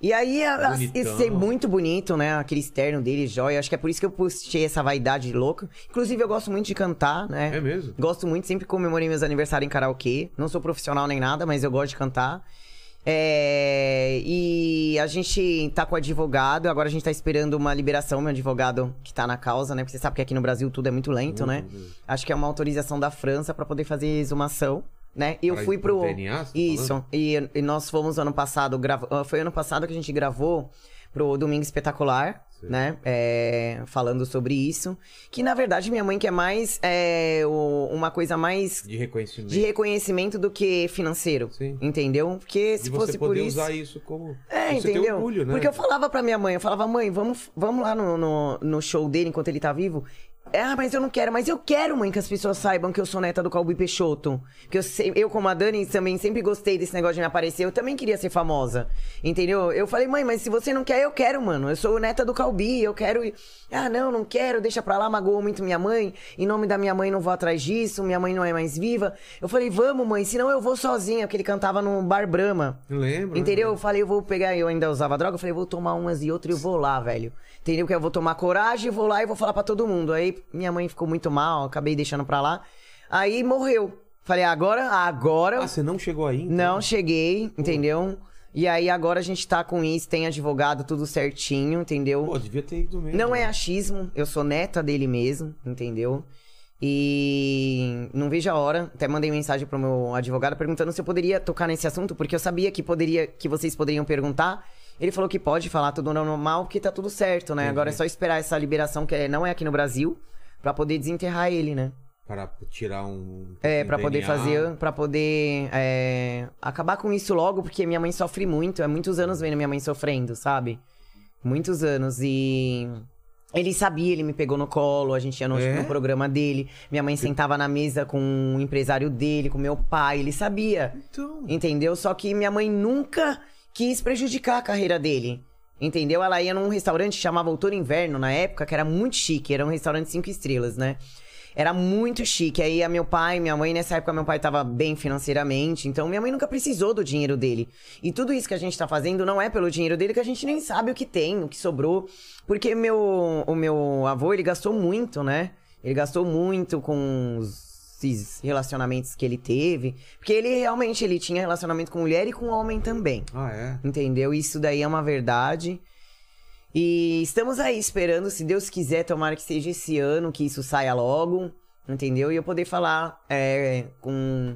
C: E aí, a- a-
A: Bonitão.
C: esse ser muito bonito, né? Aquele externo dele, joia. Acho que é por isso que eu postei essa vaidade louca. Inclusive, eu gosto muito de cantar, né?
A: É mesmo?
C: Gosto muito, sempre comemorei meus aniversários em karaokê. Não sou profissional nem nada, mas eu gosto de cantar. É, e a gente tá com o advogado, agora a gente tá esperando uma liberação, meu advogado que tá na causa, né? Porque você sabe que aqui no Brasil tudo é muito lento,
A: Uhum.
C: né?
A: Hum,
C: Acho que é uma autorização da França pra poder fazer exumação, né? E eu
A: Pra-
C: fui
A: pro
C: pro.
A: DNA, você tá
C: Isso. E, e nós fomos ano passado, grava... ah, foi ano passado que a gente gravou pro Domingo Espetacular,
A: Sim.
C: né? É, falando sobre isso. Que na verdade minha mãe quer mais é, o- uma coisa mais
A: De reconhecimento.
C: de reconhecimento do que financeiro.
A: Sim.
C: Entendeu? Porque se
A: E
C: fosse
A: você
C: por
A: poder
C: isso.
A: usar isso como.
C: É,
A: você tem
C: entendeu?
A: orgulho, né?
C: Porque eu falava pra minha mãe, eu falava, mãe, vamos, vamos lá no, no, no show dele enquanto ele tá vivo. Ah, mas eu não quero, mas eu quero, mãe, que as pessoas saibam que eu sou neta do Calbi Peixoto. Porque eu, sei- eu, como a Dani, também sempre gostei desse negócio de me aparecer. Eu também queria ser famosa. Entendeu? Eu falei, mãe, mas se você não quer, eu quero, mano. Eu sou neta do Calbi, eu quero. ir." Ah, não, não quero, deixa pra lá, magoou muito minha mãe. Em nome da minha mãe, não vou atrás disso, minha mãe não é mais viva. Eu falei, vamos, mãe, senão eu vou sozinha, porque ele cantava no Bar Brahma.
A: Lembro.
C: Entendeu? Eu falei, eu vou pegar, eu ainda usava droga, eu falei, eu vou tomar umas e outra e eu vou lá, velho. Entendeu? Que eu vou tomar coragem, vou lá e vou falar pra todo mundo. Aí minha mãe ficou muito mal, acabei deixando pra lá. Aí morreu. Falei, agora, agora.
A: Ah, você não chegou aí? então?
C: Não cheguei, entendeu? E aí agora a gente tá com isso, tem advogado, tudo certinho, entendeu?
A: Pô, devia ter ido mesmo. né?
C: Não é achismo, eu sou neta dele mesmo, entendeu? E não vejo a hora. Até mandei mensagem pro meu advogado perguntando se eu poderia tocar nesse assunto, porque eu sabia que poderia, que vocês poderiam perguntar. Ele falou que pode falar tudo normal, porque tá tudo certo, né? Agora é só esperar essa liberação que é- não é aqui no Brasil pra poder desenterrar ele, né?
A: Para tirar um.
C: É,
A: um
C: pra poder
A: DNA.
C: fazer, pra poder é, acabar com isso logo, porque minha mãe sofre muito. É muitos anos vendo minha mãe sofrendo, sabe? Muitos anos. E ele sabia, ele me pegou no colo, a gente ia no,
A: É?
C: no programa dele. Minha mãe sentava na mesa com o empresário dele, com meu pai, ele sabia.
A: Então.
C: Entendeu? Só que minha mãe nunca quis prejudicar a carreira dele. Entendeu? Ela ia num restaurante que chamava Outono e Inverno na época, que era muito chique, era um restaurante cinco estrelas, né? Era muito chique. Aí a meu pai, minha mãe, nessa época meu pai tava bem financeiramente, então minha mãe nunca precisou do dinheiro dele. E tudo isso que a gente tá fazendo não é pelo dinheiro dele, que a gente nem sabe o que tem, o que sobrou. Porque meu, o meu avô, ele gastou muito, né? Ele gastou muito com os esses relacionamentos que ele teve. Porque ele realmente ele tinha relacionamento com mulher e com homem também.
A: Ah, é?
C: Entendeu? Isso daí é uma verdade. E estamos aí esperando, se Deus quiser, tomara que seja esse ano, que isso saia logo, entendeu? E eu poder falar é, com,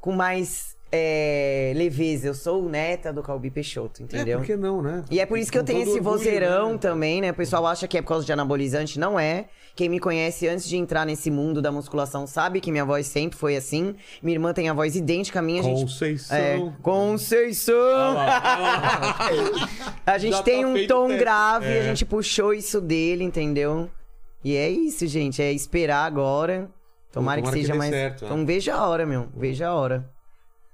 C: com mais é, leveza. Eu sou neta do Calbi Peixoto,
A: É,
C: entendeu?
A: por que não, né?
C: E é por isso que eu
A: Com
C: tenho
A: todo
C: esse
A: orgulho,
C: vozeirão
A: né?
C: também, né? O pessoal acha que é por causa de anabolizante, não é. Quem me conhece antes de entrar nesse mundo da musculação sabe que minha voz sempre foi assim. Minha irmã tem a voz idêntica à minha, a gente.
A: Conceição.
C: É, Conceição! a gente
A: Já
C: tem
A: tá
C: um
A: feito o
C: tom
A: teste.
C: grave,
A: É.
C: a gente puxou isso dele, entendeu? E é isso, gente. É esperar agora. Tomara,
A: tomara
C: que
A: que
C: seja
A: dê
C: mais.
A: certo, né?
C: então veja a hora, meu. Veja a hora.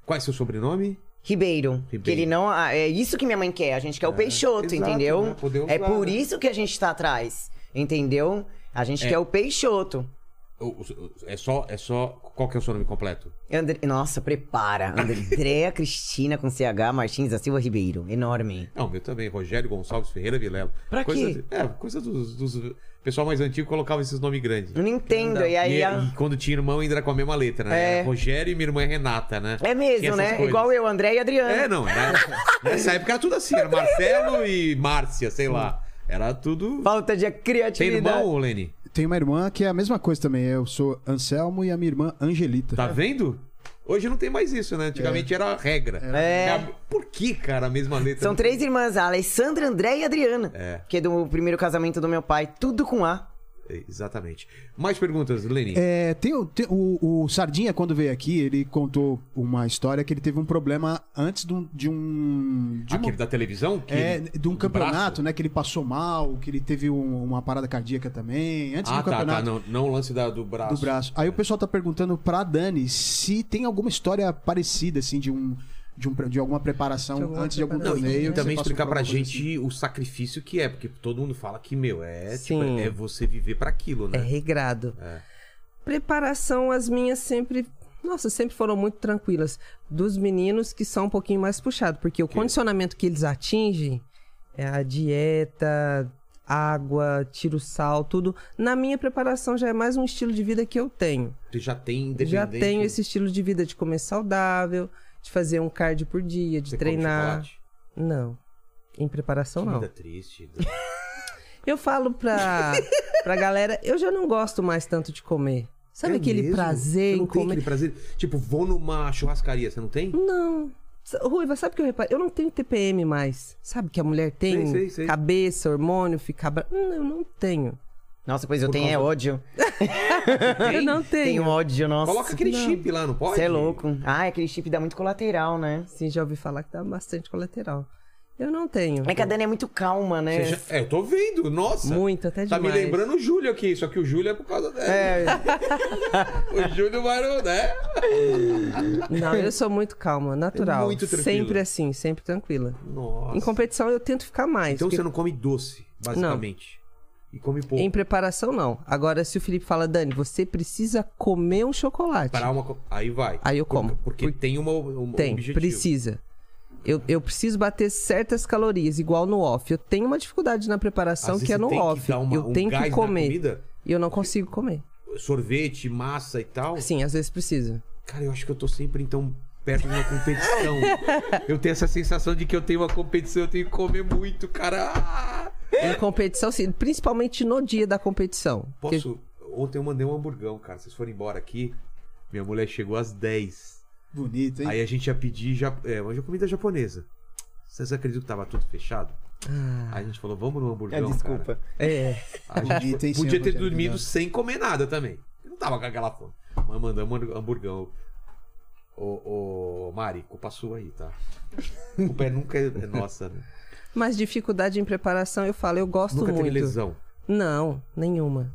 A: Qual é seu sobrenome?
C: Ribeiro.
A: Ribeiro. É,
C: Que ele não. ah, É isso que minha mãe quer. A gente quer o
A: exato,
C: Peixoto, entendeu?
A: né? Poder
C: é
A: usar,
C: por
A: né? É.
C: isso que a gente tá atrás. Entendeu? A gente quer o Peixoto.
A: O- o- o- É só, é só. Qual que é o seu nome completo?
C: Andre... Nossa, prepara.
A: <laughs>
C: Andréa Cristina com CH Martins da Silva Ribeiro. Enorme.
A: Não, o meu também, Rogério Gonçalves Ferreira Vilela.
C: Pra
A: coisa,
C: quê?
A: É, coisa dos, dos- Pessoal mais antigo colocava esses nomes grandes.
C: Não entendo. E aí.
A: E,
C: a-
A: e quando tinha irmão, ainda era com a mesma letra, né?
C: É.
A: Era Rogério e minha irmã é Renata, né?
C: É
A: Tinha
C: mesmo,
A: essas
C: né?
A: coisas.
C: Igual eu, André e Adriana.
A: É, não. Era... Nessa época era tudo assim, era Marcelo e Márcia, sei lá. Era tudo.
C: Falta de
A: Tem
C: criatividade.
A: irmão, Leni?
B: Tem uma irmã que é a mesma coisa também. Eu sou Anselmo e a minha irmã Angelita.
A: Tá vendo? Hoje não tem mais isso, né? Antigamente era a regra.
C: É.
A: a- Por que, cara, a mesma letra?
C: São três irmãs, a Alessandra, André e Adriana.
A: É.
C: Que é do primeiro casamento do meu pai. Tudo com A.
A: Exatamente. Mais perguntas, Leni?
B: É, tem, o- tem o, o Sardinha, quando veio aqui, ele contou uma história que ele teve um problema antes de um. De um, de uma-
A: Aquele da televisão? que
B: é,
A: ele-
B: de um
A: do
B: campeonato,
A: braço?
B: né? Que ele passou mal, que ele teve um- uma parada cardíaca também. Antes
A: Ah,
B: do
A: tá, tá.
B: um campeonato.
A: Não, não o lance da, do braço.
B: do braço. Aí o pessoal tá perguntando pra Dani se tem alguma história parecida, assim, de um. De, um, pre- de alguma preparação
E: De alguma
B: antes de algum
A: Não, e,
B: torneio. que né? você
A: também
B: passou
A: explicar
B: por
A: pra
B: alguma coisa assim.
A: gente o sacrifício que é, porque todo mundo fala que, meu, é, tipo,
E: Sim.
A: é você viver pra aquilo, né?
E: É regrado.
A: É.
E: Preparação, as minhas sempre. Nossa, sempre foram muito tranquilas. Dos meninos que são um pouquinho mais puxados, porque o
A: Que-
E: condicionamento que eles atingem é a dieta, água, tiro sal, tudo. Na minha preparação já é mais um estilo de vida que eu tenho.
A: Você já tem independente.
E: Já tenho esse estilo de vida de comer saudável, de fazer um cardio por dia, de
A: Você come
E: treinar.
A: chocolate?
E: Não. Em preparação,
A: Que
E: não.
A: vida triste.
E: Eu falo pra,
A: <laughs>
E: pra galera, eu já não gosto mais tanto de comer. Sabe
A: É
E: aquele
A: mesmo?
E: prazer
A: Você não
E: em
A: tem
E: comer?
A: aquele prazer? Tipo, vou numa churrascaria, você não tem?
E: Não. S- Ruiva, sabe o que eu reparei? Eu não tenho TPM mais. Sabe que a mulher tem
A: Sei, sei, sei.
E: cabeça, hormônio, fica... bra- Hum, eu não tenho.
C: Nossa, pois eu tenho é ódio.
E: Eu não tenho.
A: um-
C: Tenho ódio, nossa.
A: Coloca aquele chip lá, não pode?
C: Você é
E: né?
C: louco. Ah, aquele chip dá muito colateral, né?
E: Sim, Assim, já ouvi falar que dá bastante colateral. Eu não tenho.
C: É que a Dani é muito calma, né?
A: Você já- É, eu tô vendo, nossa.
E: Muito, até
A: Tá me
E: demais.
A: lembrando o Júlio aqui, só que o Júlio é por causa dela.
C: É,
A: <laughs> O Júlio vai, no- né?
E: Não, eu sou
A: <laughs>
E: muito calma, natural.
A: Muito tranquila.
E: sempre assim, sempre tranquila.
A: Nossa.
E: Em competição eu tento ficar mais.
A: Então
E: porque
A: você não come doce, basicamente. E come pouco.
E: Em preparação não. Agora se o Felipe fala, Dani, você precisa comer um chocolate.
A: Para uma... co- Aí vai.
E: Aí eu
A: Por-
E: como.
A: Porque
E: Por-
A: tem uma, um um
E: Tem,
A: objetivo.
E: precisa. Eu, eu preciso bater certas calorias, igual no off. Eu tenho uma dificuldade na
A: Às
E: preparação
A: vezes
E: que é
A: você
E: no
A: tem que
E: off.
A: dar uma-
E: eu
A: um
E: tenho
A: gás
E: que
A: na
E: comer.
A: comida,
E: E eu não consigo comer.
A: sorvete, massa e tal.
E: Sim, às vezes precisa.
A: Cara, eu acho que eu tô sempre, então, perto de uma competição.
E: <laughs>
A: eu tenho essa sensação de que eu tenho uma competição, eu tenho que comer muito, cara. Ah!
E: Em competição, sim. Principalmente no dia da competição. Porque-
A: Posso? Ontem eu mandei um hamburgão, cara. Vocês foram embora aqui, minha mulher chegou às 10.
B: Bonito, assim hein?
A: Aí a gente ia pedir ja... é, uma comida japonesa. Vocês acreditam que tava tudo fechado? Aí a gente falou, vamos no hamburgão. cara.
C: Ah. desculpa.
E: É.
A: A
C: <laughs>
A: gente
B: Bonito, hein,
A: podia
B: senhor
A: ter
B: Rogério
A: dormido
B: Vidal?
A: sem comer nada também. Eu não tava com aquela fome. Mas mandamos um hamburgão. Ô, ô, Mari, culpa sua aí,
C: <laughs>
A: tá? O pé nunca é é nossa, né?
E: Mas dificuldade em preparação, eu falo, eu gosto
A: nunca teve
E: muito.
A: lesão.
E: Não, nenhuma.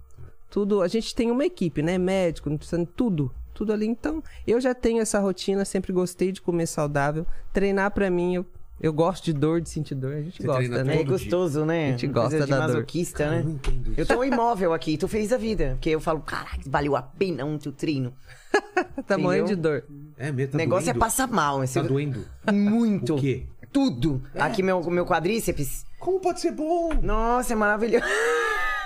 E: Tudo, a gente tem uma equipe, né? Médico, nutricionista, tudo, tudo ali. Então, eu já tenho essa rotina, sempre gostei de comer saudável. Treinar pra mim, eu, eu gosto de dor, de sentir dor, a
A: Você
E: gente
A: treina
E: gosta, né?
A: todo
C: É gostoso, né?
E: A gente
C: Uma
E: gosta
C: coisa de
E: da dor.
C: masoquista,
A: Eu não
C: né?
A: entendo isso.
C: Eu tô imóvel aqui, tô feliz da vida. Porque eu falo, caralho, valeu a pena um teu treino.
E: Tá morrendo de dor.
A: É mesmo,
C: o
A: tá
C: negócio
A: doendo?
C: é passar mal. Esse...
A: Tá doendo.
C: Muito.
A: O quê? É.
C: Tudo. Aqui meu, meu quadríceps.
A: Como pode ser bom?
C: Nossa, é maravilhoso.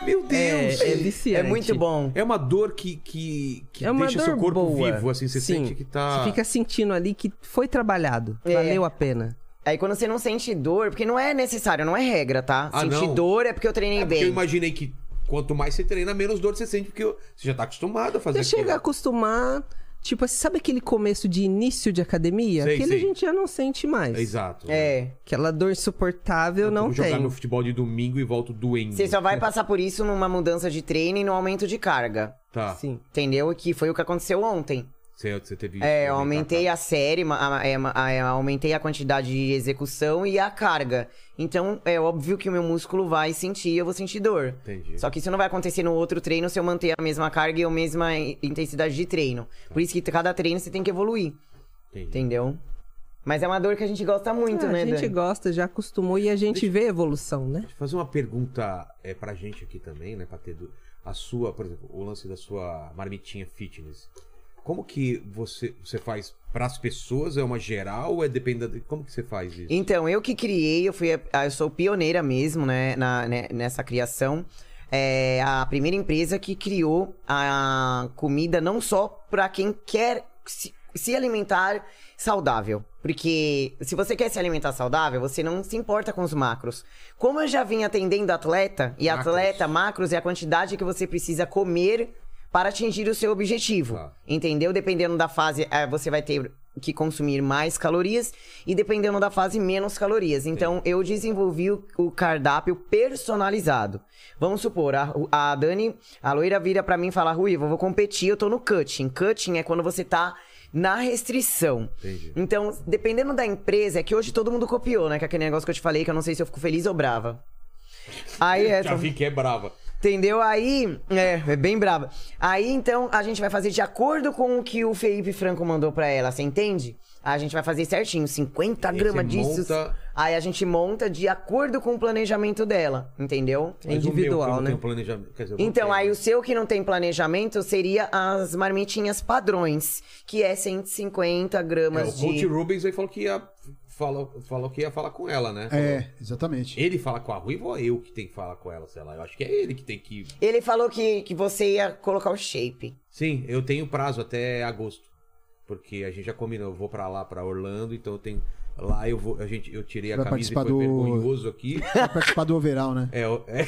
A: Meu Deus!
E: É, é viciante.
C: É muito bom.
A: É uma dor que, que, que
E: É uma
A: deixa
E: dor
A: seu corpo
E: boa.
A: vivo, assim, você
E: Sim.
A: sente que tá.
E: Você fica sentindo ali que foi trabalhado,
C: É.
E: valeu a pena.
C: Aí quando você não sente dor, porque não é necessário, não é regra, tá?
A: Ah,
C: Sentir
A: não.
C: dor é porque eu treinei
A: É porque
C: bem.
A: eu imaginei que quanto mais você treina, menos dor você sente, porque você já tá acostumado a fazer
E: Você chega a
A: aquilo.
E: acostumar, tipo, assim, sabe aquele começo de início de academia?
A: Sei,
E: Aquele
A: sei.
E: a gente já não sente mais.
A: Exato.
C: É.
E: Aquela dor insuportável não
A: Vou Então, jogar
E: tem.
A: meu futebol de domingo e volto doendo.
C: Você
A: <laughs>
C: só vai passar por isso numa mudança de treino e no aumento de carga.
A: Tá.
E: Sim.
C: Entendeu? Que foi o que aconteceu ontem.
A: Você, você teve isso.
C: É,
A: né?
C: eu aumentei
A: Tá,
C: a série, ma- a- é, ma- a- é, aumentei a quantidade de execução e a carga. Então, é óbvio que o meu músculo vai sentir, e eu vou sentir dor.
A: tá. Entendi.
C: Só que isso não vai acontecer no outro treino se eu manter a mesma carga e a mesma in- intensidade de treino. Por isso que cada treino você tem que evoluir,
A: Entendi.
C: entendeu? Mas é uma dor que a gente gosta muito,
E: Ah,
C: né,
E: a gente
C: Dani?
E: gosta, já acostumou e a gente vê evolução, né?
A: Deixa eu fazer uma pergunta é, pra gente aqui também, né? Pra ter do- a sua, por exemplo, o lance da sua marmitinha fitness. Como que você, você faz pras pessoas? É uma geral? É dependendo. Como que você faz isso?
C: Então, eu que criei, eu fui, a- eu sou pioneira mesmo, né, na- né, nessa criação. É a primeira empresa que criou a comida não só para quem quer se, se alimentar saudável, porque se você quer se alimentar saudável, você não se importa com os macros. Como eu já vim atendendo atleta e
A: Macros.
C: atleta macros é a quantidade que você precisa comer para atingir o seu objetivo.
A: Tá.
C: Entendeu? Dependendo da fase, eh, você vai ter que consumir mais calorias e dependendo da fase, menos calorias. Então, eu desenvolvi o, o cardápio personalizado. Vamos supor, a, Ru- a Dani, a loira vira pra mim e fala: Ruiva, eu vou competir, eu tô no cutting. Cutting é quando você tá na restrição.
A: Entendi.
C: Então, dependendo da empresa, é que hoje todo mundo copiou, né? Que é aquele negócio que eu te falei, que eu não sei se eu fico feliz ou brava. Aí é.
A: Já vi que é brava.
C: Entendeu? Aí, é, é bem brava. Aí, então, a gente vai fazer de acordo com o que o Felipe Franco mandou pra ela, você entende? A gente vai fazer certinho, 50
A: Aí
C: gramas
A: você
C: disso.
A: monta-
C: Aí a gente monta de acordo com o planejamento dela, entendeu?
E: É individual,
A: o meu, que eu não
E: né?
A: tenho planejamento. Quer dizer, eu né? não
C: Então,
A: tenho.
C: aí o seu que não tem planejamento seria as marmitinhas padrões, que é 150
A: É, o
C: gramas
A: coach
C: de.
A: Rubens aí falou que ia falou, falou que ia falar com ela, né? Falou.
B: É, exatamente.
A: Ele fala com a Ruiva ou eu que tenho que falar com ela, sei lá. Eu acho que é ele que tem que.
C: Ele falou que, que você ia colocar o shape.
A: Sim, eu tenho prazo até agosto. Porque a gente já combinou, eu vou pra lá, pra Orlando, então eu tenho lá eu vou, a gente eu tirei a
B: Vai
A: camisa e foi
B: participar do-
A: vergonhoso aqui.
B: Pra participar do
A: <laughs>
B: overall, né?
A: É, o- é...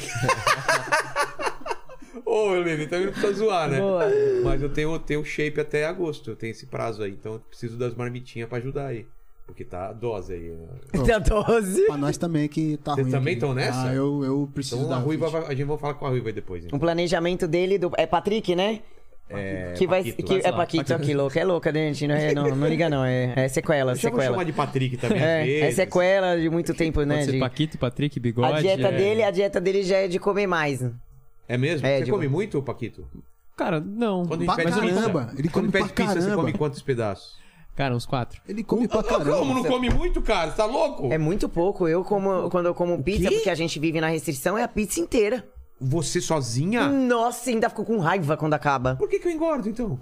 A: Ô, meu Levi, também não precisa zoar, né?
E: Boa.
A: Mas eu tenho, eu tenho shape até agosto, eu tenho esse prazo aí, então eu preciso das marmitinhas pra ajudar aí. Porque tá a dose aí. né? <laughs>
C: Da
A: assim.
C: 12.
B: Pra nós também que tá
A: Vocês
B: ruim.
A: também
B: aqui.
A: tão nessa?
B: Ah, eu, eu preciso um
A: Então
B: da
A: a Ruiva,
B: fit.
A: vai- a gente vai falar com a Ruiva aí depois.
C: O
B: Um
A: Então.
C: planejamento dele do. É Patrick, né?
A: É,
C: que vai.
A: Paquito.
C: que é
D: lá,
C: Paquito,
D: Paquito.
C: aqui, louco. É louca, né, gente? Não, é- não, não liga, não. É, é sequela,
A: Deixa eu
C: sequela.
A: chamar de Patrick também. às
C: É, é
A: vezes.
C: sequela de muito tempo,
D: Pode
C: né?
D: ser
C: de-
D: Paquito, Patrick, Bigode.
C: A dieta
D: é.
C: dele, a dieta dele já é de comer mais.
A: É mesmo?
C: É,
A: você
C: digo-
A: come muito, Paquito?
D: Cara, não.
A: Quando a gente
B: Pra
A: pede
B: caramba,
A: pizza,
B: ele
A: quando
B: come
A: pede
B: pra
A: pizza, você
B: caramba.
A: come quantos pedaços?
D: Cara, uns quatro.
B: Ele come pra
A: Como
B: caramba.
A: não come muito, cara? Você tá louco?
C: É muito pouco. Eu como quando eu como pizza, porque a gente vive na restrição, é a pizza inteira.
A: Você
C: Hum.
A: sozinha?
C: Nossa, ainda fico com raiva quando acaba.
A: Por que, que eu engordo, então?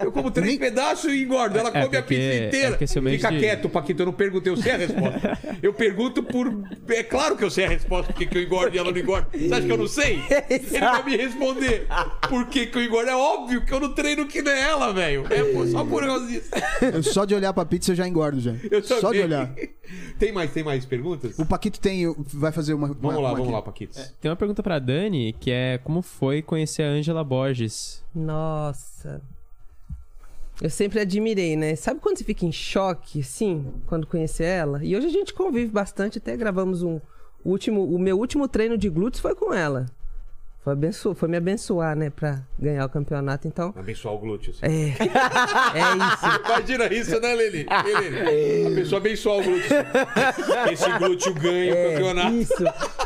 A: Eu como três pedaços e engordo. Ela
D: É,
A: come a
D: porque-
A: pizza
D: é
A: inteira.
D: porque seu mês
A: Fica
D: de-
A: quieto, Paquito. Eu não perguntei, eu sei a
D: <laughs>
A: resposta. Eu pergunto por. É claro que eu sei a resposta, porque que eu engordo e ela não engorda. Você acha que eu não
D: <laughs>
A: sei? Ele vai me responder. Por que, que eu engordo? É óbvio que eu não treino que nem ela, velho. É, pô, só por causa disso.
B: Eu- só de olhar pra pizza eu já engordo, já.
A: Eu
B: Só
A: também.
B: de olhar.
A: Tem mais, tem mais perguntas?
B: O Paquito tem. Vai fazer uma.
A: Vamos
B: uma-
A: lá,
B: uma
A: vamos lá,
B: aqui.
A: Paquitos.
D: Tem uma pergunta pra Dani, que é como foi conhecer a Angela Borges?
E: Nossa. Eu sempre admirei, né? Sabe quando você fica em choque, assim, quando conhecer ela? E hoje a gente convive bastante, até gravamos um o último, o meu último treino de glúteos foi com ela. Foi, abenço... foi me abençoar, né, pra ganhar o campeonato. Então,
A: Abençoar o glúteo. assim.
E: é, <laughs> é isso.
A: Imagina isso, né, Lili? Lili, A pessoa abençoa o glúteo. Esse glúteo ganha
C: É,
A: o campeonato.
E: Isso.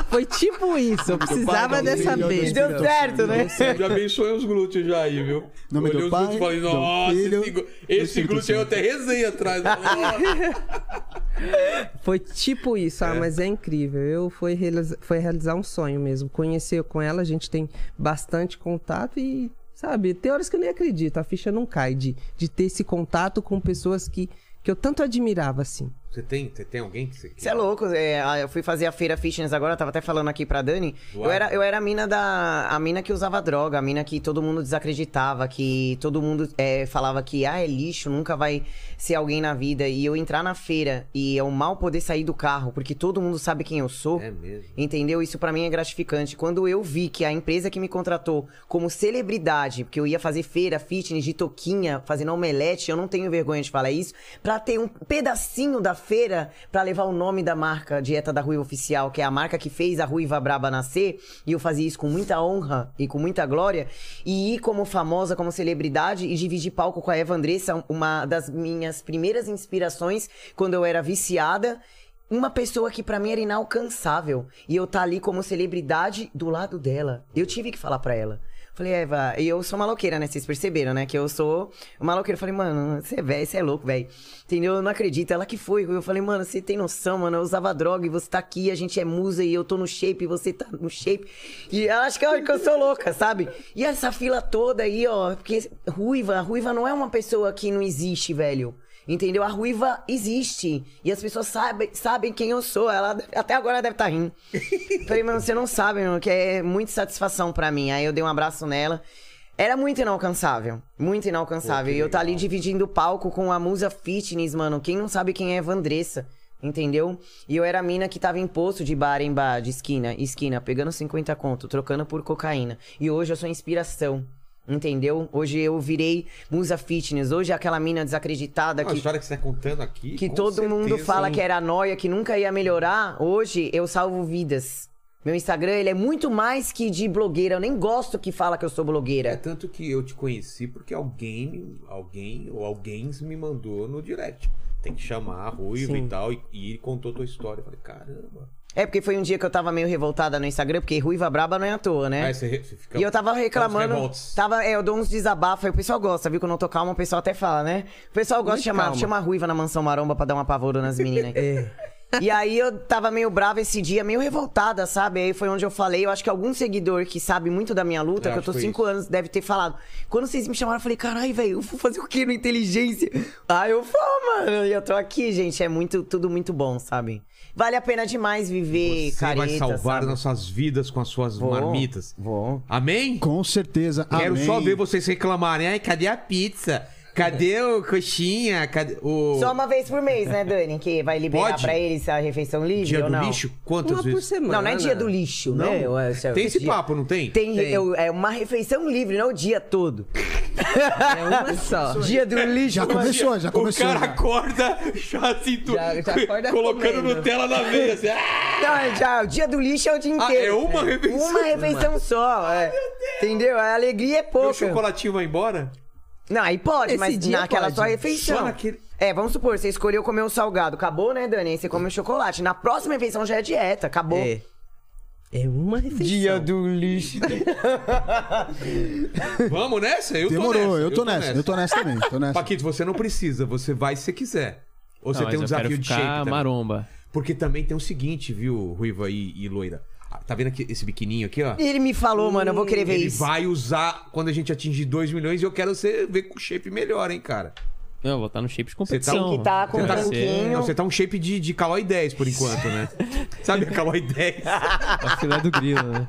E: Foi tipo isso. Eu precisava
B: Pai,
E: dessa
B: Filho,
E: vez.
B: Espírito
C: Deu certo, né?
A: Já abençoei os glúteos já aí, viu?
B: Nome do
A: os
B: Pai,
A: glúteos e falei,
B: do
A: nossa,
B: Filho,
A: esse, glú-
B: do
A: esse
B: Espírito
A: glúteo aí eu até rezei
C: <laughs>
A: atrás.
E: Foi tipo isso. Ah, mas é incrível. Eu fui realiza- foi realizar um sonho mesmo. Conhecer com ela, a gente tem bastante contato e, sabe, tem horas que eu nem acredito. A ficha não cai de, de ter esse contato com pessoas que, que eu tanto admirava, assim.
A: Você tem, você tem alguém que você quer?
C: Você é louco, é, a- eu fui fazer a feira fitness agora, eu tava até falando aqui pra Dani.
A: Uau.
C: Eu era, eu era a mina da. A mina que usava droga, a mina que todo mundo desacreditava, que todo mundo é, falava que ah, é lixo, nunca vai ser alguém na vida. E eu entrar na feira e eu mal poder sair do carro, porque todo mundo sabe quem eu sou.
A: É mesmo.
C: Entendeu? Isso pra mim é gratificante. Quando eu vi que a empresa que me contratou como celebridade, porque eu ia fazer feira, fitness, de toquinha, fazendo omelete, eu não tenho vergonha de falar isso, pra ter um pedacinho da feira pra levar o nome da marca Dieta da Ruiva Oficial, que é a marca que fez a Ruiva Braba nascer, e eu fazia isso com muita honra e com muita glória, e ir como famosa, como celebridade e dividir palco com a Eva Andressa, uma das minhas primeiras inspirações quando eu era viciada. Uma pessoa que pra mim era inalcançável. E eu tá ali como celebridade do lado dela. Eu tive que falar pra ela. Falei, Eva, e eu sou maloqueira, né? Vocês perceberam, né? Que eu sou maloqueira. Eu Falei, mano, você é velho, você é louco, velho. Entendeu? Eu não acredito. Ela que foi. Eu falei, mano, você tem noção, mano. Eu usava droga e você tá aqui, a gente é musa e eu tô no shape, e você tá no shape. E ela acha que eu, que eu sou louca, sabe? E essa fila toda aí, ó. Porque ruiva, ruiva não é uma pessoa que não existe, velho. Entendeu? A ruiva existe. E as pessoas sabem, sabem quem eu sou. Ela deve- até agora deve estar rindo. Falei, mano, você não sabe, mano, que é muita satisfação pra mim. Aí eu dei um abraço nela. Era muito inalcançável. Muito inalcançável. e eu tá ali dividindo o palco com a musa fitness, mano. Quem não sabe quem é Vandressa? Entendeu? E eu era a mina que tava em posto de bar em bar, de esquina, em esquina, pegando 50 conto, trocando por cocaína. E hoje eu sou inspiração. Entendeu? Hoje eu virei musa fitness. Hoje é aquela mina desacreditada
A: Não, A
C: que
A: história que você tá contando aqui.
C: que
A: com
C: todo mundo
A: certeza,
C: fala
A: hein?
C: que é. era noia, que nunca ia melhorar, hoje eu salvo vidas. Meu Instagram, ele é muito mais que de blogueira. Eu nem gosto que fala que eu sou
A: É
C: blogueira.
A: tanto que eu te conheci porque alguém, me- alguém ou alguém me mandou no direct. Tem que chamar a Ruiva e tal. E, e ele contou tua história. Eu falei, caramba.
C: É porque foi um dia que eu tava meio revoltada no Instagram, porque ruiva braba não é à toa, né?
A: Aí você, re- você fica.
C: E eu tava reclamando.
A: revoltos.
C: Tava, é, eu dou uns desabafos, aí o pessoal gosta, viu? Quando eu tô calma, o pessoal até fala, né? O pessoal gosta de chamar,
E: calma.
C: chama a ruiva na mansão maromba pra dar uma pavoro nas
A: <laughs>
C: meninas.
A: É.
C: E aí eu tava meio brava esse dia, meio revoltada, sabe? Aí foi onde eu falei, eu acho que algum seguidor que sabe muito da minha luta,
A: Eu
C: que eu
A: acho
C: tô
A: que foi
C: cinco anos, deve ter falado. Quando vocês me chamaram, eu falei, caralho, velho, eu vou fazer o quê no inteligência? Ah, eu vou, mano. E eu tô aqui, gente. É muito, tudo muito bom, sabe? Vale a pena demais viver,
A: Você
C: careta,
A: vai salvar
C: sabe?
A: nossas vidas com as suas
C: Vou,
A: marmitas.
C: Vou.
A: Amém?
B: Com certeza.
A: Quero
B: amém.
A: só ver vocês reclamarem. Ai, cadê a pizza? Cadê o coxinha? Cadê o.
C: Só uma vez por mês, né, Dani? Que vai liberar
A: Pode?
C: pra eles a refeição livre
A: dia
C: ou
A: do
C: não?
A: lixo? Quantas
E: Uma por
A: vezes?
E: semana.
C: Não, não é dia do lixo,
A: Não.
C: né? Eu- eu- eu-
A: Tem esse
C: dia-
A: papo, não tem?
C: Tem, eu- é uma refeição livre, não o dia todo.
E: É uma só.
C: Dia do lixo.
B: Já começou, já começou.
F: o cara
B: já.
A: <laughs>
F: acorda já assim, tu,
E: Já- já acorda
F: colocando
E: comendo.
F: Nutella na veia. Assim,
C: <laughs>
F: ah!
C: Não, já, o dia do lixo é o dia
F: Ah, é
C: inteiro.
F: uma refeição.
C: Uma refeição só. é. Entendeu? A alegria é
F: O
C: pouca.
F: chocolatinho vai embora?
C: Não, aí pode,
E: Esse
C: mas
E: dia
C: naquela
E: pode.
C: só refeição.
F: Só naquele-
C: É, vamos supor, você escolheu comer um salgado. Acabou, né, Dani? Aí você come um chocolate. Na próxima refeição já é dieta. Acabou.
E: É. É uma refeição.
C: do lixo.
F: Vamos nessa? Eu tô
B: Demorou,
F: nessa.
B: eu tô nessa, eu tô nessa também. Tô nessa.
A: Paquito, você não precisa, você vai se você quiser. Ou você
D: Não,
A: tem
D: mas
A: um
D: eu quero
A: desafio de
D: ficar
A: shape também.
D: maromba.
A: Porque também tem o seguinte, viu, Ruiva e, e Loira? Ah, Tá vendo aqui, esse biquininho aqui, ó?
C: Ele me falou, mano, eu vou querer ver
A: Ele
C: isso.
A: vai usar quando a gente atingir 2 milhões e eu quero você ver com shape melhor, hein, cara?
D: Não, eu vou estar no shape
A: Você tá-
D: de competição.
A: Tem que
C: tá com
D: Vai
C: um
D: ser-
C: tanquinho.
A: Não, você tá um shape de, de Calói 10 por enquanto,
C: <laughs>
A: né? Sabe a Calói 10?
D: a filé do grilo,
A: <laughs>
D: né?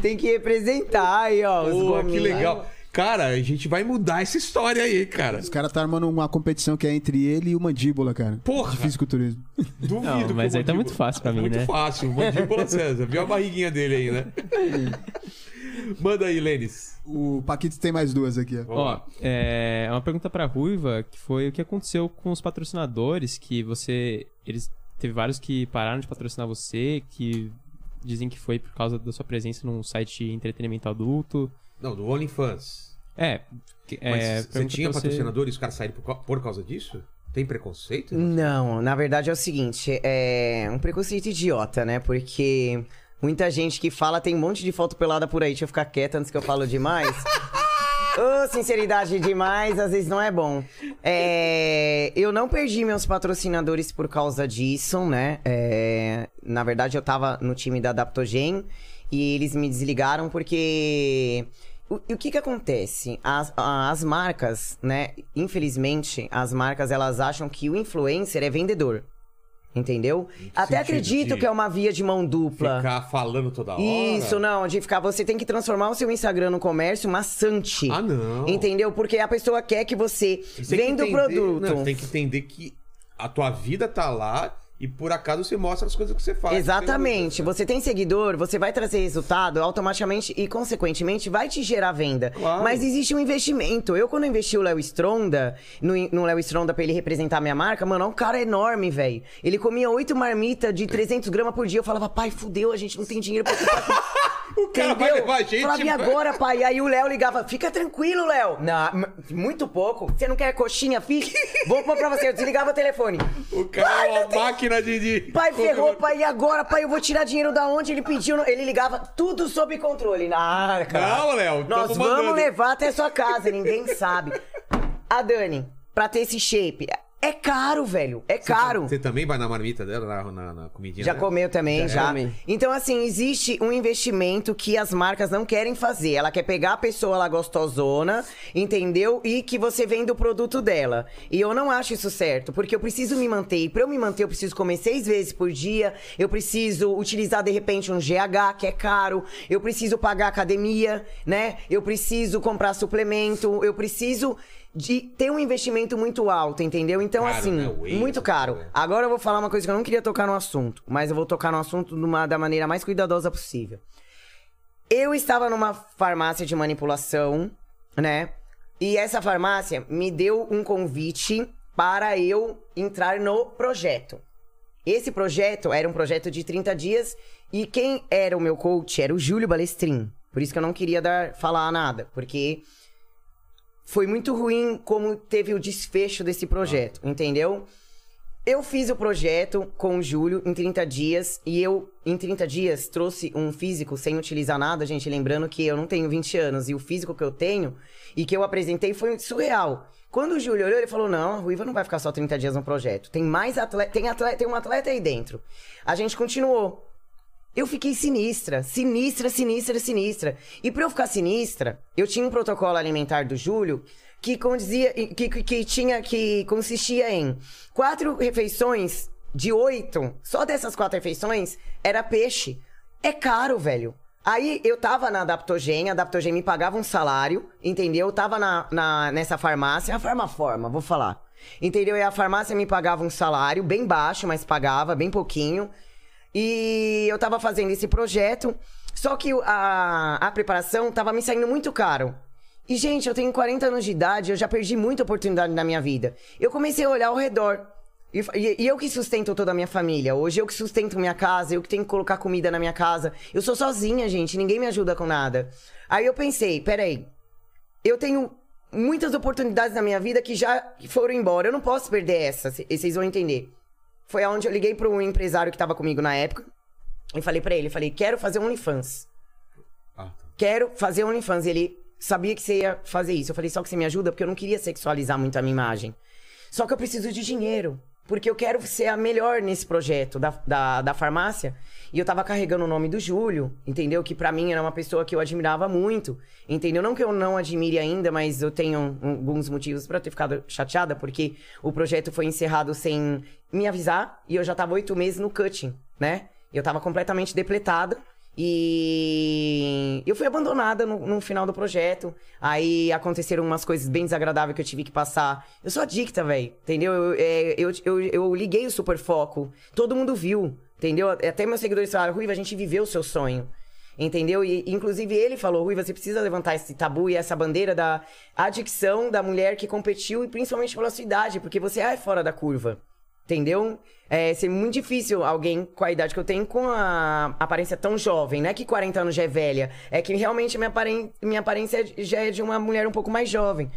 C: Tem que representar aí, ó. os
A: Pô, que
C: gominhos.
A: legal. Cara, a gente vai mudar essa história aí, cara.
B: Os caras tá armando uma competição que é entre ele e o Mandíbula, cara.
A: Porra.
B: De Fisiculturismo.
A: Duvido
D: Não,
A: que o
D: mas aí tá
A: Mandíbula-
D: muito fácil pra mim,
A: muito
D: né?
A: fácil. O Mandíbula César. Viu a barriguinha dele aí,
D: <laughs>
A: né? Manda aí, Lênis.
B: O Paquito tem mais duas aqui, ó.
D: Ó, é uma pergunta pra Ruiva, que foi o que aconteceu com os patrocinadores, que você. Eles. Teve vários que pararam de patrocinar você, que dizem que foi por causa da sua presença num site de entretenimento adulto.
A: Não, do OnlyFans.
D: É. que-
A: Mas
D: é,
A: você
D: pergunta
A: tinha
D: pra
A: patrocinadores e os caras saíram por, cau- por causa disso? Tem preconceito?
C: Hum, Não, na verdade é o seguinte, é um preconceito idiota, né? Porque muita gente que fala tem um monte de foto pelada por aí, deixa eu ficar quieta antes que eu falo
A: <laughs>
C: demais. Ô, sinceridade demais, às vezes não é bom. É, eu não perdi meus patrocinadores por causa disso, né? É, na verdade, eu tava no time da Adaptogen e eles me desligaram porque. O, e o que que acontece? As, a- as marcas, né? Infelizmente, as marcas elas acham que o influencer é vendedor. Entendeu? Até
A: sentido?
C: acredito
A: De-
C: que é uma via de mão dupla.
A: Ficar falando toda hora?
C: Isso, não, de ficar. Você tem que transformar o seu Instagram no comércio maçante.
A: Ah, não.
C: Entendeu? Porque a pessoa quer que você
A: Você tem que
C: venda o
A: entender-
C: produto.
A: não, você tem que entender que a tua vida tá lá e por acaso você mostra as coisas que você faz.
C: Exatamente.
A: Você...
C: Você tem seguidor, você vai trazer resultado automaticamente e, consequentemente, vai te gerar venda.
A: Claro.
C: Mas existe um investimento. Eu, quando eu investi o Léo Stronda, no, no Léo Stronda pra ele representar a minha marca, mano, é um cara enorme, velho. Ele comia oito marmitas de 300 gramas por dia. Eu falava, pai, fudeu, a gente não tem dinheiro pra comprar tudo."
A: <laughs> O cara vai levar a gente. né?"
C: Falava, e agora, pai? E Aí o Léo ligava, fica tranquilo, Léo. Não, m- muito pouco. Você não quer
A: <laughs>
C: coxinha fit? Vou pôr pra você. Eu desligava o telefone.
A: O cara é uma máquina de. de-
C: Pai, ferrou,
A: Como-
C: pai, e agora, pai? Eu vou tirar dinheiro da onde? Ele pediu, não- ele ligava, tudo sob controle. Ah, cara.
A: Não, Léo,
C: Nós
A: tamo
C: vamos
A: mandando.
C: levar até sua casa, ninguém sabe. A Dani, pra ter esse shape, é caro, velho. É caro.
A: Você também vai na marmita dela, na, na, na comidinha
C: Já
A: dela?
C: comeu também, já.
E: comi.
C: Então, assim, existe um investimento que as marcas não querem fazer. Ela quer pegar a pessoa lá gostosona, entendeu? E que você venda o produto dela. E eu não acho isso certo, porque eu preciso me manter. E pra eu me manter, eu preciso comer seis vezes por dia. Eu preciso utilizar, de repente, um GH, que é caro. Eu preciso pagar academia, né? Eu preciso comprar suplemento. Eu preciso de ter um investimento muito alto, entendeu? Então,
A: Caro,
C: assim,
A: né? Whey,
C: muito
A: essas
C: caro.
A: coisas.
C: Agora eu vou falar uma coisa que eu não queria tocar no assunto, mas eu vou tocar no assunto de uma- da maneira mais cuidadosa possível. Eu estava numa farmácia de manipulação, né? E essa farmácia me deu um convite para eu entrar no projeto. Esse projeto era um projeto de 30 dias e quem era o meu coach era o Júlio Balestrin. Por isso que eu não queria dar falar nada, porque foi muito ruim como teve o desfecho desse projeto, entendeu? Eu fiz o projeto com o Júlio em 30 dias e eu, em 30 dias, trouxe um físico sem utilizar nada, gente. Lembrando que eu não tenho 20 anos e o físico que eu tenho e que eu apresentei foi surreal. Quando o Júlio olhou, ele falou: Não, a Ruiva não vai ficar só 30 dias no projeto. Tem mais atleta, tem, atleta, tem um atleta aí dentro. A gente continuou. Eu fiquei sinistra, sinistra, sinistra, sinistra. E pra eu ficar sinistra, eu tinha um protocolo alimentar do Júlio que condizia, que, que, que tinha, que consistia em quatro refeições de oito. Só dessas quatro refeições era peixe. É caro, velho. Aí eu tava na Adaptogen, a Adaptogen me pagava um salário, entendeu? Eu tava na, na- nessa farmácia, a farmaforma, vou falar. Entendeu? E a farmácia me pagava um salário bem baixo, mas pagava bem pouquinho. E eu tava fazendo esse projeto, só que o- a, a preparação tava me saindo muito caro. E, gente, eu tenho 40 anos de idade, eu já perdi muita oportunidade na minha vida. Eu comecei a olhar ao redor. E, fa- e- e eu que sustento toda a minha família. Hoje eu que sustento minha casa, eu que tenho que colocar comida na minha casa. Eu sou sozinha, gente, ninguém me ajuda com nada. Aí eu pensei, peraí, eu tenho muitas oportunidades na minha vida que já foram embora. Eu não posso perder essa, c- e vocês vão entender. Foi aonde eu liguei para um empresário que estava comigo na época e falei para ele, falei, quero fazer OnlyFans.
A: Ah,
C: Quero fazer OnlyFans. Ele sabia que você ia fazer isso. Eu falei, só que você me ajuda porque eu não queria sexualizar muito a minha imagem. Só que eu preciso de dinheiro. Porque eu quero ser a melhor nesse projeto da, da, da farmácia. E eu tava carregando o nome do Júlio, entendeu? Que pra mim era uma pessoa que eu admirava muito, entendeu? Não que eu não admire ainda, mas eu tenho um- alguns motivos pra ter ficado chateada, porque o projeto foi encerrado sem me avisar e eu já tava oito meses no cutting, né? Eu tava completamente depletada. E eu fui abandonada no, no final do projeto. Aí aconteceram umas coisas bem desagradáveis que eu tive que passar. Eu sou adicta, velho. Entendeu? Eu, é, eu, eu, eu liguei o super foco. Todo mundo viu. Entendeu? Até meus seguidores falaram, Ruiva, a gente viveu o seu sonho. Entendeu? E inclusive ele falou, Ruiva, você precisa levantar esse tabu e essa bandeira da adicção da mulher que competiu, e principalmente pela sua idade, porque você é fora da curva. Entendeu? É ser muito difícil alguém com a idade que eu tenho com a aparência tão jovem. Não é que 40 anos já é velha. É que realmente minha, aparen- minha aparência é de- já é de uma mulher um pouco mais jovem.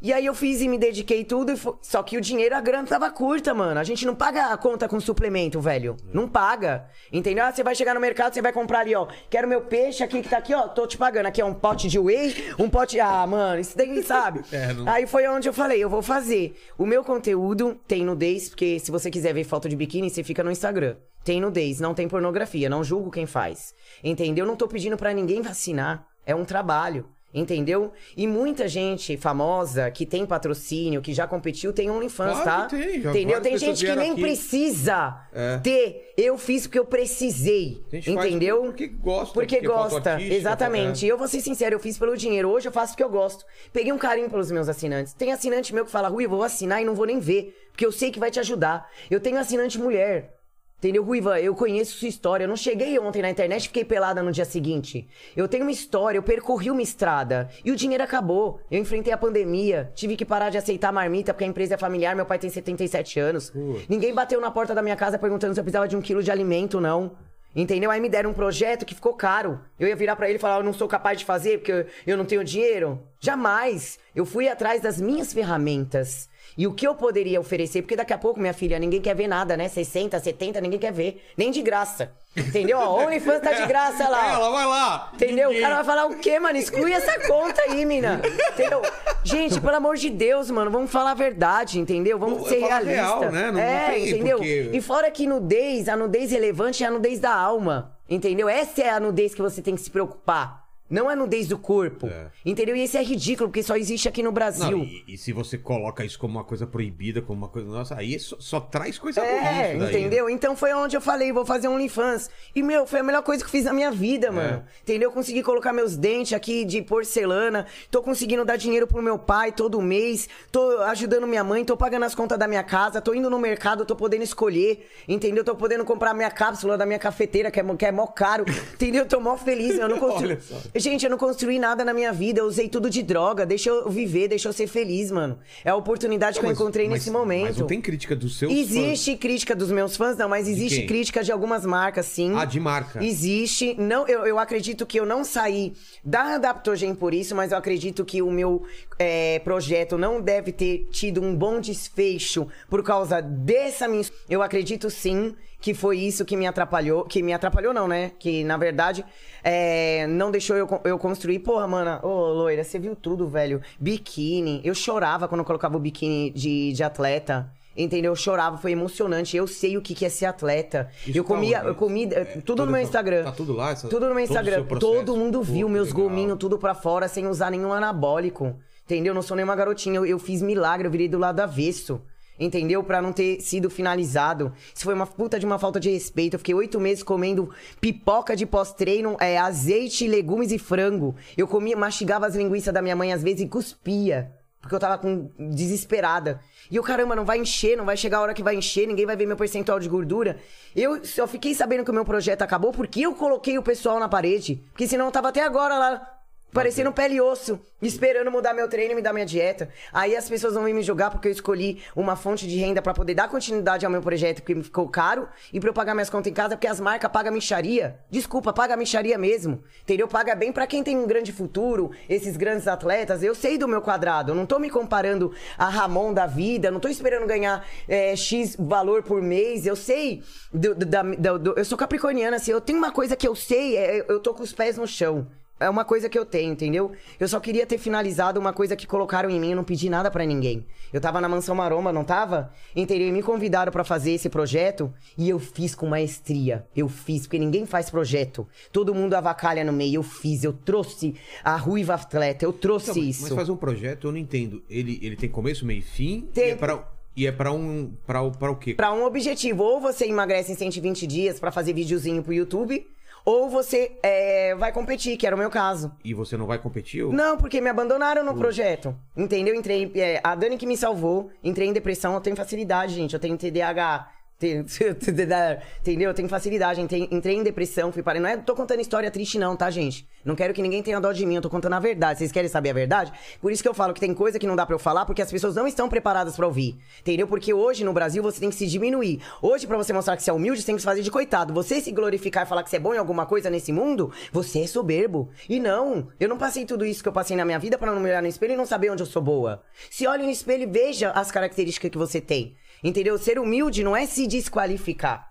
C: E aí eu fiz e me dediquei tudo. e fo- Só que o dinheiro, a grana tava curta, mano. A gente não paga a conta com suplemento, velho. Não paga. Entendeu? Ah, você vai chegar no mercado, você vai comprar ali, ó. Quero meu peixe aqui que tá aqui, ó. Tô te pagando. Aqui é um pote de whey, um pote. Ah, mano, isso daí sabe. Aí foi onde eu falei, eu vou fazer. O meu conteúdo tem nudez, porque se você quiser ver foto de biquíni, você fica no Instagram. Tem nudez, não tem pornografia, não julgo quem faz. Entendeu? Não tô pedindo pra ninguém vacinar. É um trabalho. Entendeu? E muita gente famosa que tem patrocínio, que já competiu, tem OnlyFans,
F: Claro
C: tá?
F: que tem, já
C: Entendeu?
F: várias
C: Tem
F: pessoas
C: gente que
F: vieram
C: nem
F: aqui.
C: precisa
F: É.
C: ter. Eu fiz porque eu precisei.
F: A gente faz
C: entendeu?
F: porque gosta,
C: Porque,
F: porque é foto
C: gosta.
F: artística,
C: Exatamente. E eu vou ser sincero, eu fiz pelo dinheiro. Hoje eu faço porque eu gosto. Peguei um carinho pelos meus assinantes. Tem assinante meu que fala, Rui, eu vou assinar e não vou nem ver. Porque eu sei que vai te ajudar. Eu tenho assinante mulher. Entendeu, Ruiva? Eu conheço sua história. Eu não cheguei ontem na internet e fiquei pelada no dia seguinte. Eu tenho uma história, eu percorri uma estrada. E o dinheiro acabou. Eu enfrentei a pandemia. Tive que parar de aceitar marmita porque a empresa é familiar. Meu pai tem 77 anos. Ninguém bateu na porta da minha casa perguntando se eu precisava de um quilo de alimento, não. Entendeu? Aí me deram um projeto que ficou caro. Eu ia virar pra ele e falar, eu não sou capaz de fazer porque eu- eu não tenho dinheiro. Jamais. Eu fui atrás das minhas ferramentas. E o que eu poderia oferecer? Porque daqui a pouco, minha filha, ninguém quer ver nada, né? 60, 70, ninguém quer ver. Nem de graça. Entendeu? Ó, OnlyFans tá de graça
A: É,
C: lá. ó.
F: Ela, vai lá!
C: Entendeu? O cara vai falar o quê, mano? Exclui essa conta aí, mina. Entendeu? Gente, pelo amor de Deus, mano, vamos falar a verdade, entendeu? Vamos
F: Vamos
C: ser
F: falar
C: realistas.
F: real, né? Não- não
C: é,
F: tem
C: entendeu?
F: porquê.
C: E fora que nudez, a nudez relevante é a nudez da alma, entendeu? Essa é a nudez que você tem que se preocupar. Não a nudez do corpo,
A: É.
C: entendeu? E isso é ridículo, porque só existe aqui no Brasil.
A: Não, e, e se você coloca isso como uma coisa proibida, como uma coisa nossa, aí só, só traz coisa
C: É,
A: ruim isso daí, né?
C: entendeu? Então foi onde eu falei, vou fazer um OnlyFans. E, meu, foi a melhor coisa que eu fiz na minha
A: É.
C: vida, mano. Entendeu? Consegui colocar meus dentes aqui de porcelana. Tô conseguindo dar dinheiro pro meu pai todo mês. Tô ajudando minha mãe, tô pagando as contas da minha casa. Tô indo no mercado, tô podendo escolher. Entendeu? Tô podendo comprar minha cápsula da minha cafeteira, que é, mó- que é mó
A: <laughs>
C: caro. entendeu? Tô mó feliz. Eu não construí...
F: Olha só.
C: Gente, eu não construí nada na minha vida. Eu usei tudo de droga. Deixa eu viver, deixa eu ser feliz, mano. É a oportunidade que eu
A: Mas-
C: encontrei
A: mas-
C: nesse momento.
A: Mas não tem crítica dos seus fãs?
C: Existe crítica dos meus fãs, não, mas existe
A: quem?
C: crítica de algumas marcas, sim.
A: Ah, de marca.
C: Existe. Não, eu, eu acredito que eu não saí da Adaptogen por isso, mas eu acredito que o meu é, projeto não deve ter tido um bom desfecho por causa dessa minha. Eu acredito sim que foi isso que me atrapalhou. Que me atrapalhou, não, né? Que na verdade é, não deixou eu, con- eu construir. Porra, mana, ô loira, você viu tudo, velho. Biquíni. Eu chorava quando eu colocava o biquíni de, de atleta. Entendeu? Eu chorava, foi emocionante. Eu sei o que que é ser atleta.
A: Isso
C: eu
A: tá
C: comia,
A: onde?
C: eu comia
A: É,
C: tudo
A: toda
C: no meu
A: essa-
C: Instagram.
A: tá tudo lá, essa-
C: tudo no meu
A: todo o seu
C: Instagram. Todo,
A: processo.
C: mundo
A: Pô,
C: viu
A: que
C: meus
A: legal.
C: gominhos, tudo pra fora, sem usar nenhum anabólico. Entendeu? Não sou nenhuma garotinha. Eu, eu fiz milagre, eu virei do lado avesso. Entendeu? Pra não ter sido finalizado. Isso foi uma puta de uma falta de respeito. Eu fiquei oito meses comendo pipoca de pós-treino, é, azeite, legumes e frango. Eu comia, mastigava as linguiças da minha mãe às vezes e cuspia. Porque eu tava com desesperada. E eu, caramba, não vai encher, não vai chegar a hora que vai encher, ninguém vai ver meu percentual de gordura. Eu só fiquei sabendo que o meu projeto acabou porque eu coloquei o pessoal na parede. Porque senão eu tava até agora lá Parecendo pele e osso, esperando mudar meu treino e me dar minha dieta. Aí as pessoas vão vir me julgar porque eu escolhi uma fonte de renda pra poder dar continuidade ao meu projeto que me ficou caro e pra eu pagar minhas contas em casa, porque as marcas pagam micharia. Desculpa, paga micharia mesmo. Entendeu? Paga bem pra quem tem um grande futuro, esses grandes atletas. Eu sei do meu quadrado, eu não tô me comparando a Ramon da vida, não tô esperando ganhar é, X valor por mês. Eu sei. do- do- da- do- do- eu sou capricorniana, assim, eu tenho uma coisa que eu sei, é, eu tô com os pés no chão. É uma coisa que eu tenho, entendeu? Eu só queria ter finalizado uma coisa que colocaram em mim, eu não pedi nada pra ninguém. Eu tava na Mansão Maroma, não tava? Entendeu? E me convidaram pra fazer esse projeto e eu fiz com maestria. Eu fiz, porque ninguém faz projeto. Todo mundo avacalha no meio. Eu fiz, eu trouxe a ruiva atleta, eu trouxe
A: Então, mas-
C: isso.
A: Mas fazer um projeto, eu não entendo. Ele, ele tem começo, meio e fim? E
C: Tem.
A: é pra, e é pra um. Pra, o- pra o quê?
C: Pra um objetivo, ou você emagrece em 120 dias pra fazer videozinho pro YouTube, ou você é, vai competir, que era o meu caso.
A: E você não vai competir? ou-
C: Não, porque me abandonaram no projeto. Entendeu? Entrei. é, a Dani que me salvou, entrei em depressão, eu tenho facilidade, gente. Eu tenho TDAH. tenho- <laughs> TDAH, Entendeu? Eu tenho facilidade. Entrei, entrei em depressão, fui parar. Não é, tô contando história triste, não, tá, gente? Não quero que ninguém tenha dó de mim, eu tô contando a verdade. Vocês querem saber a verdade? Por isso que eu falo que tem coisa que não dá pra eu falar, porque as pessoas não estão preparadas pra ouvir. Entendeu? Porque hoje no Brasil você tem que se diminuir. Hoje, pra você mostrar que você é humilde, você tem que se fazer de coitado. Você se glorificar e falar que você é bom em alguma coisa nesse mundo, você é soberbo. E não, eu não passei tudo isso que eu passei na minha vida pra não me olhar no espelho e não saber onde eu sou boa. Se olhe no espelho e veja as características que você tem. Entendeu? Ser humilde não é se desqualificar.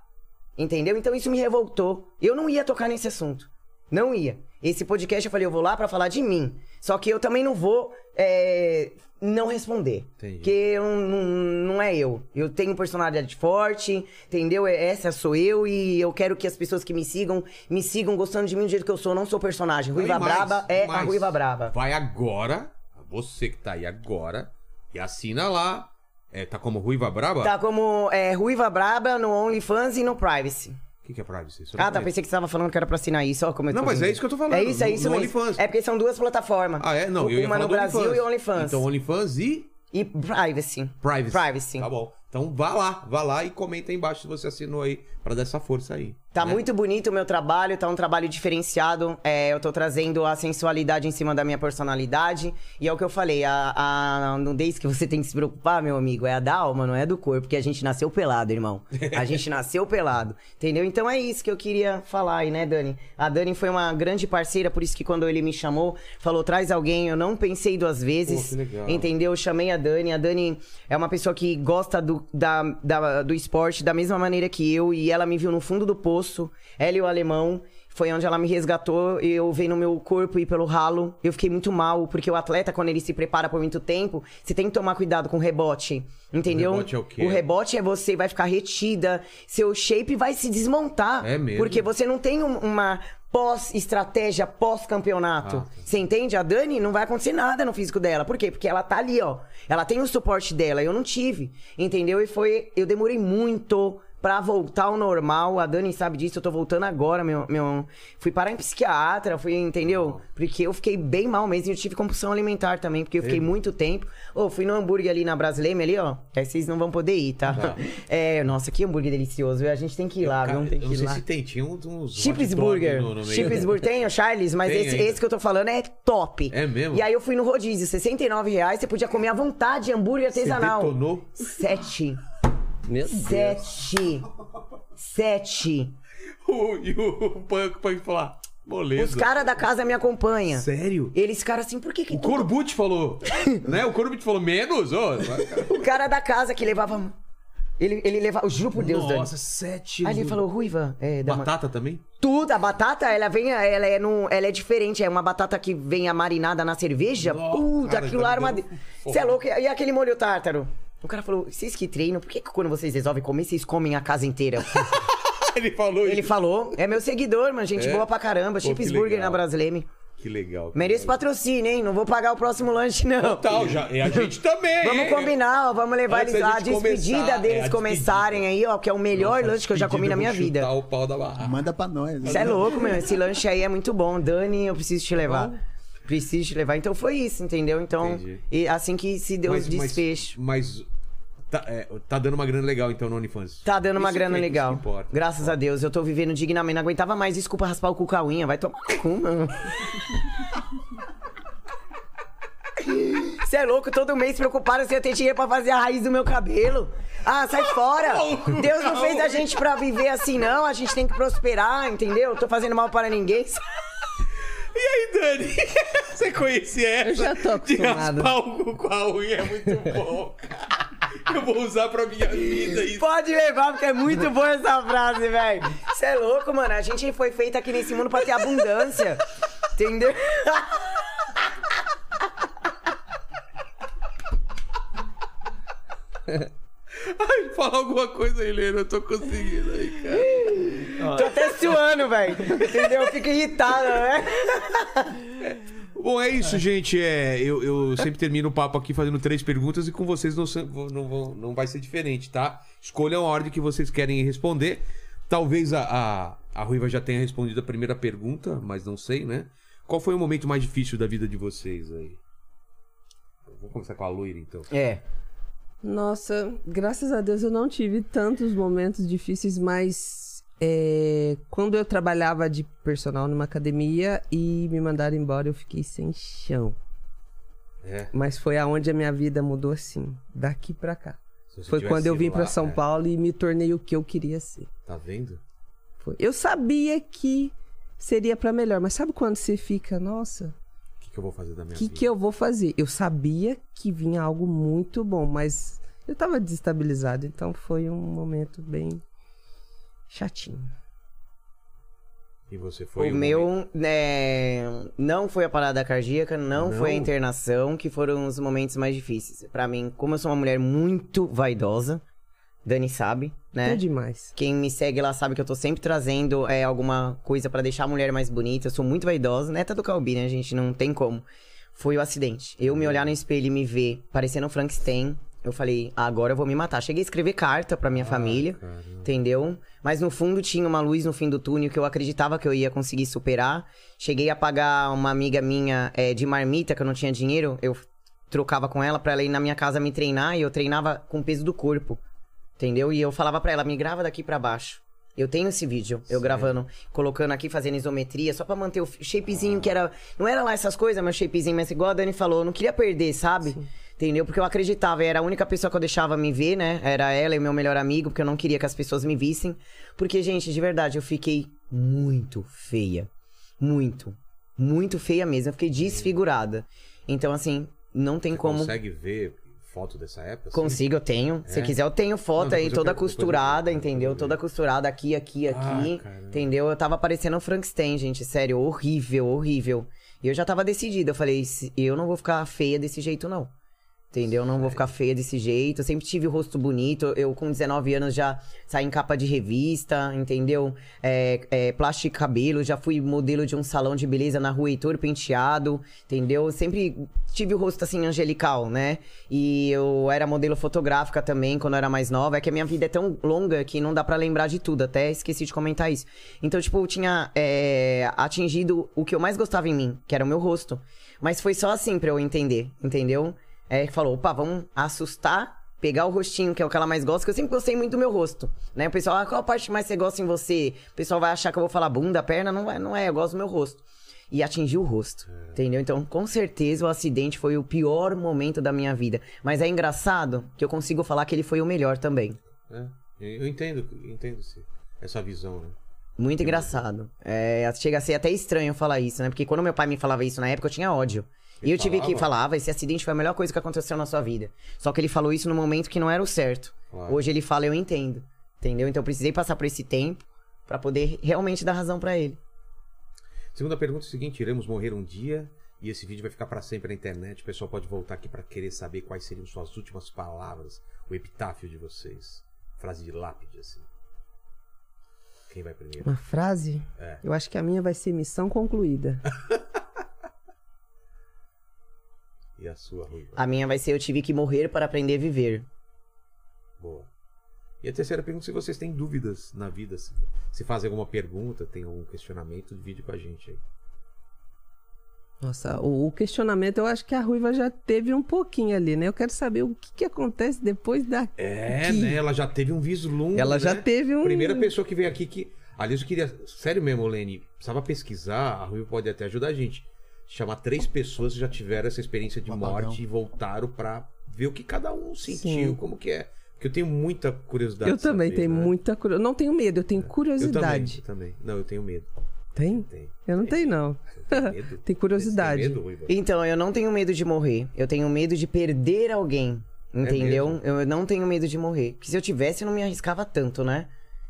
C: Entendeu? Então isso me revoltou. Eu não ia tocar nesse assunto. Não ia. Esse podcast eu falei, eu vou lá pra falar de mim. Só que eu também não vou é, não responder.
A: Entendi.
C: Porque eu não, não é eu. Eu tenho personalidade forte, entendeu? É- Essa sou eu e eu quero que as pessoas que me sigam, me sigam gostando de mim do jeito que eu sou. Eu não sou personagem.
A: Não, e
C: Ruiva
A: mais,
C: Braba
A: e
C: é a
A: mais.
C: Ruiva Braba.
A: Vai agora, você que tá aí agora, e assina lá. É, tá como Ruiva Braba?
C: Tá como é, Ruiva Braba no OnlyFans e no Privacy.
A: O que, que é privacy? Isso eu não
C: Ah, tá.
A: conheço.
C: Pensei que você tava falando que era pra assinar isso. Ó, como eu
A: Não,
C: tô
A: mas
C: vendo.
A: é isso que eu tô falando,
C: É isso, é
A: no-
C: isso
A: no
C: mesmo.
A: OnlyFans.
C: É porque são duas plataformas.
A: Ah, é? Não, eu ia
C: Uma
A: falar
C: no
A: do
C: Brasil
A: OnlyFans.
C: e OnlyFans.
A: Então, OnlyFans e
C: E Privacy.
A: Privacy.
C: Privacy.
A: Tá bom. Então vá lá, vá lá e comenta aí embaixo se você assinou aí, pra dar essa força aí.
C: Tá
A: né?
C: muito bonito o meu trabalho, tá um trabalho diferenciado. É, eu tô trazendo a sensualidade em cima da minha personalidade. E é o que eu falei, a, a nudez que você tem que se preocupar, meu amigo, é a da alma, não é do corpo, porque a gente nasceu pelado, irmão.
A: <laughs>
C: A gente nasceu pelado, entendeu? Então é isso que eu queria falar aí, né, Dani? A Dani foi uma grande parceira, por isso que quando ele me chamou, falou, traz alguém, eu não pensei duas
A: Pô,
C: vezes.
A: que legal.
C: Entendeu? entendeu? Eu chamei a Dani. A Dani é uma pessoa que gosta do, da, da- do esporte da mesma maneira que eu. E ela me viu no fundo do poço. Ela e o alemão. Foi onde ela me resgatou. Eu veio no meu corpo e pelo ralo. Eu fiquei muito mal, porque o atleta, quando ele se prepara por muito tempo, você tem que tomar cuidado com o rebote. Entendeu?
A: rebote é o quê?
C: rebote é você vai ficar retida, seu shape vai se desmontar.
A: É mesmo?
C: Porque você não tem um- uma pós-estratégia, pós-campeonato.
A: Ah, tá.
C: Você entende? A Dani não vai acontecer nada no físico dela. Por quê? Porque ela tá ali, ó. Ela tem o suporte dela, eu não tive. Entendeu? E foi. Eu demorei muito pra voltar ao normal. A Dani sabe disso, eu tô voltando agora, meu. meu... Fui parar em psiquiatra, fui, entendeu? Porque eu fiquei bem mal mesmo. e Eu tive compulsão alimentar também, porque eu fiquei muito tempo. Ô, fui no hambúrguer ali na Brasileira, ali, ó. Aí vocês não vão poder ir, tá? <laughs> É, nossa, que hambúrguer delicioso. viu? A gente tem que ir lá,
A: Cara,
C: viu?
A: eu
C: Tem
A: não
C: que ir
A: sei
C: lá.
A: se tem, tinha uns- uns.
C: Chips
A: hot dog
C: Burger.
A: no- no meio. né?
C: Chips Burger tem, o Charles, mas
A: Tem
C: esse,
A: ainda.
C: esse que eu tô falando é top.
A: É mesmo?
C: E aí eu fui no rodízio, R$ 69 reais, você podia comer à vontade hambúrguer
A: Você
C: artesanal.
A: detonou? é
C: Sete.
E: Meu
C: Sete. Sete.
A: O- e o Punk Punk falar,
C: Os
A: moleza.
C: caras da casa me acompanham.
A: Sério?
C: Eles ficaram assim, por que que...
A: O Corbucci
C: <laughs>
A: falou, né? O Corbucci falou, menos? Ô,
C: O cara da casa que levava... Ele, ele levava... Eu juro por Deus, Dani.
A: Nossa, sete.
C: Aí ele
A: no-
C: falou, Ruiva, é, da
A: Batata também?
C: Tudo, a batata, ela vem, ela é, num, ela é diferente, é uma batata que vem a marinada na cerveja.
A: Nossa,
C: Puta,
A: cara,
C: aquilo
A: tá
C: lá
A: me
C: era uma.
A: dando
C: Você é louco? E aquele molho tártaro? O cara falou: vocês que treinam, por que que quando vocês resolvem comer, vocês comem a
A: <laughs>
C: casa inteira?
A: Ele falou
C: Ah, Ele falou: é meu seguidor, mano, gente
A: É?
C: boa pra caramba,
A: Pô, que
C: chips burger
A: legal.
C: na Brasileme.
A: Que legal. cara.
C: Mereço patrocínio, hein? Não vou pagar o próximo lanche, não.
A: Tal, já. E a
C: <laughs>
A: gente também.
C: Vamos
A: hein?
C: combinar, ó, vamos levar
A: É. Antes
C: eles
A: da
C: lá, a
A: gente
C: despedida
A: começar, é, a
C: deles
A: despedida.
C: começarem aí, ó, que é o melhor lanche que eu já comi na
A: Pedido,
C: minha
A: vou
C: vida.
A: chutar o pau da barra.
B: Manda pra nós.
C: Você é louco, meu. Esse lanche aí é muito bom. Dani, eu preciso te levar. Preciso te levar. Então foi isso, entendeu? Então,
A: Entendi.
C: e assim que se deu os desfechos.
A: Mas, tá, é, tá dando uma grana legal, então, no OnlyFans.
C: Tá dando uma
A: Isso
C: grana
A: que- isso
C: legal.
A: que importa.
C: Graças a Deus, eu tô vivendo dignamente. Não aguentava mais, desculpa raspar o cu com a unha. Vai tomar no cu, mano. Você é louco, todo mês preocupado se eu ter dinheiro pra fazer a raiz do meu cabelo. Ah, sai fora! Deus não fez a gente pra viver assim, não. A gente tem que prosperar, entendeu? Tô fazendo mal para ninguém.
F: E aí, Dani? <laughs> Você conhecia essa?
E: Eu já tô
F: De
E: acostumada.
F: raspar o cu com a unha é muito bom, cara. Eu vou usar pra minha vida isso.
C: Pode levar, porque é muito boa essa frase, velho. Você é louco, mano. A gente foi feito aqui nesse mundo pra ter abundância. Entendeu?
F: Ai, fala alguma coisa aí, Helena. Eu tô conseguindo aí, cara.
C: Tô até suando, velho. Entendeu? Eu fico irritada, né?
A: Bom, é isso, gente. É, eu, eu sempre termino o papo aqui fazendo três perguntas e com vocês não, se- não, vão- não vai ser diferente, tá? Escolham a ordem que vocês querem responder. Talvez a, a, a Ruiva já tenha respondido a primeira pergunta, mas não sei, né? Qual foi o momento mais difícil da vida de vocês aí? Eu Vou começar com a Loira, então.
C: É.
E: Nossa, graças a Deus eu não tive tantos momentos difíceis, mas é, quando eu trabalhava de personal numa academia e me mandaram embora, eu fiquei sem chão.
A: É.
E: Mas foi aonde a minha vida mudou assim, daqui pra cá.
A: Se você
E: Foi
A: tivesse
E: quando eu vim
A: ido
E: pra
A: lá,
E: São
A: é,
E: Paulo e me tornei o que eu queria ser.
A: Tá vendo?
E: Foi- Eu sabia que seria pra melhor, mas sabe quando você fica, nossa,
A: O que, que eu vou fazer da minha
E: o que,
A: vida?
E: que eu vou fazer? Eu sabia que vinha algo muito bom, mas eu tava desestabilizado, então foi um momento bem chatinho.
A: E você foi
C: o meu, né, não foi a parada cardíaca, não,
A: Não?
C: foi a internação, que foram os momentos mais difíceis. Pra mim, como eu sou uma mulher muito vaidosa, Dani sabe, né?
E: É demais.
C: Quem me segue lá sabe que eu tô sempre trazendo é, alguma coisa pra deixar a mulher mais bonita. Eu sou muito vaidosa, neta do Calbi, né, gente? Não tem como. Foi o acidente. Eu me olhar no espelho e me ver parecendo um Frankenstein. Eu falei, agora eu vou me matar. Cheguei a escrever carta pra minha família, entendeu? Mas no fundo tinha uma luz no fim do túnel que eu acreditava que eu ia conseguir superar. Cheguei a pagar uma amiga minha é, de marmita, que eu não tinha dinheiro. Eu trocava com ela pra ela ir na minha casa me treinar e eu treinava com o peso do corpo. Entendeu? E eu falava pra ela, me grava daqui pra baixo. Eu tenho esse vídeo, eu gravando, colocando aqui, fazendo isometria, só pra manter o f- shapezinho que era. Não era lá essas coisas, mas shapezinho, mas igual a Dani falou, eu não queria perder, sabe? Entendeu? Porque eu acreditava, era a única pessoa que eu deixava me ver, né? Era ela e o meu melhor amigo, porque eu não queria que as pessoas me vissem. Porque, gente, de verdade, eu fiquei muito feia. Muito. Muito feia mesmo. Eu fiquei desfigurada. Então, assim, não tem
A: Você
C: como.
A: consegue ver foto dessa época? assim?
C: Consigo, eu tenho.
A: É?
C: Se quiser, eu tenho foto
A: Não, depois
C: aí,
A: eu
C: toda
A: quero- depois eu-
C: costurada,
A: eu quero
C: entendeu?
A: ver. Ah,
C: Toda costurada aqui, aqui, aqui.
A: caramba.
C: entendeu? Eu tava parecendo um Frankenstein, gente. Sério, horrível, horrível. E eu já tava decidida. Eu falei, "Se- eu não vou ficar feia desse jeito, não. Entendeu? Eu Não vou ficar feia desse jeito. Eu sempre tive o rosto bonito. Eu, com 19 anos, já saí em capa de revista, entendeu? É, é, plástico cabelo, já fui modelo de um salão de beleza na rua Heitor Penteado, entendeu? Eu Sempre tive o rosto assim angelical, né? E eu era modelo fotográfica também quando eu era mais nova. É que a minha vida é tão longa que não dá pra lembrar de tudo. Até esqueci de comentar isso. Então, tipo, eu tinha é, atingido o que eu mais gostava em mim, que era o meu rosto. Mas foi só assim pra eu entender, entendeu? É, que falou, opa, vamos assustar, pegar o rostinho, que é o que ela mais gosta, que eu sempre gostei muito do meu rosto, né? O pessoal, ah, qual parte mais você gosta em você? O pessoal vai achar que eu vou falar bunda, perna, não é, não é, eu gosto do meu rosto. E atingir o rosto,
A: É.
C: entendeu? Então, com certeza, o acidente foi o pior momento da minha vida. Mas é engraçado que eu consigo falar que ele foi o melhor também.
A: É, eu entendo, entendo sim, essa visão, né?
C: Muito engraçado. É, chega a ser até estranho falar isso, né? Porque quando meu pai me falava isso na época, eu tinha ódio. E
A: Ele
C: eu tive que
A: falava?
C: falar, ah, esse acidente foi a melhor coisa que aconteceu na sua vida. Só que ele falou isso no momento que não era o certo.
A: Claro.
C: Hoje ele fala, eu entendo. Entendeu? Então eu precisei passar por esse tempo pra poder realmente dar razão pra ele.
A: Segunda pergunta é o seguinte: iremos morrer um dia e esse vídeo vai ficar pra sempre na internet. O pessoal pode voltar aqui pra querer saber quais seriam suas últimas palavras, o epitáfio de vocês. Frase de lápide, assim. Quem vai primeiro?
E: Uma frase?
A: É.
E: Eu acho que a minha vai ser missão concluída.
A: E a sua, Ruiva?
E: Ah.
C: A minha vai ser, eu tive que morrer para aprender a viver.
A: Boa. E a terceira pergunta: se vocês têm dúvidas na vida, se, se fazem alguma pergunta, tem algum questionamento, divide com a gente aí.
E: Nossa, o, o questionamento eu acho que a Ruiva já teve um pouquinho ali, né? Eu quero saber o que, que acontece depois da.
A: É,
E: Que-
A: né? Ela já teve um vislumbre.
E: Ela já
A: né?
E: teve um.
A: Primeira
C: Hum.
A: pessoa que veio aqui que. Aliás, eu queria. Sério mesmo, Lene, precisava pesquisar, a Rui pode até ajudar a gente. chamar três pessoas que já tiveram essa experiência de
B: Babadão.
A: morte e voltaram pra ver o que cada um sentiu,
E: Sim.
A: como que é. Porque eu tenho muita curiosidade.
E: Eu
A: de saber,
E: também tenho
A: né?
E: muita curiosidade. Não tenho medo, eu tenho
A: Eu também,
E: curiosidade.
A: eu também. Não, eu tenho medo.
C: Hum.
E: Tem?
C: <laughs>
A: Tenho.
E: Eu não tenho, não.
A: Tenho
E: <laughs>
A: medo.
E: Tenho curiosidade.
A: Você tem medo, Ruiva?
C: Então, eu não tenho medo de morrer. Eu tenho medo de perder alguém. Entendeu?
A: mesmo?
C: eu não tenho medo de morrer. Porque se eu tivesse, eu não me arriscava tanto, né?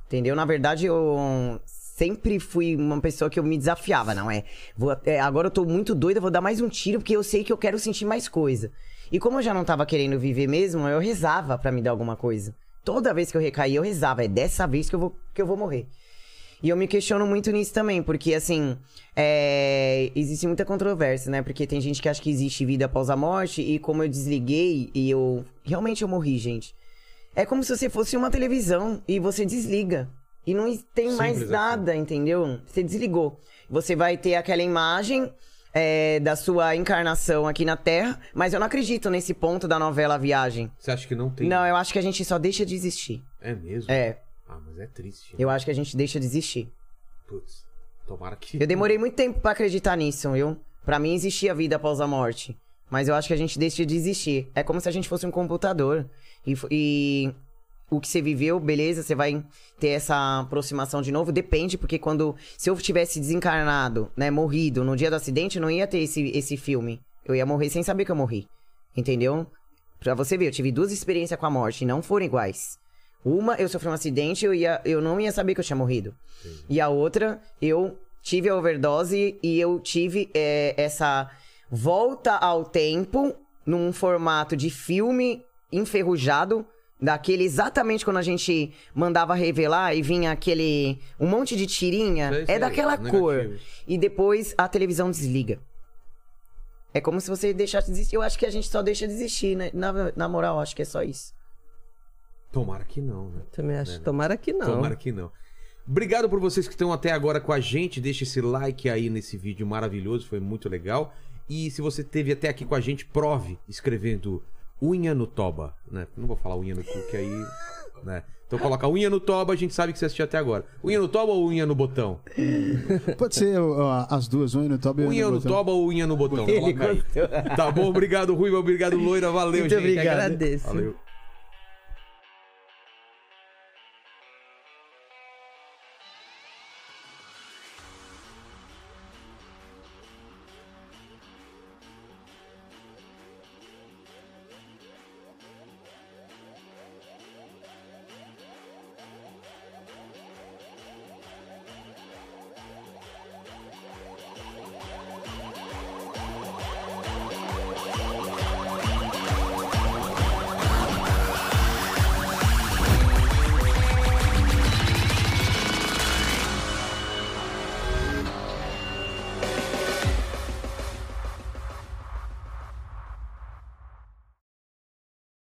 C: Entendeu? Na verdade, eu sempre fui uma pessoa que eu me desafiava, não é? Vou até- agora eu tô muito doida, vou dar mais um tiro, porque eu sei que eu quero sentir mais coisa. E como eu já não tava querendo viver mesmo, eu rezava pra me dar alguma coisa. Toda vez que eu recaía, eu rezava. É dessa vez que eu vou, que eu vou morrer. E eu me questiono muito nisso também, porque assim, é, existe muita controvérsia, né? Porque tem gente que acha que existe vida após a morte, e como eu desliguei e eu. Realmente eu morri, gente. É como se você fosse uma televisão e você desliga. E não tem mais
A: assim.
C: nada, entendeu? Você desligou. Você vai ter aquela imagem é, da sua encarnação aqui na Terra, mas eu não acredito nesse ponto da novela A Viagem.
A: Você acha que não tem?
C: Não, eu acho que a gente só deixa de existir.
A: É mesmo?
C: É,
A: Ah, mas é triste. né?
C: eu acho que a gente deixa de existir.
A: Putz, tomara que. <laughs>
C: Eu demorei muito tempo pra acreditar nisso, viu? Pra mim existia vida após a morte. Mas eu acho que a gente deixa de existir. É como se a gente fosse um computador. E, fo- e o que você viveu, beleza, você vai ter essa aproximação de novo. Depende, porque quando. Se eu tivesse desencarnado, né, morrido no dia do acidente, eu não ia ter esse, esse filme. Eu ia morrer sem saber que eu morri. Entendeu? Pra você ver, eu tive duas experiências com a morte e não foram iguais. Uma, eu sofri um acidente, eu, ia, eu não ia saber que eu tinha morrido. E a outra, eu tive a overdose e eu tive é, essa volta ao tempo num formato de filme enferrujado. Daquele exatamente quando a gente mandava revelar e vinha aquele. um monte de tirinha.
A: Sei, sei,
C: é daquela
A: negativo.
C: cor. E depois a televisão desliga. É como se você deixasse desistir. Eu acho que a gente só deixa desistir, né? Na, na moral, acho que é só isso.
A: Tomara que não, né?
E: Também acho. Tomara que
B: Então.
E: não.
A: Tomara que não. Obrigado por vocês que estão até agora com a gente. Deixa esse like aí nesse vídeo maravilhoso, foi muito legal. E se você teve até aqui com a gente, prove escrevendo unha no toba, né? Não vou falar unha no cu, que aí, né? Então coloca unha no toba, a gente sabe que você assistiu até agora. Unha no toba ou unha no botão?
B: Pode ser ó, as duas, unha no top e
A: Unha Um no
B: botão.
A: toba ou unha no botão? Coloca aí. Tá bom, obrigado Rui, obrigado Loira, valeu
C: Muito
A: gente.
C: obrigado.
E: Agradeço.
A: Valeu.